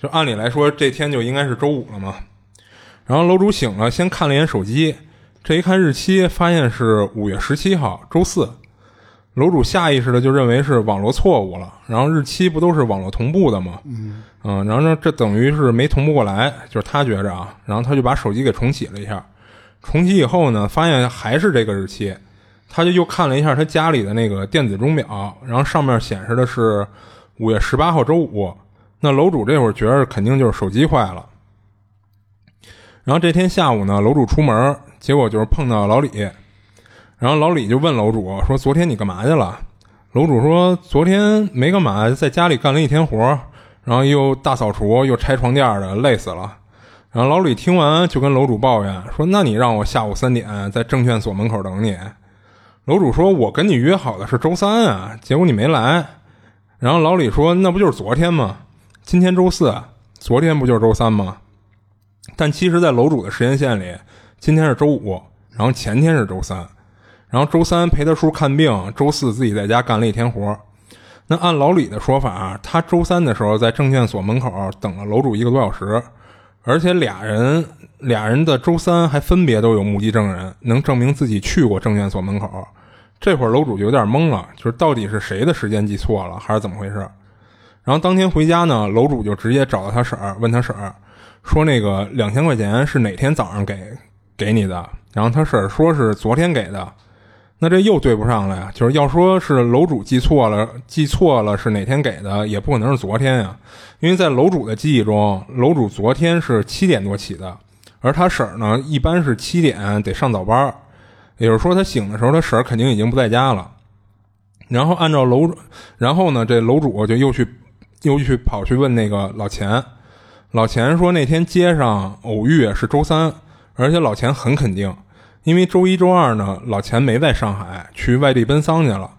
S2: 就按理来说这天就应该是周五了嘛。然后楼主醒了，先看了一眼手机，这一看日期，发现是五月十七号，周四。楼主下意识的就认为是网络错误了，然后日期不都是网络同步的吗？嗯，然后呢，这等于是没同步过来，就是他觉着啊，然后他就把手机给重启了一下，重启以后呢，发现还是这个日期，他就又看了一下他家里的那个电子钟表，然后上面显示的是五月十八号周五，那楼主这会儿觉着肯定就是手机坏了，然后这天下午呢，楼主出门，结果就是碰到老李，然后老李就问楼主说：“昨天你干嘛去了？”楼主说：“昨天没干嘛，在家里干了一天活儿，然后又大扫除，又拆床垫儿的，累死了。”然后老李听完就跟楼主抱怨说：“那你让我下午三点在证券所门口等你。”楼主说：“我跟你约好的是周三啊，结果你没来。”然后老李说：“那不就是昨天吗？今天周四，啊昨天不就是周三吗？”但其实，在楼主的时间线里，今天是周五，然后前天是周三，然后周三陪他叔看病，周四自己在家干了一天活儿。那按老李的说法，啊他周三的时候在证券所门口等了楼主一个多小时，而且俩人俩人的周三还分别都有目击证人，能证明自己去过证券所门口。这会儿楼主就有点懵了，就是到底是谁的时间记错了，还是怎么回事？然后当天回家呢，楼主就直接找到他婶儿，问他婶儿说：“那个两千块钱是哪天早上给给你的？”然后他婶儿说是昨天给的，那这又对不上了呀。就是要说是楼主记错了，记错了是哪天给的，也不可能是昨天呀，因为在楼主的记忆中，楼主昨天是七点多起的，而他婶儿呢一般是七点得上早班儿，也就是说他醒的时候，他婶儿肯定已经不在家了。然后按照楼，然后呢，这楼主就又去又去跑去问那个老钱，老钱说那天街上偶遇是周三，而且老钱很肯定，因为周一周二呢，老钱没在上海，去外地奔丧去了。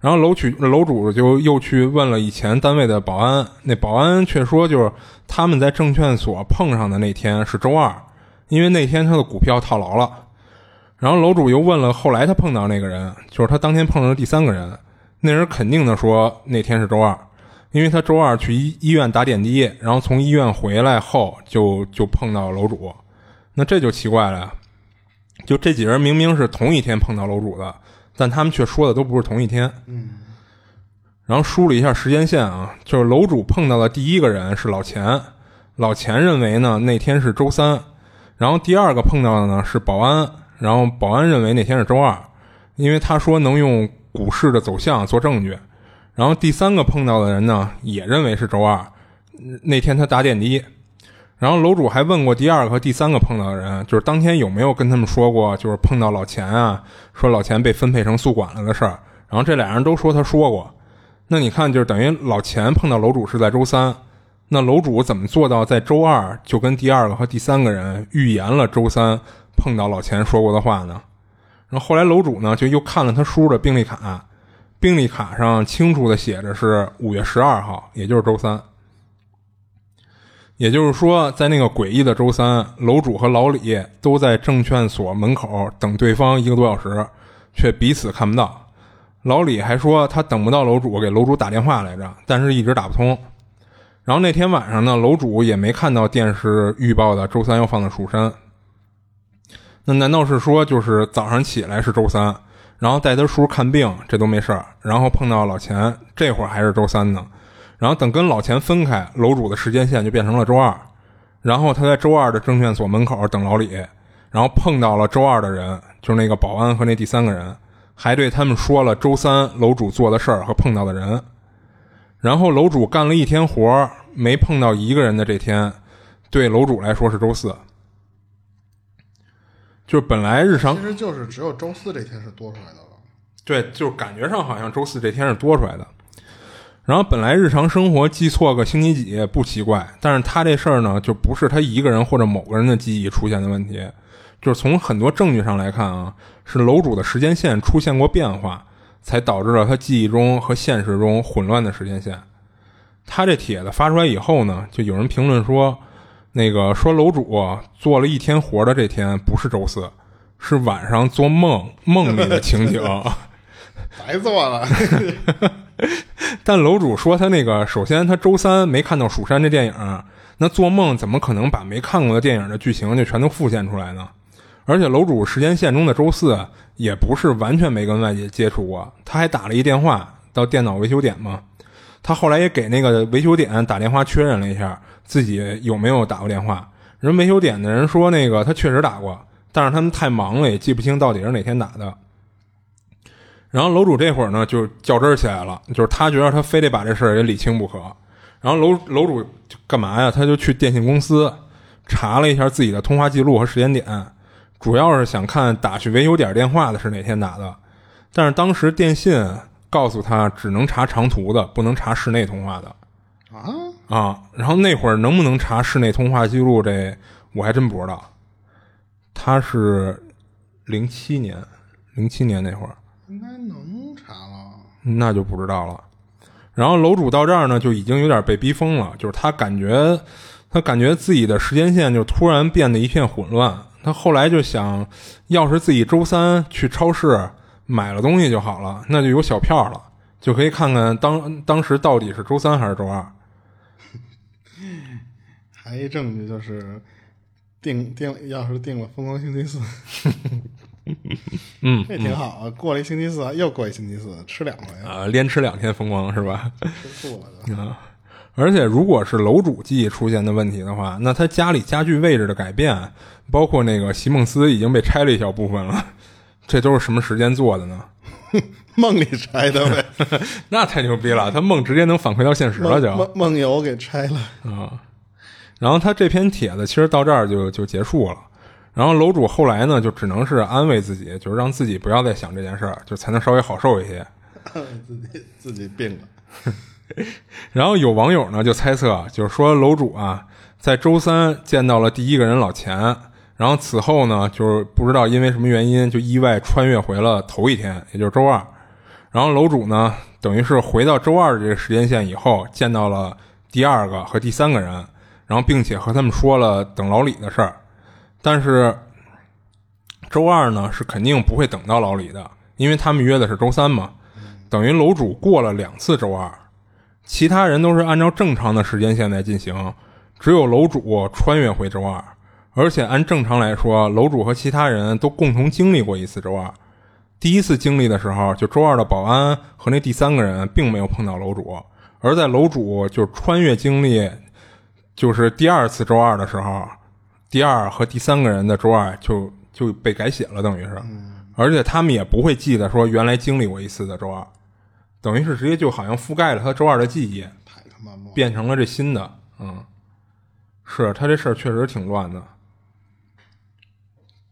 S2: 然后楼取楼主就又去问了以前单位的保安，那保安却说就是他们在证券所碰上的那天是周二，因为那天他的股票套牢了。然后楼主又问了，后来他碰到那个人，就是他当天碰到的第三个人，那人肯定的说那天是周二，因为他周二去医医院打点滴，然后从医院回来后就就碰到楼主，那这就奇怪了呀。就这几人明明是同一天碰到楼主的，但他们却说的都不是同一天。嗯。然后梳理一下时间线啊，就是楼主碰到的第一个人是老钱，老钱认为呢那天是周三，然后第二个碰到的呢是保安，然后保安认为那天是周二，因为他说能用股市的走向做证据。然后第三个碰到的人呢也认为是周二，嗯那天他打点滴。然后楼主还问过第二个和第三个碰到的人，就是当天有没有跟他们说过，就是碰到老钱啊，说老钱被分配成宿管了的事儿。然后这俩人都说他说过。那你看，就是等于老钱碰到楼主是在周三，那楼主怎么做到在周二就跟第二个和第三个人预言了周三碰到老钱说过的话呢？然后后来楼主呢就又看了他叔的病历卡，病历卡上清楚的写着是五月十二号，也就是周三。也就是说，在那个诡异的周三，楼主和老李都在证券所门口等对方一个多小时，却彼此看不到。老李还说他等不到楼主，给楼主打电话来着，但是一直打不通。然后那天晚上呢，楼主也没看到电视预报的周三要放的《蜀山》。那难道是说，就是早上起来是周三，然后带他叔看病，这都没事儿，然后碰到老钱，这会儿还是周三呢？然后等跟老钱分开，楼主的时间线就变成了周二，然后他在周二的证券所门口等老李，然后碰到了周二的人，就是那个保安和那第三个人，还对他们说了周三楼主做的事儿和碰到的人。然后楼主干了一天活儿，没碰到一个人的这天，对楼主来说是周四。就是本来日常
S1: 其实就是只有周四这天是多出来的了。
S2: 对，就是感觉上好像周四这天是多出来的。然后本来日常生活记错个星期几不奇怪，但是他这事儿呢，就不是他一个人或者某个人的记忆出现的问题，就是从很多证据上来看啊，是楼主的时间线出现过变化，才导致了他记忆中和现实中混乱的时间线。他这帖子发出来以后呢，就有人评论说，那个说楼主做了一天活的这天不是周四，是晚上做梦梦里的情景。
S1: 白做 [laughs] 了，
S2: 但楼主说他那个，首先他周三没看到《蜀山》这电影，那做梦怎么可能把没看过的电影的剧情就全都复现出来呢？而且楼主时间线中的周四也不是完全没跟外界接触过，他还打了一电话到电脑维修点嘛。他后来也给那个维修点打电话确认了一下自己有没有打过电话，人维修点的人说那个他确实打过，但是他们太忙了也记不清到底是哪天打的。然后楼主这会儿呢，就较真儿起来了，就是他觉得他非得把这事儿也理清不可。然后楼楼主就干嘛呀？他就去电信公司查了一下自己的通话记录和时间点，主要是想看打去维修点电话的是哪天打的。但是当时电信告诉他，只能查长途的，不能查室内通话的
S1: 啊
S2: 啊。然后那会儿能不能查室内通话记录这，我还真不知道。他是零七年，零七年那会儿。
S1: 应该能查了。
S2: 那就不知道了。然后楼主到这儿呢，就已经有点被逼疯了，就是他感觉，他感觉自己的时间线就突然变得一片混乱。他后来就想，要是自己周三去超市买了东西就好了，那就有小票了，就可以看看当当时到底是周三还是周二。
S1: 还一证据就是定定，要是定了疯狂星期四，
S2: [laughs] 嗯，
S1: [laughs] 这挺好啊。过了一星期四，又过一星期四，吃两回，
S2: 啊、连吃两天风光是吧？
S1: 吃吐了都。
S2: 啊而且，如果是楼主记忆出现的问题的话，那他家里家具位置的改变，包括那个席梦思已经被拆了一小部分了，这都是什么时间做的呢？
S1: [laughs] 梦里拆的
S2: [laughs]
S1: 呗，
S2: 那太牛逼了，他梦直接能反馈到现实了
S1: 梦
S2: 就。
S1: 梦梦游给拆了。
S2: 然后他这篇帖子其实到这儿就就结束了。然后楼主后来呢，就只能是安慰自己，就是让自己不要再想这件事儿，就才能稍微好受一些。
S1: [laughs] 自己自己病了，
S2: 然后有网友呢就猜测，就是说楼主啊，在周三见到了第一个人老钱，然后此后呢，就是不知道因为什么原因，就意外穿越回了头一天，也就是周二。然后楼主呢，等于是回到周二这个时间线以后，见到了第二个和第三个人，然后并且和他们说了等老李的事儿，但是周二呢是肯定不会等到老李的，因为他们约的是周三嘛，等于楼主过了两次周二。其他人都是按照正常的时间线在进行，只有楼主穿越回周二，而且按正常来说，楼主和其他人都共同经历过一次周二。第一次经历的时候，就周二的保安和那第三个人并没有碰到楼主，而在楼主就穿越经历，就是第二次周二的时候，第二和第三个人的周二就就被改写了，等于是，而且他们也不会记得说原来经历过一次的周二，等于是直接就好像覆盖了他周二的记忆，
S1: 太他妈梦。
S2: 变成了这新的，嗯，是他这事儿确实挺乱的，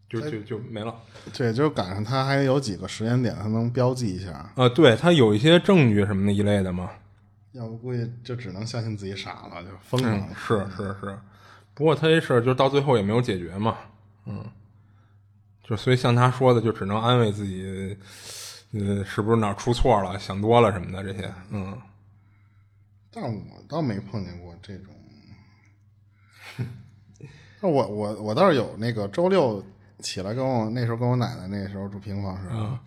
S2: 就就就没了。
S1: 这也就赶上他还有几个时间点，他能标记一下，
S2: 啊，对他有一些证据什么的一类的嘛，
S1: 要不估计就只能相信自己傻了，就疯了。
S2: 嗯是是是，不过他这事儿就到最后也没有解决嘛，嗯，就所以像他说的，就只能安慰自己，呃，是不是哪儿出错了，想多了什么的这些，嗯，
S1: 但我倒没碰见过这种。那我我我倒是有那个周六起来跟我那时候跟我奶奶那时候住平房时候，
S2: 嗯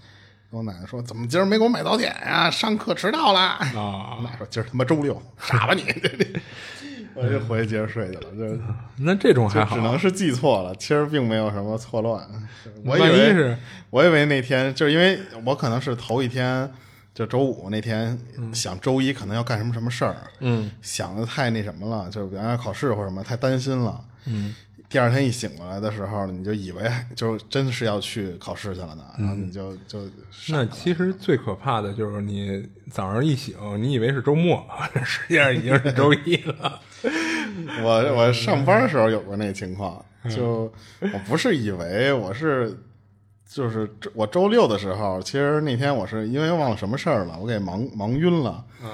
S1: 跟我奶奶说怎么今儿没给我买早点呀、上课迟到啦。
S2: 啊
S1: [laughs] 我奶说今儿他妈周六，傻吧你！ [laughs] 我就回去接着睡去了，就是
S2: 那这种嗯还
S1: 就只
S2: 好，嗯
S1: 能是记错了，其实并没有什么错乱。我以
S2: 万一
S1: 为
S2: 是
S1: 我以为那天就是因为我可能是头一天，就周五那天想周一可能要干什么什么事儿，
S2: 嗯，
S1: 想的太那什么了，就是比方说考试或者什么太担心了，
S2: 嗯，
S1: 第二天一醒过来的时候，你就以为就真是要去考试去了呢，然后你就就傻
S2: 那
S1: 了
S2: 其实最可怕的就是你早上一醒，你以为是周末， [laughs] 实际上已经是周一了。
S1: 我我上班的时候有过那情况，就我不是以为我是，就是周我周六的时候，其实那天我是因为忘了什么事儿了，我给忙忙晕了。
S2: [laughs] 嗯，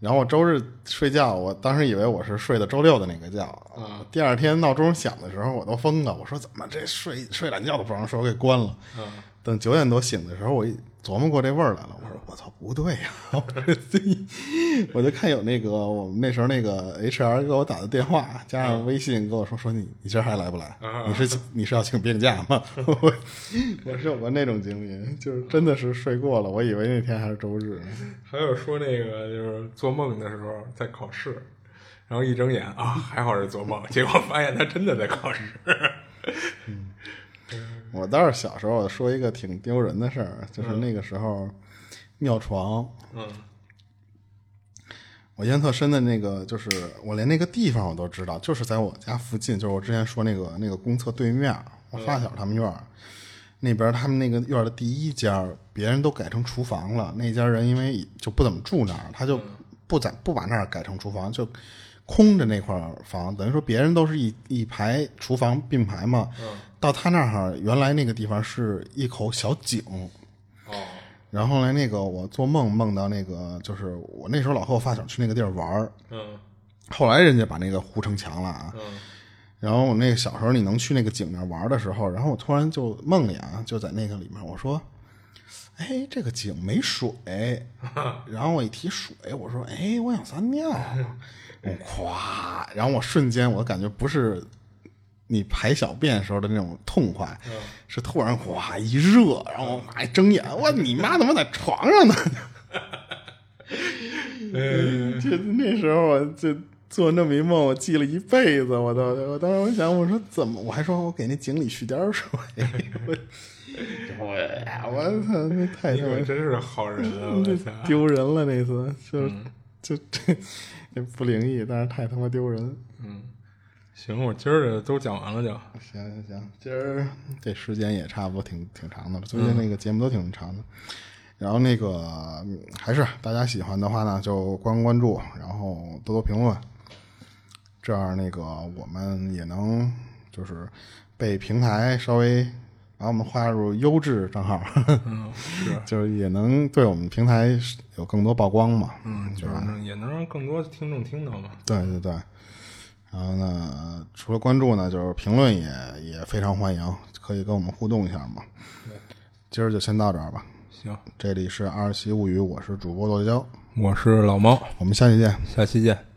S1: 然后我周日睡觉，我当时以为我是睡的周六的那个觉。啊
S2: 嗯
S1: 第二天闹钟响的时候，我都疯了，我说怎么这睡睡懒觉都不让睡，我给关了。
S2: 嗯
S1: 等九点多醒的时候，我一琢磨过这味儿来了，我说我操不对呀、 [laughs] 我说这我就看有那个我们那时候那个 HR 给我打的电话，加上微信跟我说说你你今儿还来不来
S2: 啊？
S1: 你是你是要请病假吗？ [laughs] 我我是有过那种经历，就是真的是睡过了，我以为那天还是周日。
S2: 还有说那个就是做梦的时候在考试，然后一睁眼啊，还好是做梦，结果发现他真的在考试。
S1: 我倒是小时候我说一个挺丢人的事儿，就是那个时候尿床，
S2: [laughs] 嗯
S1: 我印象特深的那个就是我连那个地方我都知道，就是在我家附近，就是我之前说那个那个公厕对面，我发小他们院儿、那边，他们那个院儿的第一家，别人都改成厨房了，那家人因为就不怎么住那儿，他就不在不把那儿改成厨房，就空着那块儿房，等于说别人都是一一排厨房并排嘛，到他那儿原来那个地方是一口小井，
S2: 哦
S1: 然后后来那个我做梦梦到那个，就是我那时候老和我发小去那个地儿玩儿，
S2: 嗯
S1: 后来人家把那个糊成墙了啊。
S2: 嗯
S1: 然后我那个小时候你能去那个井那儿玩儿的时候，然后我突然就梦里啊，就在那个里面我说。哎，这个井没水，然后我一提水，我说，哎，我想撒尿，我咵，然后我瞬间，我感觉不是你排小便时候的那种痛快，是突然哗一热，然后我妈一睁眼，我你妈怎么在床上呢？嗯， [laughs] 就那时候我就做那么一梦，我记了一辈子，我都我当时我想，我说怎么，我还说我给那井里蓄点水，我哎我操，那太
S2: 你
S1: 他
S2: 可
S1: 妈
S2: 哎真是好人啊！
S1: 嗯
S2: 我操，
S1: 丢人了那次，就是、就这 [laughs] 这不灵异，但是太他妈丢人。
S2: 行，我今儿的都讲完了就。
S1: 行行行，今儿这时间也差不多挺挺长
S2: 嗯
S1: 的了，最近那个节目都挺长的。然后那个嗯还是大家喜欢的话呢，就关关注，然后多多评论，这样那个我们也能就是被平台稍微把我们划入优质账号，
S2: 嗯，是，
S1: [laughs] 就是也能对我们平台有更多曝光嘛。
S2: 嗯，就是也能让更多听众听到嘛。
S1: 对对对。然后呢，除了关注呢，就是评论也也非常欢迎，可以跟我们互动一下嘛。今儿就先到这儿吧。
S2: 行，
S1: 这里是《二十七物语》，我是主播剁椒，
S2: 我是老猫，
S1: 我们下期见。
S2: 下期见。